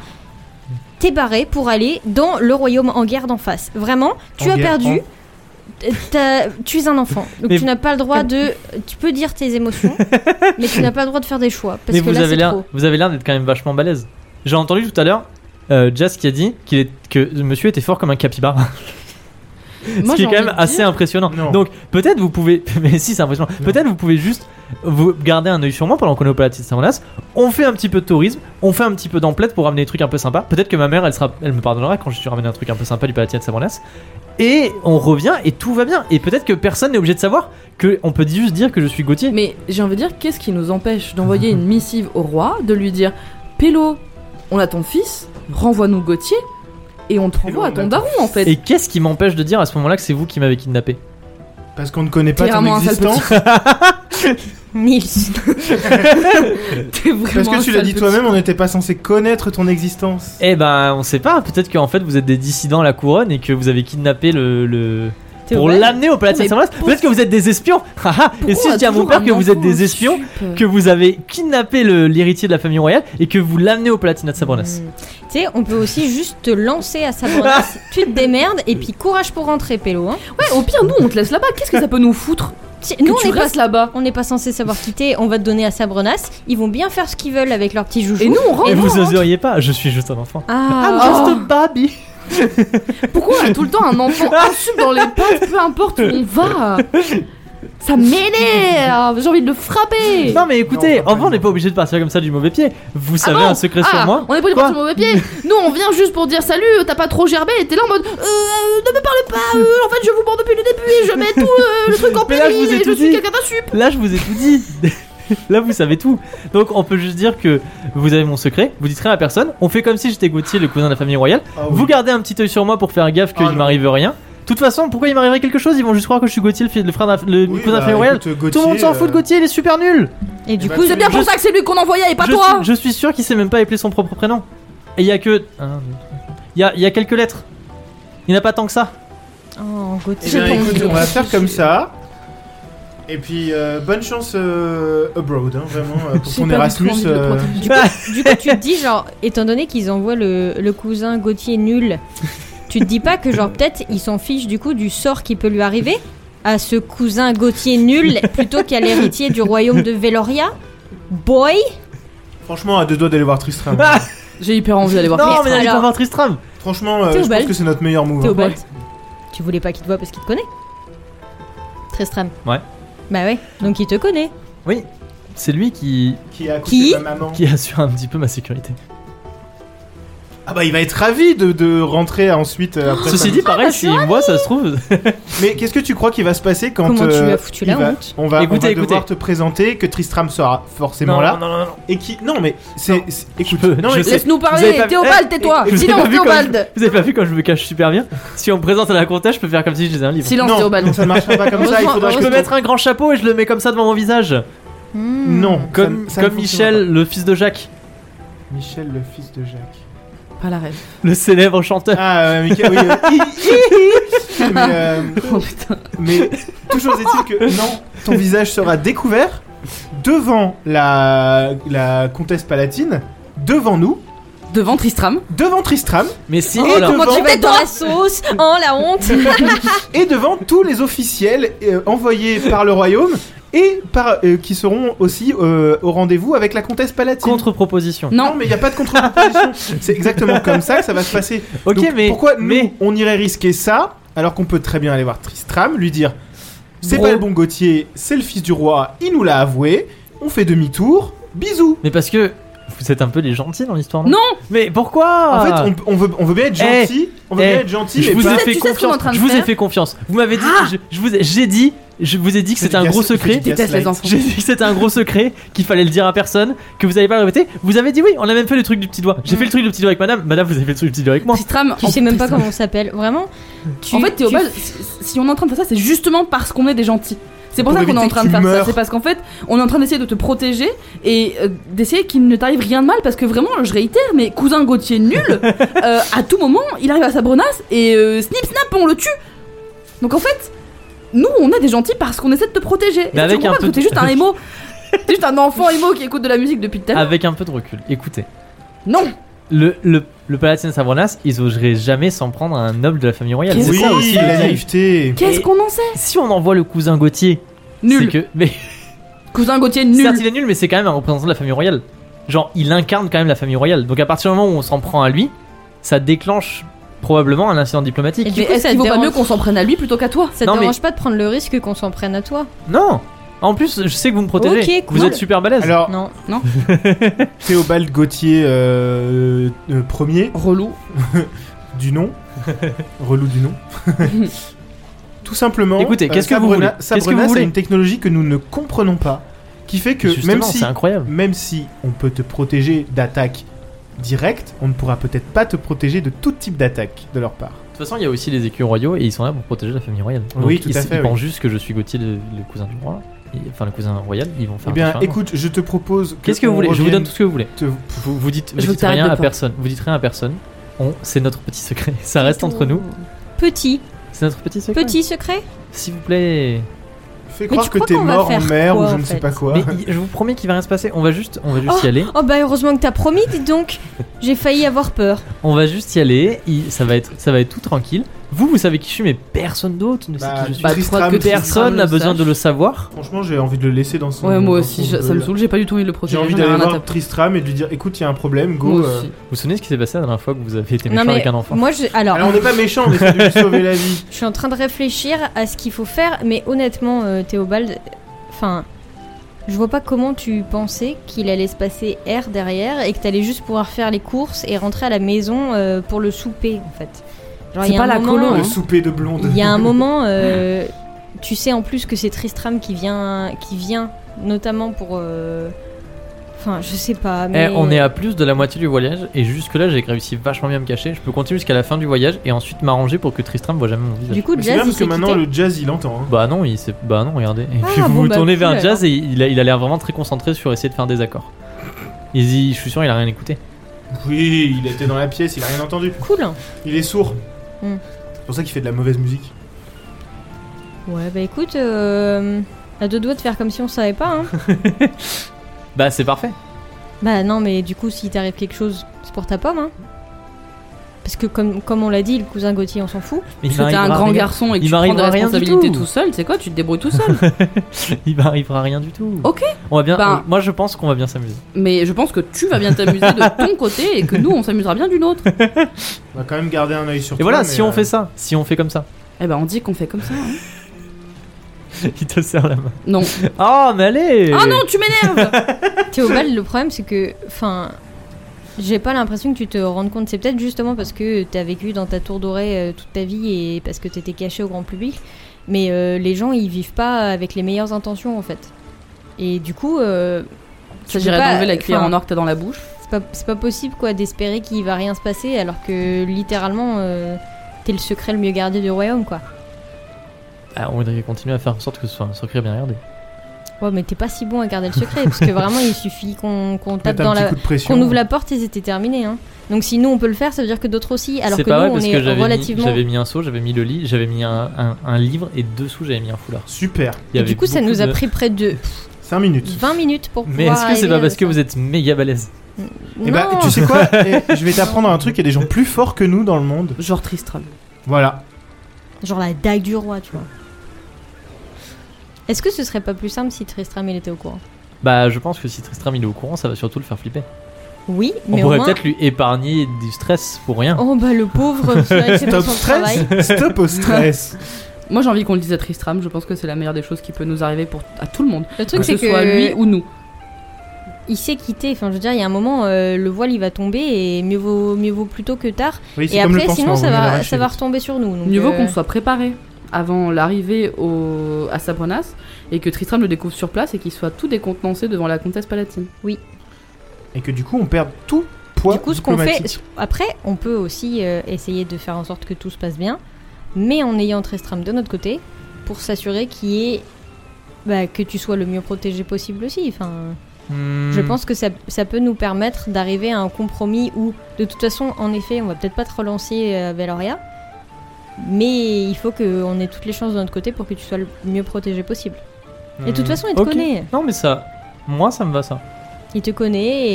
Speaker 4: t'es barré pour aller dans le royaume en guerre d'en face. Vraiment, tu
Speaker 3: En
Speaker 4: as
Speaker 3: guerre,
Speaker 4: perdu. Euh, t'as- Tu es un enfant, donc
Speaker 1: Mais-
Speaker 4: tu n'as pas le droit de. Tu peux dire tes
Speaker 3: (laughs)
Speaker 4: émotions, mais tu n'as pas le droit de faire des choix parce
Speaker 1: Mais
Speaker 4: que
Speaker 1: vous,
Speaker 4: là
Speaker 1: avez
Speaker 4: c'est
Speaker 1: l'air,
Speaker 4: trop.
Speaker 1: vous avez l'air d'être quand même vachement balèze. J'ai entendu tout à l'heure euh, Jazz qui a dit qu'il est, que monsieur était fort comme un capybara. (laughs)
Speaker 2: moi,
Speaker 1: ce qui
Speaker 2: j'ai
Speaker 1: est quand
Speaker 2: envie
Speaker 1: même
Speaker 2: de
Speaker 1: assez
Speaker 2: dire-
Speaker 1: impressionnant.
Speaker 3: Non.
Speaker 1: Donc peut-être vous pouvez, (laughs) mais si c'est impressionnant,
Speaker 3: Non.
Speaker 1: peut-être vous pouvez juste vous garder un œil sur moi pendant qu'on est au Palatis de Saint-Manas. On fait un petit peu de tourisme, on fait un petit peu d'emplette pour ramener des trucs un peu sympas. Peut-être que ma mère, elle sera, elle me pardonnera quand je lui ramène un truc un peu sympa du Palatis de Saint-Manas. Et on revient et tout va bien. Et peut-être que personne n'est obligé de savoir que on peut juste dire que je suis Gauthier.
Speaker 2: Mais j'ai envie de dire, qu'est-ce qui nous empêche d'envoyer une missive au roi, de lui dire Pélo, on a ton fils, renvoie-nous Gauthier, et on te
Speaker 3: Pélo,
Speaker 2: renvoie à
Speaker 3: on
Speaker 2: ton
Speaker 3: a-
Speaker 2: daron en fait.
Speaker 1: Et qu'est-ce qui m'empêche de dire à ce moment-là que c'est vous qui m'avez kidnappé
Speaker 3: Parce qu'on ne connaît pas ton
Speaker 2: Clairement un sale
Speaker 3: existence.
Speaker 4: Nils,
Speaker 2: T'es vraiment
Speaker 3: Parce que tu
Speaker 2: un
Speaker 3: l'as
Speaker 2: sale
Speaker 3: dit
Speaker 2: petit.
Speaker 3: toi-même, on n'était pas censé connaître ton existence.
Speaker 1: Eh ben, on sait pas. Peut-être qu'en fait, vous êtes des dissidents à la couronne et que vous avez kidnappé le. le- Pour
Speaker 2: Théobald,
Speaker 1: l'amener au palais de
Speaker 2: Mais
Speaker 1: Saint-Maurice.
Speaker 2: pour-
Speaker 1: Peut-être que vous êtes des espions. (laughs) Haha. et si
Speaker 2: pourquoi
Speaker 1: je dis à mon
Speaker 2: toujours
Speaker 1: père
Speaker 2: un
Speaker 1: que vous êtes
Speaker 2: enfant
Speaker 1: des espions,
Speaker 2: stupe
Speaker 1: que vous avez kidnappé le- l'héritier de la famille royale et que vous l'amenez au Palatinat de Saint-Maurice.
Speaker 4: Mm. (laughs) Tu sais, on peut aussi juste te lancer à sa
Speaker 3: (laughs)
Speaker 4: brodasse. tu te démerdes et puis courage pour rentrer, Pélo. Hein.
Speaker 2: Ouais, au pire, nous on te laisse là-bas, qu'est-ce que ça peut nous foutre
Speaker 4: Tiens,
Speaker 2: Nous
Speaker 4: Nous,
Speaker 2: que
Speaker 4: on
Speaker 2: tu
Speaker 4: est pas
Speaker 2: restes là-bas.
Speaker 4: On n'est pas censé savoir quitter, on va te donner à Sabrenas. Ils vont bien faire ce qu'ils veulent avec leurs petits joujoux.
Speaker 2: Et nous on rentre.
Speaker 1: Et vous
Speaker 2: on rentre.
Speaker 1: oseriez pas Je suis juste un enfant.
Speaker 4: Ah,
Speaker 2: just a
Speaker 1: baby.
Speaker 2: Pourquoi on a tout le temps
Speaker 1: (laughs)
Speaker 2: un enfant insulte dans les pattes, peu importe où on va Ça m'énerve, j'ai envie de le frapper
Speaker 1: Non mais écoutez,
Speaker 3: Non, pas
Speaker 1: enfin on
Speaker 3: vraiment.
Speaker 1: n'est pas obligé de partir comme ça du mauvais pied. Vous savez
Speaker 2: bon
Speaker 1: un secret sur
Speaker 2: Ah,
Speaker 1: moi
Speaker 2: on est pas des
Speaker 1: Quoi
Speaker 2: partir
Speaker 1: (laughs)
Speaker 2: mauvais pied. Nous, on vient juste pour dire salut. euh, T'as pas trop gerbé. Et t'es là en mode euh, euh, ne me parle pas. euh,
Speaker 1: (laughs)
Speaker 2: en fait, je vous mens depuis le début. Et je mets tout euh, le truc en
Speaker 1: Mais là, je
Speaker 2: péril.
Speaker 1: vous ai
Speaker 2: Et je
Speaker 1: tout
Speaker 2: suis
Speaker 1: dit.
Speaker 2: quelqu'un d'insup.
Speaker 1: Là, je vous ai tout dit. (laughs) Là, vous savez tout. Donc, on peut juste dire que vous avez mon secret, vous dites rien à personne. On fait comme si j'étais Gauthier, le cousin de la famille royale.
Speaker 3: Ah oui.
Speaker 1: Vous gardez un petit œil sur moi pour faire gaffe qu'il
Speaker 3: Ah non.
Speaker 1: m'arrive rien. De toute façon, pourquoi il m'arriverait quelque chose Ils vont juste croire que je suis Gauthier, le, fi- le frère de la- le
Speaker 3: Oui,
Speaker 1: cousin de la
Speaker 3: bah,
Speaker 1: famille royale.
Speaker 3: écoute,
Speaker 1: Tout
Speaker 3: Gauthier,
Speaker 1: le monde s'en fout de
Speaker 3: euh,
Speaker 1: Gauthier, il est super nul.
Speaker 4: et du
Speaker 3: bah,
Speaker 4: coup,
Speaker 3: c'est bien.
Speaker 2: pour ça que Eh ben, c'est lui qu'on envoyait et pas
Speaker 1: je, suis, je suis sûr qu'il sait même pas appeler son propre prénom. Et il y a que. un, deux, trois, quatre. Il y a, il y a quelques lettres. Il n'y en a pas tant que ça.
Speaker 4: oh,
Speaker 3: Eh
Speaker 4: Gauthier,
Speaker 3: bien,
Speaker 4: ton
Speaker 3: écoute,
Speaker 4: Dieu.
Speaker 3: on va faire comme ça. Et puis, euh, bonne chance euh, abroad, hein, vraiment, euh, pour ton Erasmus. euh,
Speaker 4: du, coup, du coup, tu te dis, genre, étant donné qu'ils envoient le, le cousin Gauthier nul, tu te dis pas que, genre, peut-être ils s'en fichent du coup du sort qui peut lui arriver à ce cousin Gauthier nul plutôt qu'à l'héritier du royaume de Veloria Boy
Speaker 3: Franchement, à deux doigts d'aller voir Tristram.
Speaker 1: Ah,
Speaker 2: J'ai hyper envie d'aller
Speaker 1: non, (laughs)
Speaker 2: voir.
Speaker 1: mais
Speaker 4: alors-
Speaker 1: n'allez pas voir Tristram.
Speaker 3: Franchement, euh, je
Speaker 4: Théobald.
Speaker 3: pense que c'est notre meilleur move. hein.
Speaker 4: Théobald, Tu voulais pas qu'il te voie parce qu'il te connaît Tristram.
Speaker 1: Ouais.
Speaker 4: Bah ouais, donc il te connaît.
Speaker 1: Oui, c'est lui qui,
Speaker 3: Qui a accouché
Speaker 4: Qui
Speaker 3: ma maman.
Speaker 1: qui assure un petit peu ma sécurité.
Speaker 3: Ah bah il va être ravi de, de rentrer ensuite euh, après
Speaker 1: Ceci
Speaker 3: ça.
Speaker 1: dit,
Speaker 2: Ah, bah,
Speaker 1: pareil, s'il me voit, ça se trouve.
Speaker 3: Mais qu'est-ce que tu crois qu'il va se passer quand
Speaker 4: Comment tu
Speaker 3: euh,
Speaker 4: lui as foutu
Speaker 3: il
Speaker 4: la
Speaker 3: va-
Speaker 4: honte
Speaker 3: On va, on
Speaker 1: Écoutez,
Speaker 3: va devoir
Speaker 1: écoutez.
Speaker 3: te présenter que Tristram sera forcément là
Speaker 1: non, non, non, non.
Speaker 3: et qui non mais c'est c'est- écoute
Speaker 1: peux-
Speaker 3: non
Speaker 1: je
Speaker 3: mais
Speaker 1: sais.
Speaker 2: (laughs) Laisse-nous
Speaker 1: Vous avez
Speaker 2: parler,
Speaker 1: pas-
Speaker 2: Théobald, tais-toi
Speaker 1: eh, vous avez pas
Speaker 2: Silence,
Speaker 1: vu comme-
Speaker 2: Théobald
Speaker 1: Vous avez pas vu quand je me cache super bien Si on me présente à la comptage, je peux faire comme si je lisais un livre.
Speaker 2: Silence,
Speaker 3: non,
Speaker 1: (laughs)
Speaker 3: non,
Speaker 2: Théobald.
Speaker 3: ça ne marchera pas comme ça, il
Speaker 2: Heureusement-
Speaker 3: faudra
Speaker 1: Je
Speaker 3: que
Speaker 1: peux mettre un grand chapeau et je le mets comme ça devant mon visage.
Speaker 4: Hmm.
Speaker 3: Non,
Speaker 1: Comme,
Speaker 3: ça- ça
Speaker 1: comme
Speaker 3: ne fonctionnera
Speaker 1: Michel, le fils de Jacques,
Speaker 3: pas. Michel le fils de Jacques.
Speaker 2: Pas la rêve.
Speaker 1: le célèbre chanteur.
Speaker 3: Ah euh, Michel oui. euh, hi, hi, hi.
Speaker 4: (laughs)
Speaker 3: mais, euh,
Speaker 2: Oh putain.
Speaker 3: mais toujours est-il que non, ton visage sera découvert devant la la comtesse palatine, devant nous,
Speaker 2: Devant Tristram.
Speaker 3: devant Tristram
Speaker 1: Mais si,
Speaker 3: Oh,
Speaker 1: alors,
Speaker 2: comment
Speaker 3: devant-
Speaker 4: Tu vas être dans la sauce Oh la
Speaker 2: (laughs)
Speaker 4: honte
Speaker 3: et devant tous les officiels euh, envoyés par le royaume et par euh, qui seront aussi euh, au rendez-vous avec la comtesse palatine.
Speaker 1: contre-proposition.
Speaker 3: Non,
Speaker 2: Non,
Speaker 3: mais il n'y a pas
Speaker 1: (laughs)
Speaker 3: de contre-proposition. C'est exactement comme ça que ça va se passer.
Speaker 1: Ok,
Speaker 3: Donc,
Speaker 1: mais.
Speaker 3: pourquoi nous,
Speaker 1: mais
Speaker 3: on irait risquer ça alors qu'on peut très bien aller voir Tristram, lui dire c'est
Speaker 1: Bro.
Speaker 3: pas le bon Gauthier, c'est le fils du roi, il nous l'a avoué, on fait demi-tour, bisous.
Speaker 1: Mais parce que vous êtes un peu les gentils dans l'histoire.
Speaker 2: Non
Speaker 1: Mais pourquoi
Speaker 3: En fait, on, on veut, on veut bien être
Speaker 1: Ah. Eh,
Speaker 3: gentil, on veut
Speaker 1: eh,
Speaker 3: bien être gentil,
Speaker 1: je
Speaker 3: mais
Speaker 1: vous ai
Speaker 3: pas-
Speaker 2: Tu sais
Speaker 1: fait
Speaker 2: ce qu'on est en
Speaker 1: confiance.
Speaker 2: train de
Speaker 1: Je vous ai
Speaker 2: faire
Speaker 1: fait confiance. Vous m'avez dit, je, je vous ai, j'ai dit, je vous ai dit que
Speaker 3: C'est
Speaker 1: c'était
Speaker 3: du
Speaker 1: un
Speaker 3: gas-
Speaker 1: gros
Speaker 3: c'est du
Speaker 1: secret.
Speaker 3: gas-
Speaker 2: déteste les enfants.
Speaker 1: (laughs) J'ai dit que c'était un gros secret, qu'il fallait le dire à personne, que vous n'allez pas le répéter. Vous avez dit oui, on a même fait le truc du petit doigt. J'ai fait le truc du petit doigt avec madame, madame, vous avez fait le truc du petit doigt avec moi.
Speaker 2: Tristram,
Speaker 4: Tu
Speaker 2: en-
Speaker 4: sais même pas comment on s'appelle, vraiment Tu-
Speaker 2: En fait,
Speaker 4: tu-
Speaker 2: Théobald, si- si on est en train de faire ça, c'est justement parce qu'on est des gentils. C'est pour,
Speaker 3: Pour
Speaker 2: ça qu'on est
Speaker 3: éviter
Speaker 2: en
Speaker 3: que
Speaker 2: train
Speaker 3: tu
Speaker 2: de faire
Speaker 3: meurs.
Speaker 2: ça. C'est parce qu'en fait, on est en train d'essayer de te protéger et euh, d'essayer qu'il ne t'arrive rien de mal. Parce que vraiment, je réitère, mais cousin Gauthier
Speaker 1: (laughs)
Speaker 2: nul, euh, à tout moment, il arrive à sa brenasse et euh, snip snap, on le tue. Donc en fait, nous, on est des gentils parce qu'on essaie de te protéger.
Speaker 1: Mais
Speaker 2: Et
Speaker 1: avec
Speaker 2: tu comprends
Speaker 1: un
Speaker 2: pas,
Speaker 1: peu
Speaker 2: parce que t'es
Speaker 1: de- (laughs)
Speaker 2: juste un émo. T'es juste un enfant émo qui écoute de la musique depuis tout à l'heure.
Speaker 1: Avec un peu de recul. Écoutez,
Speaker 2: Non
Speaker 1: le, le, le Palatine de Savornas, ils oseraient jamais s'en prendre à un noble de la famille royale.
Speaker 2: Qu'est-ce
Speaker 1: C'est
Speaker 3: Oui,
Speaker 1: ça aussi.
Speaker 3: la
Speaker 1: le deal.
Speaker 3: naïveté.
Speaker 2: Qu'est-ce qu'on en sait
Speaker 1: Si on envoie le cousin Gauthier, c'est
Speaker 2: Nul.
Speaker 1: que. Mais
Speaker 2: Cousin Gauthier
Speaker 1: (laughs) certes, il
Speaker 2: nul.
Speaker 1: est nul, mais c'est quand même un représentant de la famille royale. Genre, il incarne quand même la famille royale. Donc à partir du moment où on s'en prend à lui, ça déclenche probablement un incident diplomatique.
Speaker 4: Et du
Speaker 2: Mais
Speaker 4: coup,
Speaker 2: est-ce
Speaker 4: ça
Speaker 2: qu'il
Speaker 4: te
Speaker 2: vaut pas
Speaker 4: dérange-
Speaker 2: mieux qu'on s'en prenne à lui plutôt qu'à toi
Speaker 4: Ça te
Speaker 1: Non, mais-
Speaker 4: dérange pas de prendre le risque qu'on s'en prenne à toi
Speaker 1: Non En plus, je sais que vous me protégez.
Speaker 4: Ok, cool.
Speaker 1: Vous êtes super balèze.
Speaker 3: Alors,
Speaker 4: Non.
Speaker 3: Théobald Gauthier euh, euh, premier
Speaker 2: Relou.
Speaker 1: (laughs)
Speaker 3: du nom, relou du nom. Tout simplement.
Speaker 1: Écoutez, qu'est-ce que vous
Speaker 3: Sabrena-
Speaker 1: voulez Qu'est-ce que vous
Speaker 3: Sabrena, c'est
Speaker 1: voulez
Speaker 3: une technologie que nous ne comprenons pas, qui fait que
Speaker 1: Justement,
Speaker 3: même si,
Speaker 1: c'est incroyable.
Speaker 3: même si on peut te protéger d'attaques directes, on ne pourra peut-être pas te protéger de tout type d'attaque de leur part.
Speaker 1: De toute façon, il y a aussi les écus royaux et ils sont là pour protéger la famille royale. Donc,
Speaker 3: Oui, tout
Speaker 1: ils,
Speaker 3: à fait,
Speaker 1: Ils
Speaker 3: oui.
Speaker 1: pensent juste que je suis Gauthier, le, le cousin du roi. Et- Enfin, le cousin royal, ils vont faire.
Speaker 3: eh bien,
Speaker 1: attention à moi.
Speaker 3: écoute, je te propose.
Speaker 1: Qu'est-ce que vous
Speaker 3: on
Speaker 1: voulez Je vous donne
Speaker 3: revienne
Speaker 1: tout ce que vous voulez.
Speaker 3: te-
Speaker 1: Vous, vous dites, vous
Speaker 2: Je veux
Speaker 1: dites
Speaker 2: que t'arrêtes
Speaker 1: rien à
Speaker 2: de parler.
Speaker 1: personne. Vous dites rien à personne. On, c'est notre petit secret. (laughs) Ça reste entre nous.
Speaker 4: Petit,
Speaker 1: C'est notre petit secret.
Speaker 4: petit secret
Speaker 1: S'il vous plaît.
Speaker 3: Fais
Speaker 4: Mais
Speaker 3: croire
Speaker 4: tu
Speaker 3: que
Speaker 4: crois
Speaker 3: t'es
Speaker 4: qu'on va
Speaker 3: mort en
Speaker 4: faire
Speaker 3: mer ou
Speaker 4: quoi,
Speaker 3: je
Speaker 4: en
Speaker 3: ne sais
Speaker 4: fait
Speaker 3: pas quoi.
Speaker 1: Mais il- je vous promets qu'il va rien se passer. On va juste, on va juste y aller.
Speaker 4: Oh bah heureusement que t'as promis, dis donc J'ai failli avoir peur.
Speaker 1: On va juste y aller. Il- ça va être, ça va être tout tranquille. Vous, vous savez qui je suis, mais personne d'autre ne sait
Speaker 3: Bah,
Speaker 1: qui je suis.
Speaker 2: Bah,
Speaker 3: Tristram,
Speaker 2: que personne
Speaker 1: Personne n'a
Speaker 2: le
Speaker 1: besoin
Speaker 2: sache.
Speaker 1: de le savoir.
Speaker 3: Franchement, j'ai envie de le laisser dans son.
Speaker 2: Ouais, moi
Speaker 3: dans
Speaker 2: aussi,
Speaker 3: son
Speaker 2: je- ça me
Speaker 3: bulle.
Speaker 2: saoule, j'ai pas du tout envie de le protéger.
Speaker 3: J'ai envie
Speaker 2: j'en ai
Speaker 3: d'aller
Speaker 2: rien à
Speaker 3: voir
Speaker 2: taper.
Speaker 3: Tristram et de lui dire écoute, il y a un problème, go.
Speaker 2: Moi
Speaker 3: euh,
Speaker 2: aussi.
Speaker 1: Vous vous souvenez de ce qui s'est passé la dernière fois que vous avez été
Speaker 4: non
Speaker 1: méchant
Speaker 4: mais
Speaker 1: avec un enfant
Speaker 4: moi je alors,
Speaker 3: Alors, Ah, on n'est pas méchant, on essaie de lui sauver
Speaker 4: (laughs)
Speaker 3: la vie.
Speaker 4: je suis en train de réfléchir à ce qu'il faut faire mais honnêtement euh, Théobald enfin je vois pas comment tu pensais qu'il allait se passer R derrière et que t'allais juste pouvoir faire les courses et rentrer à la maison euh, pour le souper en fait. Genre,
Speaker 2: C'est
Speaker 4: il y a
Speaker 2: pas
Speaker 4: un
Speaker 2: la
Speaker 4: moment-
Speaker 2: colo, hein.
Speaker 3: Le souper de blonde.
Speaker 4: Il y a un moment, euh, tu sais en plus que c'est Tristram qui vient, qui vient notamment pour. euh, Enfin, je sais pas.
Speaker 1: Eh,
Speaker 4: Mais...
Speaker 1: on est à plus de la moitié du voyage et jusque là j'ai réussi vachement bien à me cacher. Je peux continuer jusqu'à la fin du voyage et ensuite m'arranger pour que Tristram voit jamais mon visage.
Speaker 4: Du
Speaker 3: (laughs)
Speaker 4: coup,
Speaker 3: C'est
Speaker 4: Jazz,
Speaker 3: bien
Speaker 4: il
Speaker 3: parce que
Speaker 4: s'est
Speaker 3: maintenant
Speaker 4: quitté.
Speaker 3: le jazz il entend. hein.
Speaker 1: Bah non, il s'est... bah non, regardez. Et
Speaker 4: Ah,
Speaker 1: puis vous
Speaker 4: bon,
Speaker 1: vous
Speaker 4: bah,
Speaker 1: tournez
Speaker 4: cool,
Speaker 1: vers
Speaker 4: alors.
Speaker 1: Jazz et il a, il a l'air vraiment très concentré sur essayer de faire des accords. Il dit, je suis sûr, il a rien écouté.
Speaker 3: Bah Oui, il était dans la pièce, il a rien entendu.
Speaker 4: Cool.
Speaker 3: Il est sourd.
Speaker 4: Hmm.
Speaker 3: C'est pour ça qu'il fait de la mauvaise musique.
Speaker 4: Ouais, bah écoute, euh, à deux doigts de faire comme si on savait pas. Hein.
Speaker 1: Bah c'est parfait.
Speaker 4: bah non, mais du coup, si t'arrive quelque chose, c'est pour ta pomme. Hein. Parce que comme, comme on l'a dit, le cousin Gauthier, on s'en fout.
Speaker 1: Mais il
Speaker 2: Parce que t'es un
Speaker 1: m'arrivera
Speaker 2: grand
Speaker 1: rien.
Speaker 2: garçon et que
Speaker 1: Il
Speaker 2: tu prends des
Speaker 1: m'arrivera rien du
Speaker 2: responsabilités
Speaker 1: tout.
Speaker 2: tout seul, c'est quoi Tu te débrouilles
Speaker 4: (laughs)
Speaker 2: tout seul.
Speaker 1: Il m'arrivera rien du tout.
Speaker 2: Ok.
Speaker 1: On va bien. euh,
Speaker 2: Bah-
Speaker 1: Moi je pense qu'on va bien s'amuser.
Speaker 2: Mais je pense que tu vas bien t'amuser de ton côté et que nous on s'amusera bien du nôtre.
Speaker 3: On va quand même garder un œil sur
Speaker 1: Et
Speaker 3: toi.
Speaker 1: voilà,
Speaker 3: mais,
Speaker 1: si
Speaker 3: euh,
Speaker 1: on fait ça, (laughs) si on fait comme ça,
Speaker 2: Eh ben, on dit qu'on fait comme ça. hein.
Speaker 1: Il te serre la main. (laughs)
Speaker 2: Non.
Speaker 1: Oh, mais allez
Speaker 2: Ah non,
Speaker 4: (laughs)
Speaker 2: tu m'énerves
Speaker 4: Théobald, le problème, c'est que. Enfin. J'ai pas l'impression que tu te rendes compte. C'est peut-être justement parce que t'as vécu dans ta tour dorée euh, toute ta vie et parce que t'étais caché au grand public. Mais euh, les gens, ils vivent pas avec les meilleures intentions en fait. Et du coup, euh,
Speaker 2: Ça
Speaker 4: peux
Speaker 2: dirait
Speaker 4: pas-
Speaker 2: d'enlever la cuillère
Speaker 4: enfin,
Speaker 2: en or que t'as dans la bouche.
Speaker 4: c'est pas, c'est pas possible quoi d'espérer qu'il va rien se passer alors que littéralement, euh, t'es le secret le mieux gardé du royaume quoi.
Speaker 1: Ah, On voudrait continuer à faire en sorte que ce soit un secret bien gardé.
Speaker 4: Ouais, mais t'es pas si bon à garder le secret parce que vraiment, il suffit qu'on qu'on tape
Speaker 3: Mettre
Speaker 4: dans
Speaker 3: un petit
Speaker 4: la.
Speaker 3: coup de pression.
Speaker 4: Qu'on ouvre la porte et c'était terminé. Hein. Donc si nous on peut le faire, ça veut dire que d'autres aussi. Alors
Speaker 1: C'est
Speaker 4: que
Speaker 1: pas vrai
Speaker 4: nous on
Speaker 1: parce
Speaker 4: est
Speaker 1: que j'avais mis-
Speaker 4: relativement.
Speaker 1: j'avais mis, un seau, j'avais mis le lit, j'avais mis un, un- un livre et dessous j'avais mis un foulard.
Speaker 3: Super.
Speaker 1: Il y
Speaker 4: Et
Speaker 1: avait
Speaker 4: du coup, ça
Speaker 1: beaucoup
Speaker 4: nous a
Speaker 1: de-
Speaker 4: pris près de
Speaker 3: 5 minutes.
Speaker 4: 20 minutes pour
Speaker 1: Mais
Speaker 4: pouvoir.
Speaker 1: est-ce que c'est
Speaker 4: arriver
Speaker 1: pas
Speaker 4: à
Speaker 1: parce que
Speaker 4: ça.
Speaker 1: vous Eh ben, êtes méga balèze
Speaker 4: Non
Speaker 3: Et bah, tu
Speaker 4: (laughs)
Speaker 3: sais quoi Eh, Je vais t'apprendre un truc. Il y a des gens plus forts que nous dans le monde.
Speaker 2: Genre Tristram.
Speaker 3: Voilà.
Speaker 4: Genre la dague du roi, tu vois. Est-ce que ce serait pas plus simple si Tristram il était au courant
Speaker 1: Bah, je pense que si Tristram il est au courant, ça va surtout le faire flipper.
Speaker 4: Oui,
Speaker 1: On
Speaker 4: mais au
Speaker 1: pourrait
Speaker 4: moins.
Speaker 1: peut-être lui épargner du stress pour rien.
Speaker 4: Oh bah
Speaker 1: (laughs)
Speaker 4: le pauvre, qui a accepté
Speaker 3: Stop
Speaker 4: son travail.
Speaker 3: stress. Stop
Speaker 4: (laughs)
Speaker 3: au stress.
Speaker 2: Moi, j'ai envie qu'on le dise à Tristram. Je pense que c'est la meilleure des choses qui peut nous arriver pour à tout le monde.
Speaker 4: Le truc
Speaker 2: que
Speaker 4: c'est
Speaker 2: ce
Speaker 4: que
Speaker 2: soit lui ou nous.
Speaker 4: il s'est quitté. Enfin, je veux dire, il y a un moment, euh, le voile il va tomber et mieux vaut mieux vaut plus tôt que tard.
Speaker 3: Oui, c'est
Speaker 4: Et
Speaker 3: comme
Speaker 4: après,
Speaker 3: le
Speaker 4: sinon
Speaker 3: pansement,
Speaker 4: ça
Speaker 3: vaut mieux
Speaker 4: va
Speaker 3: l'arracher.
Speaker 4: ça va retomber sur nous. donc,
Speaker 2: Mieux vaut
Speaker 4: euh,
Speaker 2: qu'on soit préparé avant l'arrivée au... à Sabrenas et que Tristram le découvre sur place et qu'il soit tout décontenancé devant la comtesse palatine.
Speaker 3: Et que du coup, on perd tout poids.
Speaker 4: Du coup, ce qu'on
Speaker 3: diplomatique.
Speaker 4: fait, après, on peut aussi euh, essayer de faire en sorte que tout se passe bien, mais en ayant Tristram de notre côté, pour s'assurer qu'il y ait- bah, que tu sois le mieux protégé possible aussi. Enfin, Je
Speaker 1: Hmm.
Speaker 4: pense que ça, ça peut nous permettre d'arriver à un compromis où, de toute façon, en effet, on va peut-être pas te relancer euh, Veloria, mais il faut qu'on ait toutes les chances de notre côté pour que tu sois le mieux protégé possible. Et
Speaker 3: Hmm.
Speaker 4: de toute façon, il te
Speaker 1: Ok.
Speaker 4: connaît.
Speaker 1: Non, mais ça. Moi, ça me va ça.
Speaker 4: Il te connaît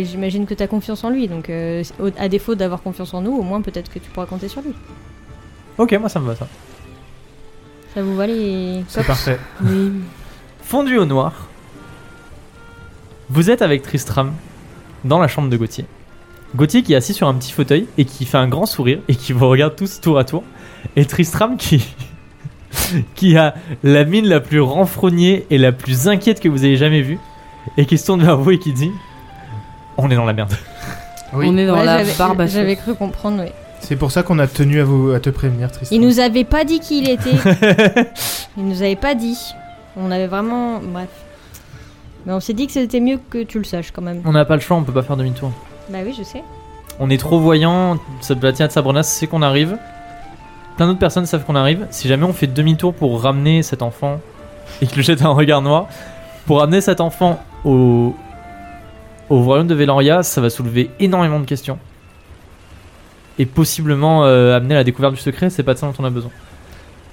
Speaker 4: et j'imagine que tu as confiance en lui. Donc, euh, au- à défaut d'avoir confiance en nous, au moins peut-être que tu pourras compter sur lui.
Speaker 1: Ok, moi, ça me va ça.
Speaker 4: Ça vous va les.
Speaker 3: C'est parfait.
Speaker 2: Oui.
Speaker 1: Fondu au noir. Vous êtes avec Tristram dans la chambre de Gauthier. Gauthier qui est assis sur un petit fauteuil et qui fait un grand sourire et qui vous regarde tous tour à tour. Et Tristram qui. (laughs) qui a la mine la plus renfrognée et la plus inquiète que vous ayez jamais vue. Et qui se tourne vers vous et qui dit On est dans la merde.
Speaker 3: Oui.
Speaker 2: On est dans
Speaker 4: Ouais,
Speaker 2: la
Speaker 4: j'avais-
Speaker 2: barbe à sauce.
Speaker 4: J'avais cru comprendre, oui.
Speaker 3: C'est pour ça qu'on a tenu à, vous, à te prévenir, Tristan.
Speaker 4: Il nous avait pas dit qui il
Speaker 2: (laughs)
Speaker 4: était. il nous avait pas dit. On avait vraiment. Bref. Mais on s'est dit que c'était mieux que tu le saches quand même.
Speaker 1: On n'a pas le choix, on peut pas faire demi-tour.
Speaker 4: Bah oui, je sais.
Speaker 1: On est trop voyant. Satblatia de Sabrina sait qu'on arrive. Plein d'autres personnes savent qu'on arrive. Si jamais on fait demi-tour pour ramener cet enfant (laughs) et qu'il jette un regard noir, pour ramener cet enfant au au royaume de Veloria, ça va soulever énormément de questions et possiblement euh, amener à la découverte du secret. C'est pas de ça dont on a besoin.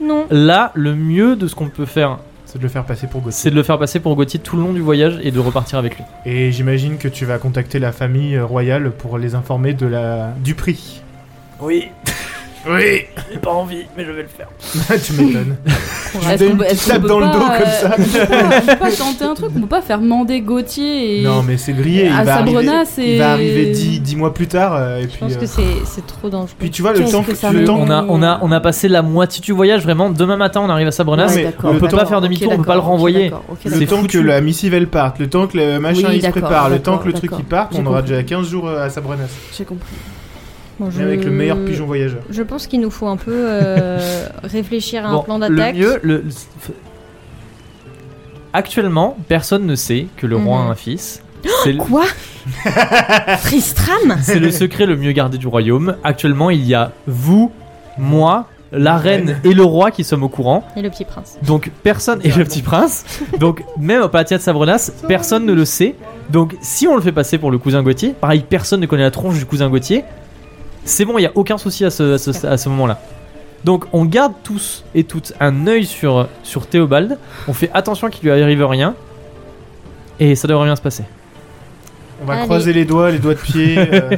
Speaker 4: Non.
Speaker 1: Là, le mieux de ce qu'on peut faire,
Speaker 3: C'est de le faire passer pour Gauthier.
Speaker 1: c'est de le faire passer pour Gauthier tout le long du voyage et de repartir avec lui.
Speaker 3: Et j'imagine que tu vas contacter la famille euh, royale pour les informer de la... du prix.
Speaker 1: Oui,
Speaker 3: (laughs) Oui (laughs)
Speaker 1: j'ai pas envie, mais je vais le faire.
Speaker 3: Tu m'étonnes. donne
Speaker 2: Est-ce qu'on
Speaker 3: une
Speaker 2: peut-
Speaker 3: petite
Speaker 2: est-ce qu'on
Speaker 3: tape
Speaker 2: peut
Speaker 3: dans le
Speaker 2: pas,
Speaker 3: dos comme
Speaker 2: euh, on peut pas- on peut pas tenter un truc, on peut pas faire mander Gauthier et.
Speaker 3: non, mais c'est grillé. Il
Speaker 2: à
Speaker 3: va, arriver,
Speaker 2: Sabrina, c'est.
Speaker 3: il va arriver dix, dix mois plus tard. euh, Et
Speaker 4: Je
Speaker 3: puis,
Speaker 4: pense
Speaker 3: euh,
Speaker 4: que c'est c'est trop dangereux.
Speaker 3: puis tu vois, le
Speaker 2: Qu'est-ce
Speaker 3: temps
Speaker 2: que
Speaker 3: que,
Speaker 2: ça
Speaker 3: le
Speaker 2: me
Speaker 3: temps
Speaker 1: Euh, On a, on, a, on a passé la moitié du voyage, vraiment. Demain matin, on arrive à Sabrenas.
Speaker 3: Ouais, mais
Speaker 2: Ah, d'accord.
Speaker 3: on peut pas
Speaker 1: faire demi-tour, on peut pas le
Speaker 2: d'accord, ok,
Speaker 1: renvoyer.
Speaker 2: d'accord, ok,
Speaker 1: C'est
Speaker 3: le temps
Speaker 1: foutu.
Speaker 3: que la missive elle parte, le temps que le machin
Speaker 2: Oui,
Speaker 3: il se
Speaker 2: d'accord,
Speaker 3: prépare, le temps
Speaker 2: d'accord,
Speaker 3: que le truc il
Speaker 2: d'accord.
Speaker 3: parte,
Speaker 2: J'ai
Speaker 3: on aura
Speaker 2: compris.
Speaker 3: déjà 15 jours euh, à Sabrenas.
Speaker 2: J'ai compris.
Speaker 4: Bon,
Speaker 3: Mais avec le meilleur
Speaker 4: Mmh.
Speaker 3: pigeon voyageur.
Speaker 4: Je pense qu'il nous faut un peu
Speaker 3: (laughs)
Speaker 4: euh, réfléchir à
Speaker 1: Bon,
Speaker 4: un plan d'attaque.
Speaker 1: Le mieux, le- le- f- Actuellement, personne ne sait que le roi a
Speaker 4: Mhm.
Speaker 1: un fils. C'est le,
Speaker 3: (laughs)
Speaker 4: Quoi Tristram
Speaker 1: c'est le secret le mieux gardé du royaume. Actuellement, il y a vous, moi, la reine et le roi qui sommes au courant.
Speaker 4: Et le petit prince.
Speaker 1: Donc personne et le petit prince. Donc même au Palatia de Sabrenas, personne ne le sait. Donc si on le fait passer pour le cousin Gauthier, pareil, personne ne connaît la tronche du cousin Gauthier. C'est bon, il y a aucun souci à ce, à ce- à ce moment-là. Donc on garde tous et toutes un œil sur, sur Théobald. On fait attention qu'il lui arrive rien. Et ça devrait bien se passer.
Speaker 3: On va
Speaker 4: Allez.
Speaker 3: croiser les doigts, les doigts de
Speaker 4: (laughs)
Speaker 3: pied. euh,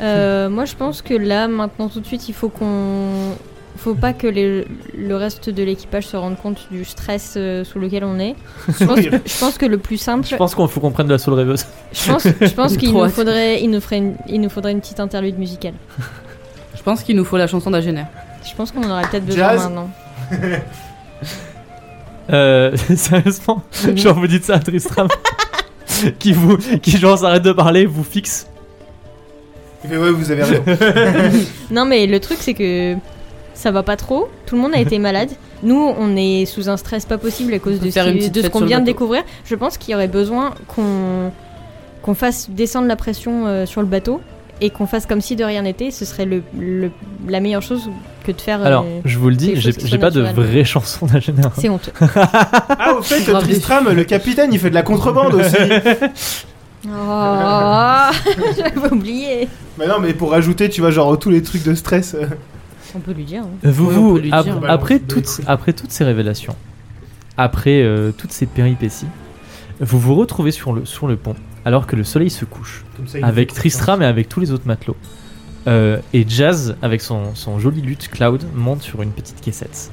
Speaker 4: Euh, moi, je pense que là, maintenant, tout de suite, il faut qu'on. Faut pas que les- le reste de l'équipage se rende compte du stress euh, sous lequel on est. Je pense,
Speaker 3: Sourire.
Speaker 4: je pense que le plus simple,
Speaker 1: Je pense qu'on faut qu'on prenne de la soul rêveuse.
Speaker 4: je pense, je pense qu'il
Speaker 2: Trop
Speaker 4: nous
Speaker 2: hâte.
Speaker 4: faudrait, il nous ferait, une, il nous faudrait une petite interlude musicale.
Speaker 2: Je pense qu'il nous faut la chanson d'Agener.
Speaker 4: Je Je pense qu'on en aurait peut-être besoin
Speaker 3: Jazz.
Speaker 4: maintenant.
Speaker 1: Euh, (laughs) sérieusement, genre vous dites ça à Tristram (laughs) qui vous, qui genre s'arrête de parler, vous fixe.
Speaker 3: Il fait, ouais, vous avez raison.
Speaker 4: Non, mais le truc, c'est que ça va pas trop. Tout le monde a
Speaker 2: (laughs)
Speaker 4: été malade. Nous, on est sous un stress pas possible à cause
Speaker 2: peut
Speaker 4: de ce,
Speaker 2: faire une
Speaker 4: qui-
Speaker 2: petite
Speaker 4: de ce
Speaker 2: fête
Speaker 4: qu'on
Speaker 2: sur le
Speaker 4: vient de
Speaker 2: bateau.
Speaker 4: découvrir. Je pense qu'il y aurait besoin qu'on qu'on fasse descendre la pression euh, sur le bateau et qu'on fasse comme si de rien n'était. Ce serait le, le- la meilleure chose que de faire. euh,
Speaker 1: Alors, je vous le dis,
Speaker 4: quelque
Speaker 1: j'ai
Speaker 4: chose qui
Speaker 1: j'ai pas de
Speaker 4: soit naturel.
Speaker 1: vraie chanson d'Agénère.
Speaker 4: c'est
Speaker 2: (laughs)
Speaker 4: honteux.
Speaker 3: ah, au fait,
Speaker 2: Grave
Speaker 3: Tristram, le capitaine, il fait de la contrebande (laughs) aussi.
Speaker 4: Oh, (laughs) j'avais oublié.
Speaker 3: mais non, mais pour rajouter, tu vois, genre tous les trucs de stress. euh,
Speaker 4: On peut lui dire. hein.
Speaker 1: Vous,
Speaker 2: Oui, on
Speaker 1: vous,
Speaker 2: peut lui
Speaker 1: ap-
Speaker 2: dire.
Speaker 1: après,
Speaker 3: Balance des
Speaker 1: toutes,
Speaker 3: couilles.
Speaker 1: après toutes ces révélations, après euh, toutes ces péripéties, vous vous retrouvez sur le, sur le pont alors que le soleil se couche,
Speaker 3: comme ça, il
Speaker 1: avec
Speaker 3: nous fait
Speaker 1: Tristram et avec tous les autres matelots. Euh, et Jazz, avec son, son joli luth Cloud, monte sur une petite caissette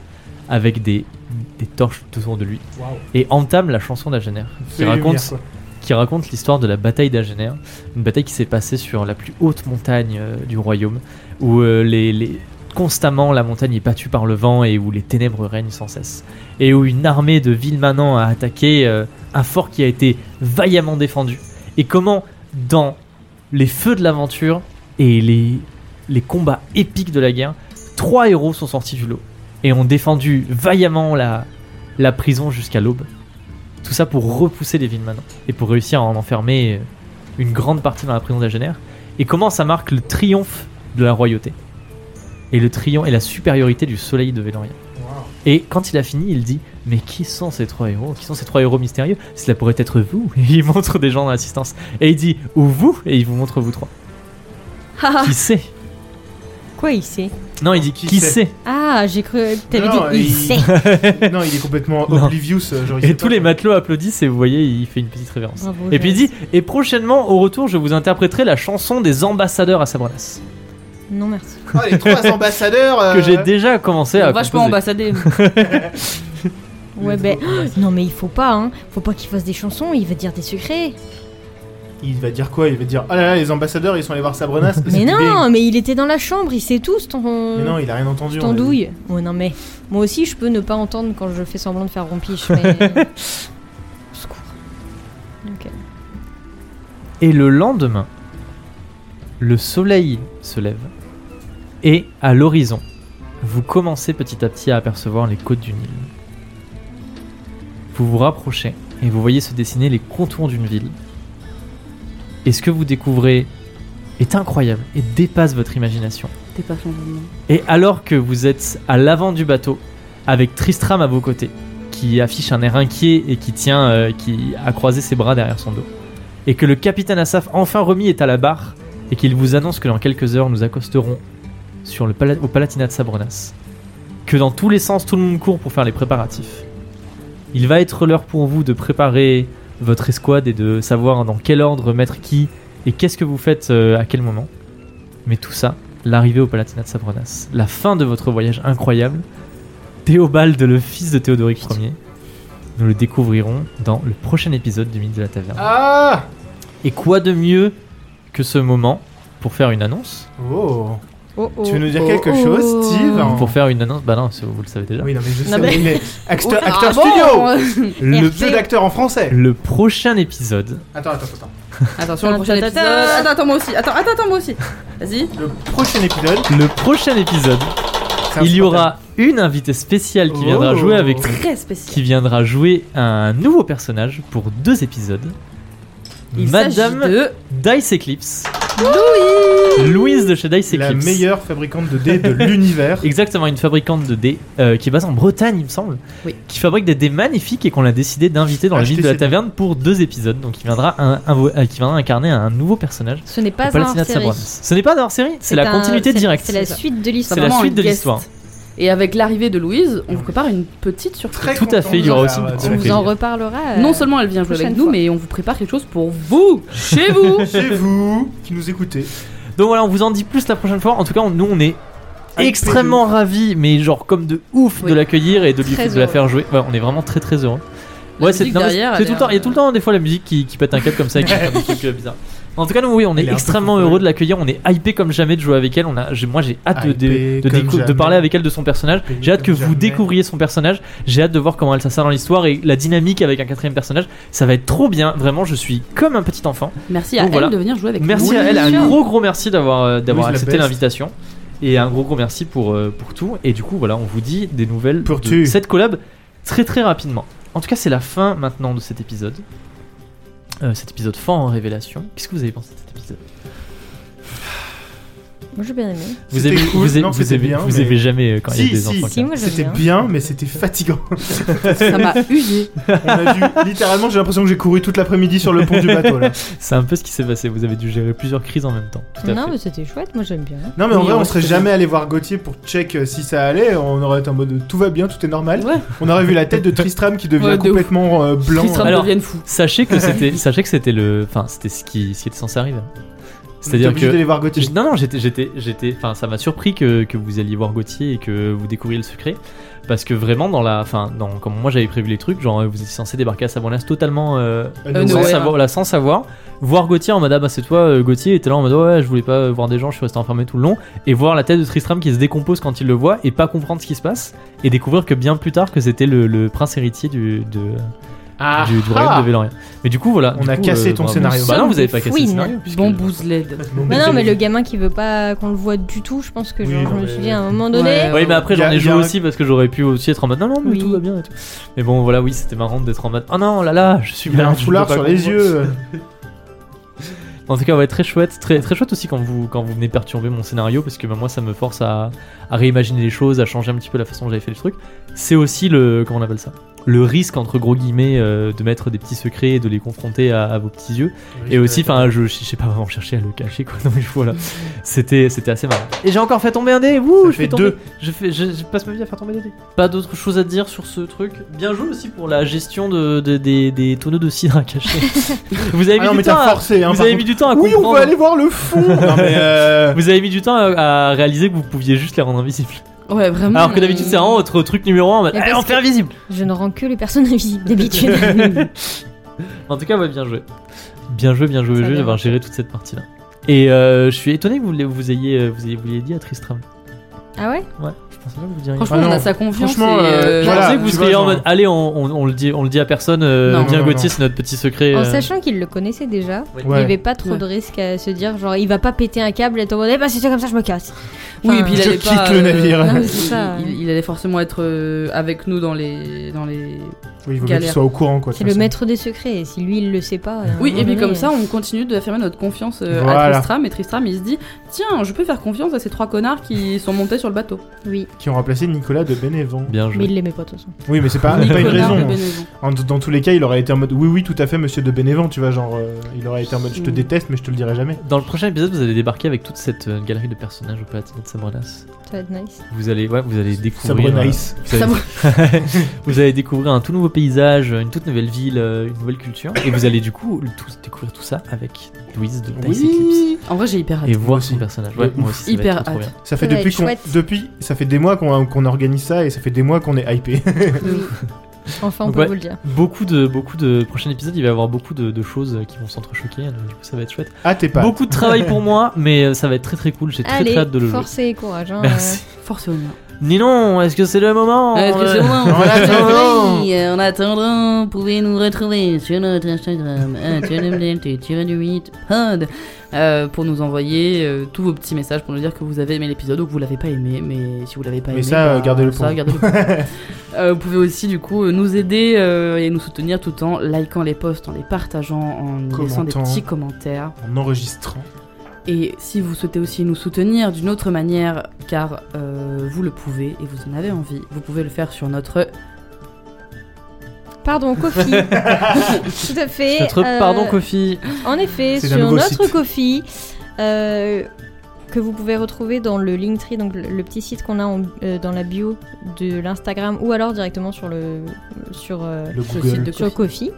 Speaker 1: avec des, des torches tout autour de lui
Speaker 3: confiance. Waouh.
Speaker 1: et entame la chanson d'Agener qui
Speaker 3: C'est les
Speaker 1: raconte
Speaker 3: lumières, quoi.
Speaker 1: qui raconte l'histoire de la bataille d'Agener, une bataille qui s'est passée sur la plus haute montagne euh, du royaume, où euh, les, les- constamment la montagne est battue par le vent et où les ténèbres règnent sans cesse, et où une armée de Villemanants a attaqué euh, un fort qui a été vaillamment défendu, et comment dans les feux de l'aventure et les, les combats épiques de la guerre, trois héros sont sortis du lot et ont défendu vaillamment la, la prison jusqu'à l'aube. Tout ça pour repousser les Villemanants et pour réussir à en enfermer euh, une grande partie dans la prison d'Agener. Et comment ça marque le triomphe de la royauté et le triomphe et la supériorité du soleil de Véloria.
Speaker 3: Waouh.
Speaker 1: Et quand il a fini, il dit Mais qui sont ces trois héros Qui sont ces trois héros mystérieux Cela pourrait être vous. (laughs) Et il montre des gens dans l'assistance. Et il dit Ou vous Et il vous montre vous trois.
Speaker 4: Ah,
Speaker 1: Qui sait
Speaker 4: Quoi, il sait
Speaker 1: Non, il dit Qui,
Speaker 3: Qui
Speaker 1: sait,
Speaker 4: Ah, j'ai cru. T'avais
Speaker 3: Non,
Speaker 4: dit, il,
Speaker 3: il-
Speaker 2: (laughs)
Speaker 4: sait.
Speaker 3: (laughs) non, il est complètement
Speaker 1: Non.
Speaker 3: oblivious. euh, Genre, il
Speaker 1: Et
Speaker 3: sait
Speaker 1: tous
Speaker 3: pas,
Speaker 1: les
Speaker 3: quoi.
Speaker 1: matelots applaudissent et vous voyez, il fait une petite révérence.
Speaker 4: Bravo,
Speaker 1: Et puis il
Speaker 4: Jazz.
Speaker 1: dit Et prochainement, au retour, je vous interpréterai la chanson des ambassadeurs à Sabrenas.
Speaker 4: Non, merci.
Speaker 3: Ah,
Speaker 1: (laughs)
Speaker 3: les trois ambassadeurs. euh,
Speaker 1: Que j'ai déjà commencé à.
Speaker 2: Vachement
Speaker 1: composer. (laughs)
Speaker 2: ambassadé.
Speaker 4: Ouais, ben.
Speaker 3: les trois ambassadeurs.
Speaker 4: (gasps) Non, mais il faut pas, hein. Faut pas qu'il fasse des chansons, il va dire des secrets.
Speaker 3: Il va dire quoi Il va dire Oh là là, les ambassadeurs, ils sont allés voir Sabrenas.
Speaker 4: Mais
Speaker 3: c'était
Speaker 4: non,
Speaker 3: dingue.
Speaker 4: mais il était dans la chambre, il sait tout, ce ton.
Speaker 3: Mais non, il a rien entendu.
Speaker 4: ce
Speaker 3: on a dit.
Speaker 4: tondouille. Ouais, non, mais moi aussi, je peux ne pas entendre quand je fais semblant de faire rompiche, mais. Au secours. Ok.
Speaker 1: Et le lendemain, le soleil se lève. Et à l'horizon, vous commencez petit à petit à apercevoir les côtes du Nil. Vous vous rapprochez et vous voyez se dessiner les contours d'une ville. Et ce que vous découvrez est incroyable et dépasse votre imagination.
Speaker 2: T'es pas son nom.
Speaker 1: Et alors que vous êtes à l'avant du bateau, avec Tristram à vos côtés, qui affiche un air inquiet et qui tient, euh, qui a croisé ses bras derrière son dos, et que le capitaine Asaf enfin remis est à la barre, et qu'il vous annonce que dans quelques heures nous accosterons sur le pala- au Palatinat de Sabronas, que dans tous les sens tout le monde court pour faire les préparatifs. Il va être l'heure pour vous de préparer votre escouade et de savoir dans quel ordre mettre qui et qu'est-ce que vous faites euh, à quel moment. Mais tout ça l'arrivée au Palatinat de Sabronas, la fin de votre voyage incroyable, Théobald, le fils de Théodoric Ier, nous le découvrirons dans le prochain épisode du Mythe de la Taverne.
Speaker 3: Ah
Speaker 1: Et quoi de mieux que ce moment pour faire une annonce
Speaker 3: Oh
Speaker 4: Oh, oh.
Speaker 3: Tu veux nous dire
Speaker 4: oh,
Speaker 3: quelque
Speaker 4: oh.
Speaker 3: chose, Steve
Speaker 1: Pour faire une annonce, bah non, c'est- vous le savez déjà.
Speaker 3: Oui, non, mais je sais,
Speaker 4: Non, mais-
Speaker 2: (laughs)
Speaker 3: mais acteur,
Speaker 2: Ouais,
Speaker 3: acteur
Speaker 2: ah bon
Speaker 3: studio
Speaker 2: (laughs)
Speaker 3: Le
Speaker 4: RP.
Speaker 3: jeu d'acteur en français
Speaker 1: Le prochain épisode,
Speaker 3: Attends, attends, attends. attends.
Speaker 2: Attends, sur le prochain
Speaker 4: Tatatin.
Speaker 2: épisode. Attends, attends, moi aussi. Attends, attends, attends, moi aussi. Vas-y.
Speaker 3: Le prochain épisode,
Speaker 1: le prochain épisode,
Speaker 3: c'est un
Speaker 1: il y
Speaker 3: spontané.
Speaker 1: aura une invitée spéciale qui viendra
Speaker 3: Oh.
Speaker 1: jouer avec
Speaker 2: Très spécial.
Speaker 1: qui viendra jouer un nouveau personnage pour deux épisodes.
Speaker 2: Il
Speaker 1: Madame
Speaker 2: s'agit de
Speaker 1: Dice Eclipse. Louise de chez Dice
Speaker 3: la
Speaker 1: Eclipse.
Speaker 3: meilleure fabricante
Speaker 1: (laughs)
Speaker 3: de dés de l'univers.
Speaker 1: Exactement, une fabricante de dés euh, qui est basée en Bretagne, il me semble.
Speaker 2: Oui.
Speaker 1: Qui fabrique des dés magnifiques et qu'on a décidé d'inviter dans le
Speaker 3: Achetez
Speaker 1: mythe de la
Speaker 3: ces dés.
Speaker 1: taverne pour deux épisodes. Donc il viendra, un, un- euh, qui viendra incarner un nouveau personnage.
Speaker 4: Ce n'est
Speaker 1: au
Speaker 4: pas un
Speaker 1: Palatinat de
Speaker 4: hors-série.
Speaker 1: Sabronas. Ce n'est pas un série c'est la
Speaker 4: un-
Speaker 1: continuité
Speaker 4: c'est-
Speaker 1: directe.
Speaker 4: C'est la
Speaker 2: ça.
Speaker 4: suite de
Speaker 1: C'est
Speaker 2: C'est
Speaker 1: la
Speaker 4: l'histoire.
Speaker 2: vraiment
Speaker 1: suite
Speaker 2: un
Speaker 1: de
Speaker 2: guest.
Speaker 1: l'histoire.
Speaker 2: Et avec l'arrivée de Louise, on vous prépare une petite surprise.
Speaker 3: Très
Speaker 1: Tout à fait, il y
Speaker 3: content
Speaker 1: aura
Speaker 3: de
Speaker 1: aussi
Speaker 3: la-
Speaker 1: beaucoup
Speaker 3: de la-
Speaker 4: On vous en reparlera. euh,
Speaker 2: Non seulement elle vient jouer
Speaker 4: prochaine
Speaker 2: avec nous,
Speaker 4: fois.
Speaker 2: mais on vous prépare quelque chose pour vous,
Speaker 1: (laughs)
Speaker 2: chez vous.
Speaker 3: Chez vous, qui nous écoutez.
Speaker 1: Donc voilà, on vous en dit plus la prochaine fois. En tout cas, on- nous on est
Speaker 3: Avec
Speaker 1: extrêmement ravis, mais genre comme de ouf de
Speaker 2: Oui.
Speaker 1: l'accueillir et de, lui,
Speaker 4: Très
Speaker 1: de la
Speaker 4: heureux.
Speaker 1: faire jouer. Ouais, on est vraiment très très heureux.
Speaker 2: La
Speaker 1: ouais, c'est
Speaker 2: musique
Speaker 1: non, mais
Speaker 2: derrière,
Speaker 1: c'est
Speaker 2: elle
Speaker 1: tout le
Speaker 2: est
Speaker 1: temps. Il y a
Speaker 3: (laughs)
Speaker 2: un-
Speaker 1: tout le temps des fois la musique qui, qui pète un câble comme ça et qui fait des trucs euh, bizarres. En tout cas, nous, oui, on est,
Speaker 3: Elle est un peu
Speaker 1: extrêmement
Speaker 3: folle.
Speaker 1: heureux de l'accueillir. On est hypé comme jamais de jouer avec elle. On a, j'ai- moi, j'ai hâte de, de-
Speaker 3: Hypé
Speaker 1: de
Speaker 3: comme
Speaker 1: décou- de
Speaker 3: jamais.
Speaker 1: parler avec elle de son personnage.
Speaker 3: Hypé
Speaker 1: J'ai hâte que
Speaker 3: comme
Speaker 1: vous
Speaker 3: jamais.
Speaker 1: découvriez son personnage. J'ai hâte de voir comment elle s'insère dans l'histoire et la dynamique avec un quatrième personnage. Ça va être trop bien. Vraiment, je suis comme un petit enfant.
Speaker 2: Merci à
Speaker 1: Donc voilà.
Speaker 2: elle de venir jouer avec
Speaker 1: Merci
Speaker 2: nous.
Speaker 1: à elle.
Speaker 2: Bien
Speaker 1: Un
Speaker 2: sûr.
Speaker 1: gros, gros merci d'avoir euh, d'avoir
Speaker 3: Oui, c'est la
Speaker 1: accepté
Speaker 3: best.
Speaker 1: l'invitation. Et un gros, gros merci pour, euh, pour tout. Et du coup, voilà, on vous dit des nouvelles
Speaker 3: Pour
Speaker 1: de
Speaker 3: tu.
Speaker 1: cette collab très, très rapidement. En tout cas, c'est la fin maintenant de cet épisode. Euh, cet épisode fort en révélation. Qu'est-ce que vous avez pensé de cet épisode
Speaker 4: Moi, j'ai bien aimé.
Speaker 1: Vous
Speaker 3: C'était
Speaker 1: aimez,
Speaker 3: cool.
Speaker 1: vous aimez,
Speaker 3: Non,
Speaker 1: vous
Speaker 3: c'était
Speaker 1: aimez-
Speaker 3: bien,
Speaker 1: vous
Speaker 3: mais-
Speaker 1: aimez jamais euh, quand il y a
Speaker 3: Si,
Speaker 1: des
Speaker 3: si,
Speaker 1: enfants.
Speaker 4: si,
Speaker 1: qui-
Speaker 4: moi, j'aime
Speaker 3: C'était
Speaker 4: bien.
Speaker 3: bien, mais c'était fatigant. (laughs)
Speaker 2: Ça
Speaker 1: (laughs)
Speaker 2: m'a usé.
Speaker 3: On a dû- littéralement, j'ai l'impression que j'ai couru toute l'après-midi sur le pont du bateau. Là.
Speaker 1: C'est un peu ce qui s'est passé. Vous avez dû gérer plusieurs crises en même temps. Tout à
Speaker 4: Non,
Speaker 1: fait.
Speaker 4: mais c'était chouette, moi, j'aime bien.
Speaker 3: Non, mais en
Speaker 2: Oui,
Speaker 3: vrai,
Speaker 2: ouais,
Speaker 3: on serait
Speaker 2: c'était
Speaker 3: jamais allé voir Gauthier pour check euh, si ça allait. On aurait été en mode tout va bien, tout est normal.
Speaker 2: Ouais.
Speaker 3: On aurait vu la tête de Tristram qui devient
Speaker 2: Ouais, de ouf.
Speaker 3: complètement euh, blanc.
Speaker 2: Tristram
Speaker 1: Alors-
Speaker 2: devienne fou.
Speaker 1: Sachez
Speaker 4: (laughs)
Speaker 1: que c'était, sachez que c'était le, enfin, c'était ce qui, ce qui était censé arriver.
Speaker 3: T'es
Speaker 1: C'est-à-dire
Speaker 3: obligé
Speaker 1: que
Speaker 3: d'aller voir Gauthier.
Speaker 1: J- Non, non, j'étais, j'étais, j'étais. Enfin, ça m'a surpris que, que vous alliez voir Gauthier et que vous découvriez le secret, parce que vraiment dans la, enfin, dans comme moi j'avais prévu les trucs, genre euh, vous étiez censé débarquer à Sabonas totalement euh,
Speaker 3: Euh,
Speaker 1: sans
Speaker 2: ouais.
Speaker 1: savoir, voilà, sans savoir, voir Gauthier en mode ah bah c'est toi euh, Gauthier, et t'es là en mode ouais je voulais pas voir des gens, je suis resté enfermé tout le long, et voir la tête de Tristram qui se décompose quand il le voit et pas comprendre ce qui se passe, et découvrir que bien plus tard que c'était le, le prince héritier du de,
Speaker 3: Ah,
Speaker 1: du, du royaume
Speaker 3: ah.
Speaker 1: de Véloria. Mais du coup voilà,
Speaker 3: On
Speaker 1: du
Speaker 3: a
Speaker 1: coup,
Speaker 3: cassé ton
Speaker 1: bravo.
Speaker 3: scénario.
Speaker 1: Bah non, vous avez pas
Speaker 4: Somme de
Speaker 1: cassé le
Speaker 4: fouine.
Speaker 1: scénario. puisque-
Speaker 2: Bon bouse LED.
Speaker 4: Mais non, mais le gamin qui veut pas qu'on le voit du tout, je pense que
Speaker 3: Oui,
Speaker 4: genre,
Speaker 3: non,
Speaker 4: je me
Speaker 3: mais-
Speaker 4: suis dit à un moment donné.
Speaker 2: Ouais.
Speaker 1: Oui, mais après
Speaker 3: Y a-
Speaker 1: j'en ai
Speaker 3: y a
Speaker 1: joué
Speaker 3: un-
Speaker 1: aussi parce que j'aurais pu aussi être en mode non, non, mais
Speaker 2: Oui.
Speaker 1: tout va bien et tout. Mais bon, voilà, oui, c'était marrant d'être en mode oh non, là là, je suis
Speaker 3: Il
Speaker 1: bien.
Speaker 3: a un
Speaker 1: je peux
Speaker 3: foulard
Speaker 1: pas
Speaker 3: sur les
Speaker 1: comprendre.
Speaker 3: yeux.
Speaker 1: En tout cas, ouais, très chouette, très, très chouette aussi quand vous, quand vous venez perturber mon scénario parce que bah, moi ça me force à, à réimaginer les choses, à changer un petit peu la façon dont j'avais fait le truc. C'est aussi le, comment on appelle ça Le risque entre gros guillemets euh, de mettre des petits secrets et de les confronter à, à vos petits yeux. Et aussi,
Speaker 3: Ah
Speaker 1: enfin, je, je sais pas vraiment chercher à le cacher quoi. (laughs) Donc voilà, c'était, c'était assez marrant. Et j'ai encore fait tomber un dé. Wouh,
Speaker 3: Ça
Speaker 1: je fais
Speaker 3: fait
Speaker 1: tomber.
Speaker 3: deux.
Speaker 1: Je fais, je, je passe ma vie à faire tomber des dés. Pas d'autre chose à dire sur ce truc. Bien joué aussi pour la gestion de, de- des, des tonneaux de cidre à (laughs) cacher. vous avez
Speaker 3: Ah
Speaker 1: mis
Speaker 3: non,
Speaker 1: du
Speaker 3: mais
Speaker 1: temps.
Speaker 3: t'as
Speaker 1: À,
Speaker 3: forcé. hein,
Speaker 1: vous
Speaker 3: par
Speaker 1: avez mis
Speaker 3: contre.
Speaker 1: du temps à
Speaker 3: Oui, on
Speaker 1: comprendre.
Speaker 3: va aller voir le fond. non, mais euh,
Speaker 1: Vous avez mis du temps à, à réaliser que vous pouviez juste les rendre invisibles.
Speaker 2: Ouais, vraiment.
Speaker 1: Alors que d'habitude, c'est vraiment votre truc numéro 1.
Speaker 4: Mais parce
Speaker 1: eh, on fait invisible.
Speaker 4: Je ne rends que les personnes (laughs) invisibles d'habitude.
Speaker 1: En tout cas, ouais, bien joué. Bien joué, bien joué,
Speaker 4: Ça
Speaker 1: bien joué
Speaker 4: vient.
Speaker 1: d'avoir géré toute cette partie-là. Et euh, je suis étonné que vous, l'ayez- vous ayez, euh, vous ayez, vous l'ayez dit à Tristram.
Speaker 4: ah ouais
Speaker 1: Ouais, je pensais pas que vous diriez.
Speaker 2: Franchement,
Speaker 3: Ah non.
Speaker 2: on a sa confiance.
Speaker 3: Franchement,
Speaker 2: et,
Speaker 3: euh,
Speaker 1: Je
Speaker 3: Voilà,
Speaker 1: pensais que vous
Speaker 3: tu vois,
Speaker 1: seriez en
Speaker 3: genre-
Speaker 1: mode, allez, on, on, on le dit, on le dit à personne, euh,
Speaker 2: Non,
Speaker 1: viens
Speaker 3: non,
Speaker 1: Gauthier,
Speaker 3: non.
Speaker 1: c'est notre petit secret.
Speaker 4: En
Speaker 1: euh.
Speaker 4: sachant qu'il le connaissait déjà, il n'y
Speaker 3: (laughs) ouais.
Speaker 4: avait pas trop
Speaker 2: Ouais.
Speaker 4: de risque à se dire genre il va pas péter un câble et être en mode eh bah si c'est comme ça je me casse.
Speaker 2: Oui, et puis il
Speaker 3: Je
Speaker 2: allait
Speaker 3: quitte
Speaker 2: pas,
Speaker 3: le navire.
Speaker 4: Non, Ah, mais
Speaker 2: il-
Speaker 4: c'est ça.
Speaker 2: il, il allait forcément être euh, avec nous dans les, dans les.
Speaker 3: Oui, il vaut mieux qu'il
Speaker 2: Galère.
Speaker 3: soit au courant, quoi.
Speaker 1: Ah,
Speaker 3: de
Speaker 4: C'est
Speaker 3: toute
Speaker 4: le
Speaker 3: façon.
Speaker 4: maître des secrets et si lui il le sait pas. euh, à un
Speaker 2: Oui, et
Speaker 4: moment
Speaker 2: puis
Speaker 4: donné,
Speaker 2: comme ça, on continue d'affirmer notre confiance euh, à
Speaker 3: Voilà.
Speaker 2: Tristram. Et Tristram, il se dit Tiens, je peux faire confiance à ces trois connards qui sont montés sur le bateau.
Speaker 4: Oui,
Speaker 3: Qui ont remplacé Nicolas de Bénévent.
Speaker 1: Bien joué.
Speaker 4: mais il l'aimait pas de toute façon.
Speaker 3: Oui, Ah, mais c'est pas,
Speaker 2: Les
Speaker 3: pas une
Speaker 2: connards de
Speaker 3: raison.
Speaker 2: Bénévent.
Speaker 3: En- dans tous les cas, il aurait été en mode oui, oui, tout à fait, monsieur de Bénévent, tu vois, genre, euh, il aurait été en mode je te
Speaker 2: Mm.
Speaker 3: déteste, mais je te le dirai jamais.
Speaker 1: Dans le prochain épisode, vous allez débarquer avec toute cette euh, galerie de personnages au Palatinat de Sabrenas.
Speaker 4: Ça va être nice.
Speaker 1: (laughs) Vous allez, ouais, vous allez découvrir.
Speaker 3: Sabre
Speaker 1: euh,
Speaker 3: nice.
Speaker 1: vous, allez, (laughs) vous allez découvrir un tout nouveau paysage, une toute nouvelle ville, euh, une nouvelle culture, et vous allez du coup le- tout- découvrir tout ça avec Louise de Dice Eclipse
Speaker 3: Oui.
Speaker 2: En vrai, j'ai hyper hâte.
Speaker 1: et voir son
Speaker 3: aussi.
Speaker 1: personnage. Ouais,
Speaker 3: De
Speaker 1: moi
Speaker 3: ouf.
Speaker 1: aussi, ça va être
Speaker 2: Hyper
Speaker 1: trop, trop
Speaker 2: hâte.
Speaker 1: bien.
Speaker 3: Ça
Speaker 4: Ça
Speaker 3: fait
Speaker 4: va
Speaker 3: depuis
Speaker 4: être
Speaker 3: qu'on
Speaker 4: chouette.
Speaker 3: depuis ça fait des mois qu'on qu'on organise ça et ça fait des mois qu'on est hypé. (laughs)
Speaker 4: Oui. Enfin on peut
Speaker 1: Ouais.
Speaker 4: vous le dire.
Speaker 1: Beaucoup de, beaucoup de prochains épisodes, il va y avoir beaucoup de, de choses qui vont s'entrechoquer, donc du coup, ça va être chouette.
Speaker 3: ah t'es pas.
Speaker 1: Beaucoup de travail pour moi, mais euh, ça va être très très cool. J'ai très
Speaker 4: Allez,
Speaker 1: très hâte de le jouer.
Speaker 4: force et courage. hein,
Speaker 1: Merci.
Speaker 2: Force au mien.
Speaker 1: Ninon, est-ce que c'est le moment Euh,
Speaker 2: Est-ce que c'est bon
Speaker 3: En attendant.
Speaker 2: Oh, euh, En attendant, vous pouvez nous retrouver sur notre Instagram, pod, euh, pour nous envoyer euh, tous vos petits messages pour nous dire que vous avez aimé l'épisode ou que vous l'avez pas aimé. Mais si vous l'avez pas
Speaker 3: Mais
Speaker 2: aimé, bah,
Speaker 3: ça, euh, gardez-le pour vous.
Speaker 2: gardez-le
Speaker 3: (laughs)
Speaker 2: pour vous. Euh, vous pouvez aussi du coup euh, nous aider euh, et nous soutenir tout en likant les posts, en les partageant, en y laissant des
Speaker 3: Commentant.
Speaker 2: petits commentaires.
Speaker 3: En enregistrant.
Speaker 2: Et si vous souhaitez aussi nous soutenir d'une autre manière, car euh, vous le pouvez et vous en avez envie, vous pouvez le faire sur notre
Speaker 4: euh.
Speaker 1: (laughs)
Speaker 4: Pardon, Kofi. Tout à fait.
Speaker 1: Notre
Speaker 4: euh,
Speaker 1: pardon, Kofi.
Speaker 4: En effet,
Speaker 3: C'est un
Speaker 4: sur
Speaker 3: nouveau
Speaker 4: notre
Speaker 3: site.
Speaker 4: Kofi, euh, que vous pouvez retrouver dans le Linktree, donc le, le petit site qu'on a en- euh, dans la bio de l'Instagram, ou alors directement sur le sur euh,
Speaker 3: Le
Speaker 2: le site
Speaker 3: Google.
Speaker 2: de
Speaker 4: sur
Speaker 2: Kofi.
Speaker 4: Kofi,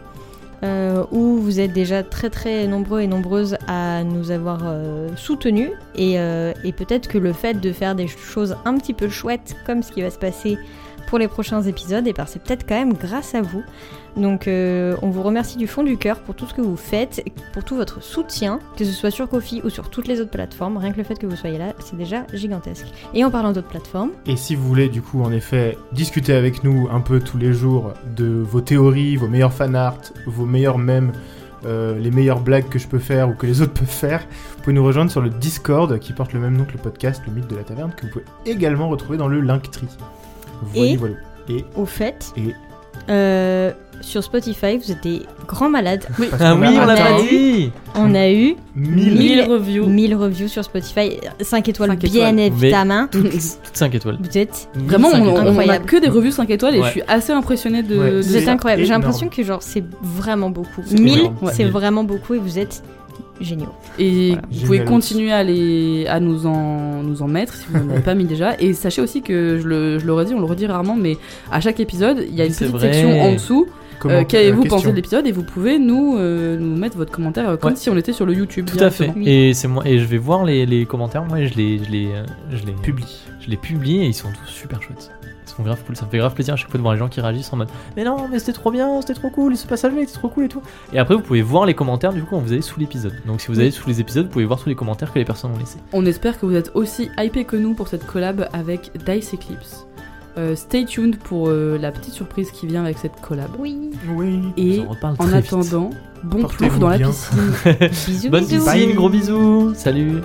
Speaker 4: euh, où vous êtes déjà très très nombreux et nombreuses à nous avoir euh, soutenus. Et, euh, et peut-être que le fait de faire des choses un petit peu chouettes, comme ce qui va se passer pour les prochains épisodes. Et ben, c'est peut-être quand même grâce à vous. Donc euh, on vous remercie du fond du cœur pour tout ce que vous faites, pour tout votre soutien, que ce soit sur Kofi ou sur toutes les autres plateformes. Rien que le fait que vous soyez là, c'est déjà gigantesque. Et en parlant d'autres plateformes,
Speaker 3: Et si vous voulez, du coup, en effet, discuter avec nous un peu tous les jours de vos théories, vos meilleurs fanarts, vos meilleurs mèmes, euh, les meilleures blagues que je peux faire ou que les autres (laughs) peuvent faire, vous pouvez nous rejoindre sur le Discord qui porte le même nom que le podcast, le mythe de la taverne, que vous pouvez également retrouver dans le Linktree. Voilà,
Speaker 4: Et- Ah
Speaker 3: voilà. Et
Speaker 4: au fait,
Speaker 3: Et-
Speaker 4: euh, sur Spotify, vous êtes des grands malades.
Speaker 3: parce
Speaker 1: Ah
Speaker 3: qu'on
Speaker 1: oui,
Speaker 3: a
Speaker 1: on l'a
Speaker 3: atteint
Speaker 1: pas
Speaker 4: atteint
Speaker 1: dit
Speaker 4: On a eu
Speaker 3: mille.
Speaker 4: Mille-
Speaker 2: 1000 reviews.
Speaker 4: 1000 reviews sur Spotify, 5 étoiles
Speaker 2: Cinq
Speaker 4: bien
Speaker 2: étoiles.
Speaker 4: évidemment.
Speaker 2: (laughs)
Speaker 1: Toutes 5 étoiles.
Speaker 4: Vous êtes,
Speaker 2: Vraiment,
Speaker 1: Cinq
Speaker 2: on,
Speaker 1: étoiles.
Speaker 2: on a
Speaker 4: Incroyable.
Speaker 2: que des revues 5 étoiles et
Speaker 1: Ouais.
Speaker 2: je suis assez impressionnée de.
Speaker 3: Ouais.
Speaker 2: de-
Speaker 4: vous êtes
Speaker 3: C'est
Speaker 4: incroyable. J'ai
Speaker 3: énorme.
Speaker 4: l'impression que genre c'est vraiment beaucoup.
Speaker 3: C'est
Speaker 4: 1000,
Speaker 3: énorme.
Speaker 4: c'est
Speaker 1: Ouais.
Speaker 4: vraiment beaucoup et vous êtes géniaux.
Speaker 2: Et
Speaker 4: Voilà.
Speaker 2: vous pouvez
Speaker 3: Génial.
Speaker 2: continuer à, les, à nous, en, nous en mettre si vous n'en avez pas mis déjà. Et sachez aussi que je le, je le redis, on le redit rarement, mais à chaque épisode, il y a une
Speaker 1: C'est
Speaker 2: petite
Speaker 1: vrai.
Speaker 2: section en dessous.
Speaker 3: Comment-
Speaker 2: euh, Qu'avez-vous
Speaker 3: euh,
Speaker 2: pensé
Speaker 3: question.
Speaker 2: de l'épisode Et vous pouvez nous, euh, nous mettre votre commentaire euh, comme
Speaker 1: Ouais.
Speaker 2: si on était sur le YouTube.
Speaker 1: Tout à fait.
Speaker 2: directement.
Speaker 4: Oui.
Speaker 1: Et c'est moi et je vais voir les, les commentaires. Moi, je les je les euh, je les
Speaker 3: Publie.
Speaker 1: je les publie et ils sont tous super chouettes. Ils sont grave cool. Ça me fait grave plaisir à chaque fois de voir les gens qui réagissent en mode mais non mais c'était trop bien, c'était trop cool, et ce passage là était trop cool et tout. Et après vous pouvez voir les commentaires du coup quand vous allez sous l'épisode. Donc si vous allez sous les épisodes, vous pouvez voir tous les commentaires que les personnes ont laissés.
Speaker 2: On espère que vous êtes aussi hypés que nous pour cette collab avec Dice Eclipse. Euh, stay tuned pour euh, la petite surprise qui vient avec cette collab.
Speaker 4: Oui.
Speaker 3: Oui.
Speaker 2: Et
Speaker 1: J'en reparle
Speaker 2: en
Speaker 1: très vite.
Speaker 2: attendant, bon plouf
Speaker 3: Portez-vous
Speaker 2: dans la
Speaker 3: bien.
Speaker 2: piscine.
Speaker 4: Bisous,
Speaker 1: Bonne
Speaker 4: bisous.
Speaker 1: piscine, gros bisous, salut.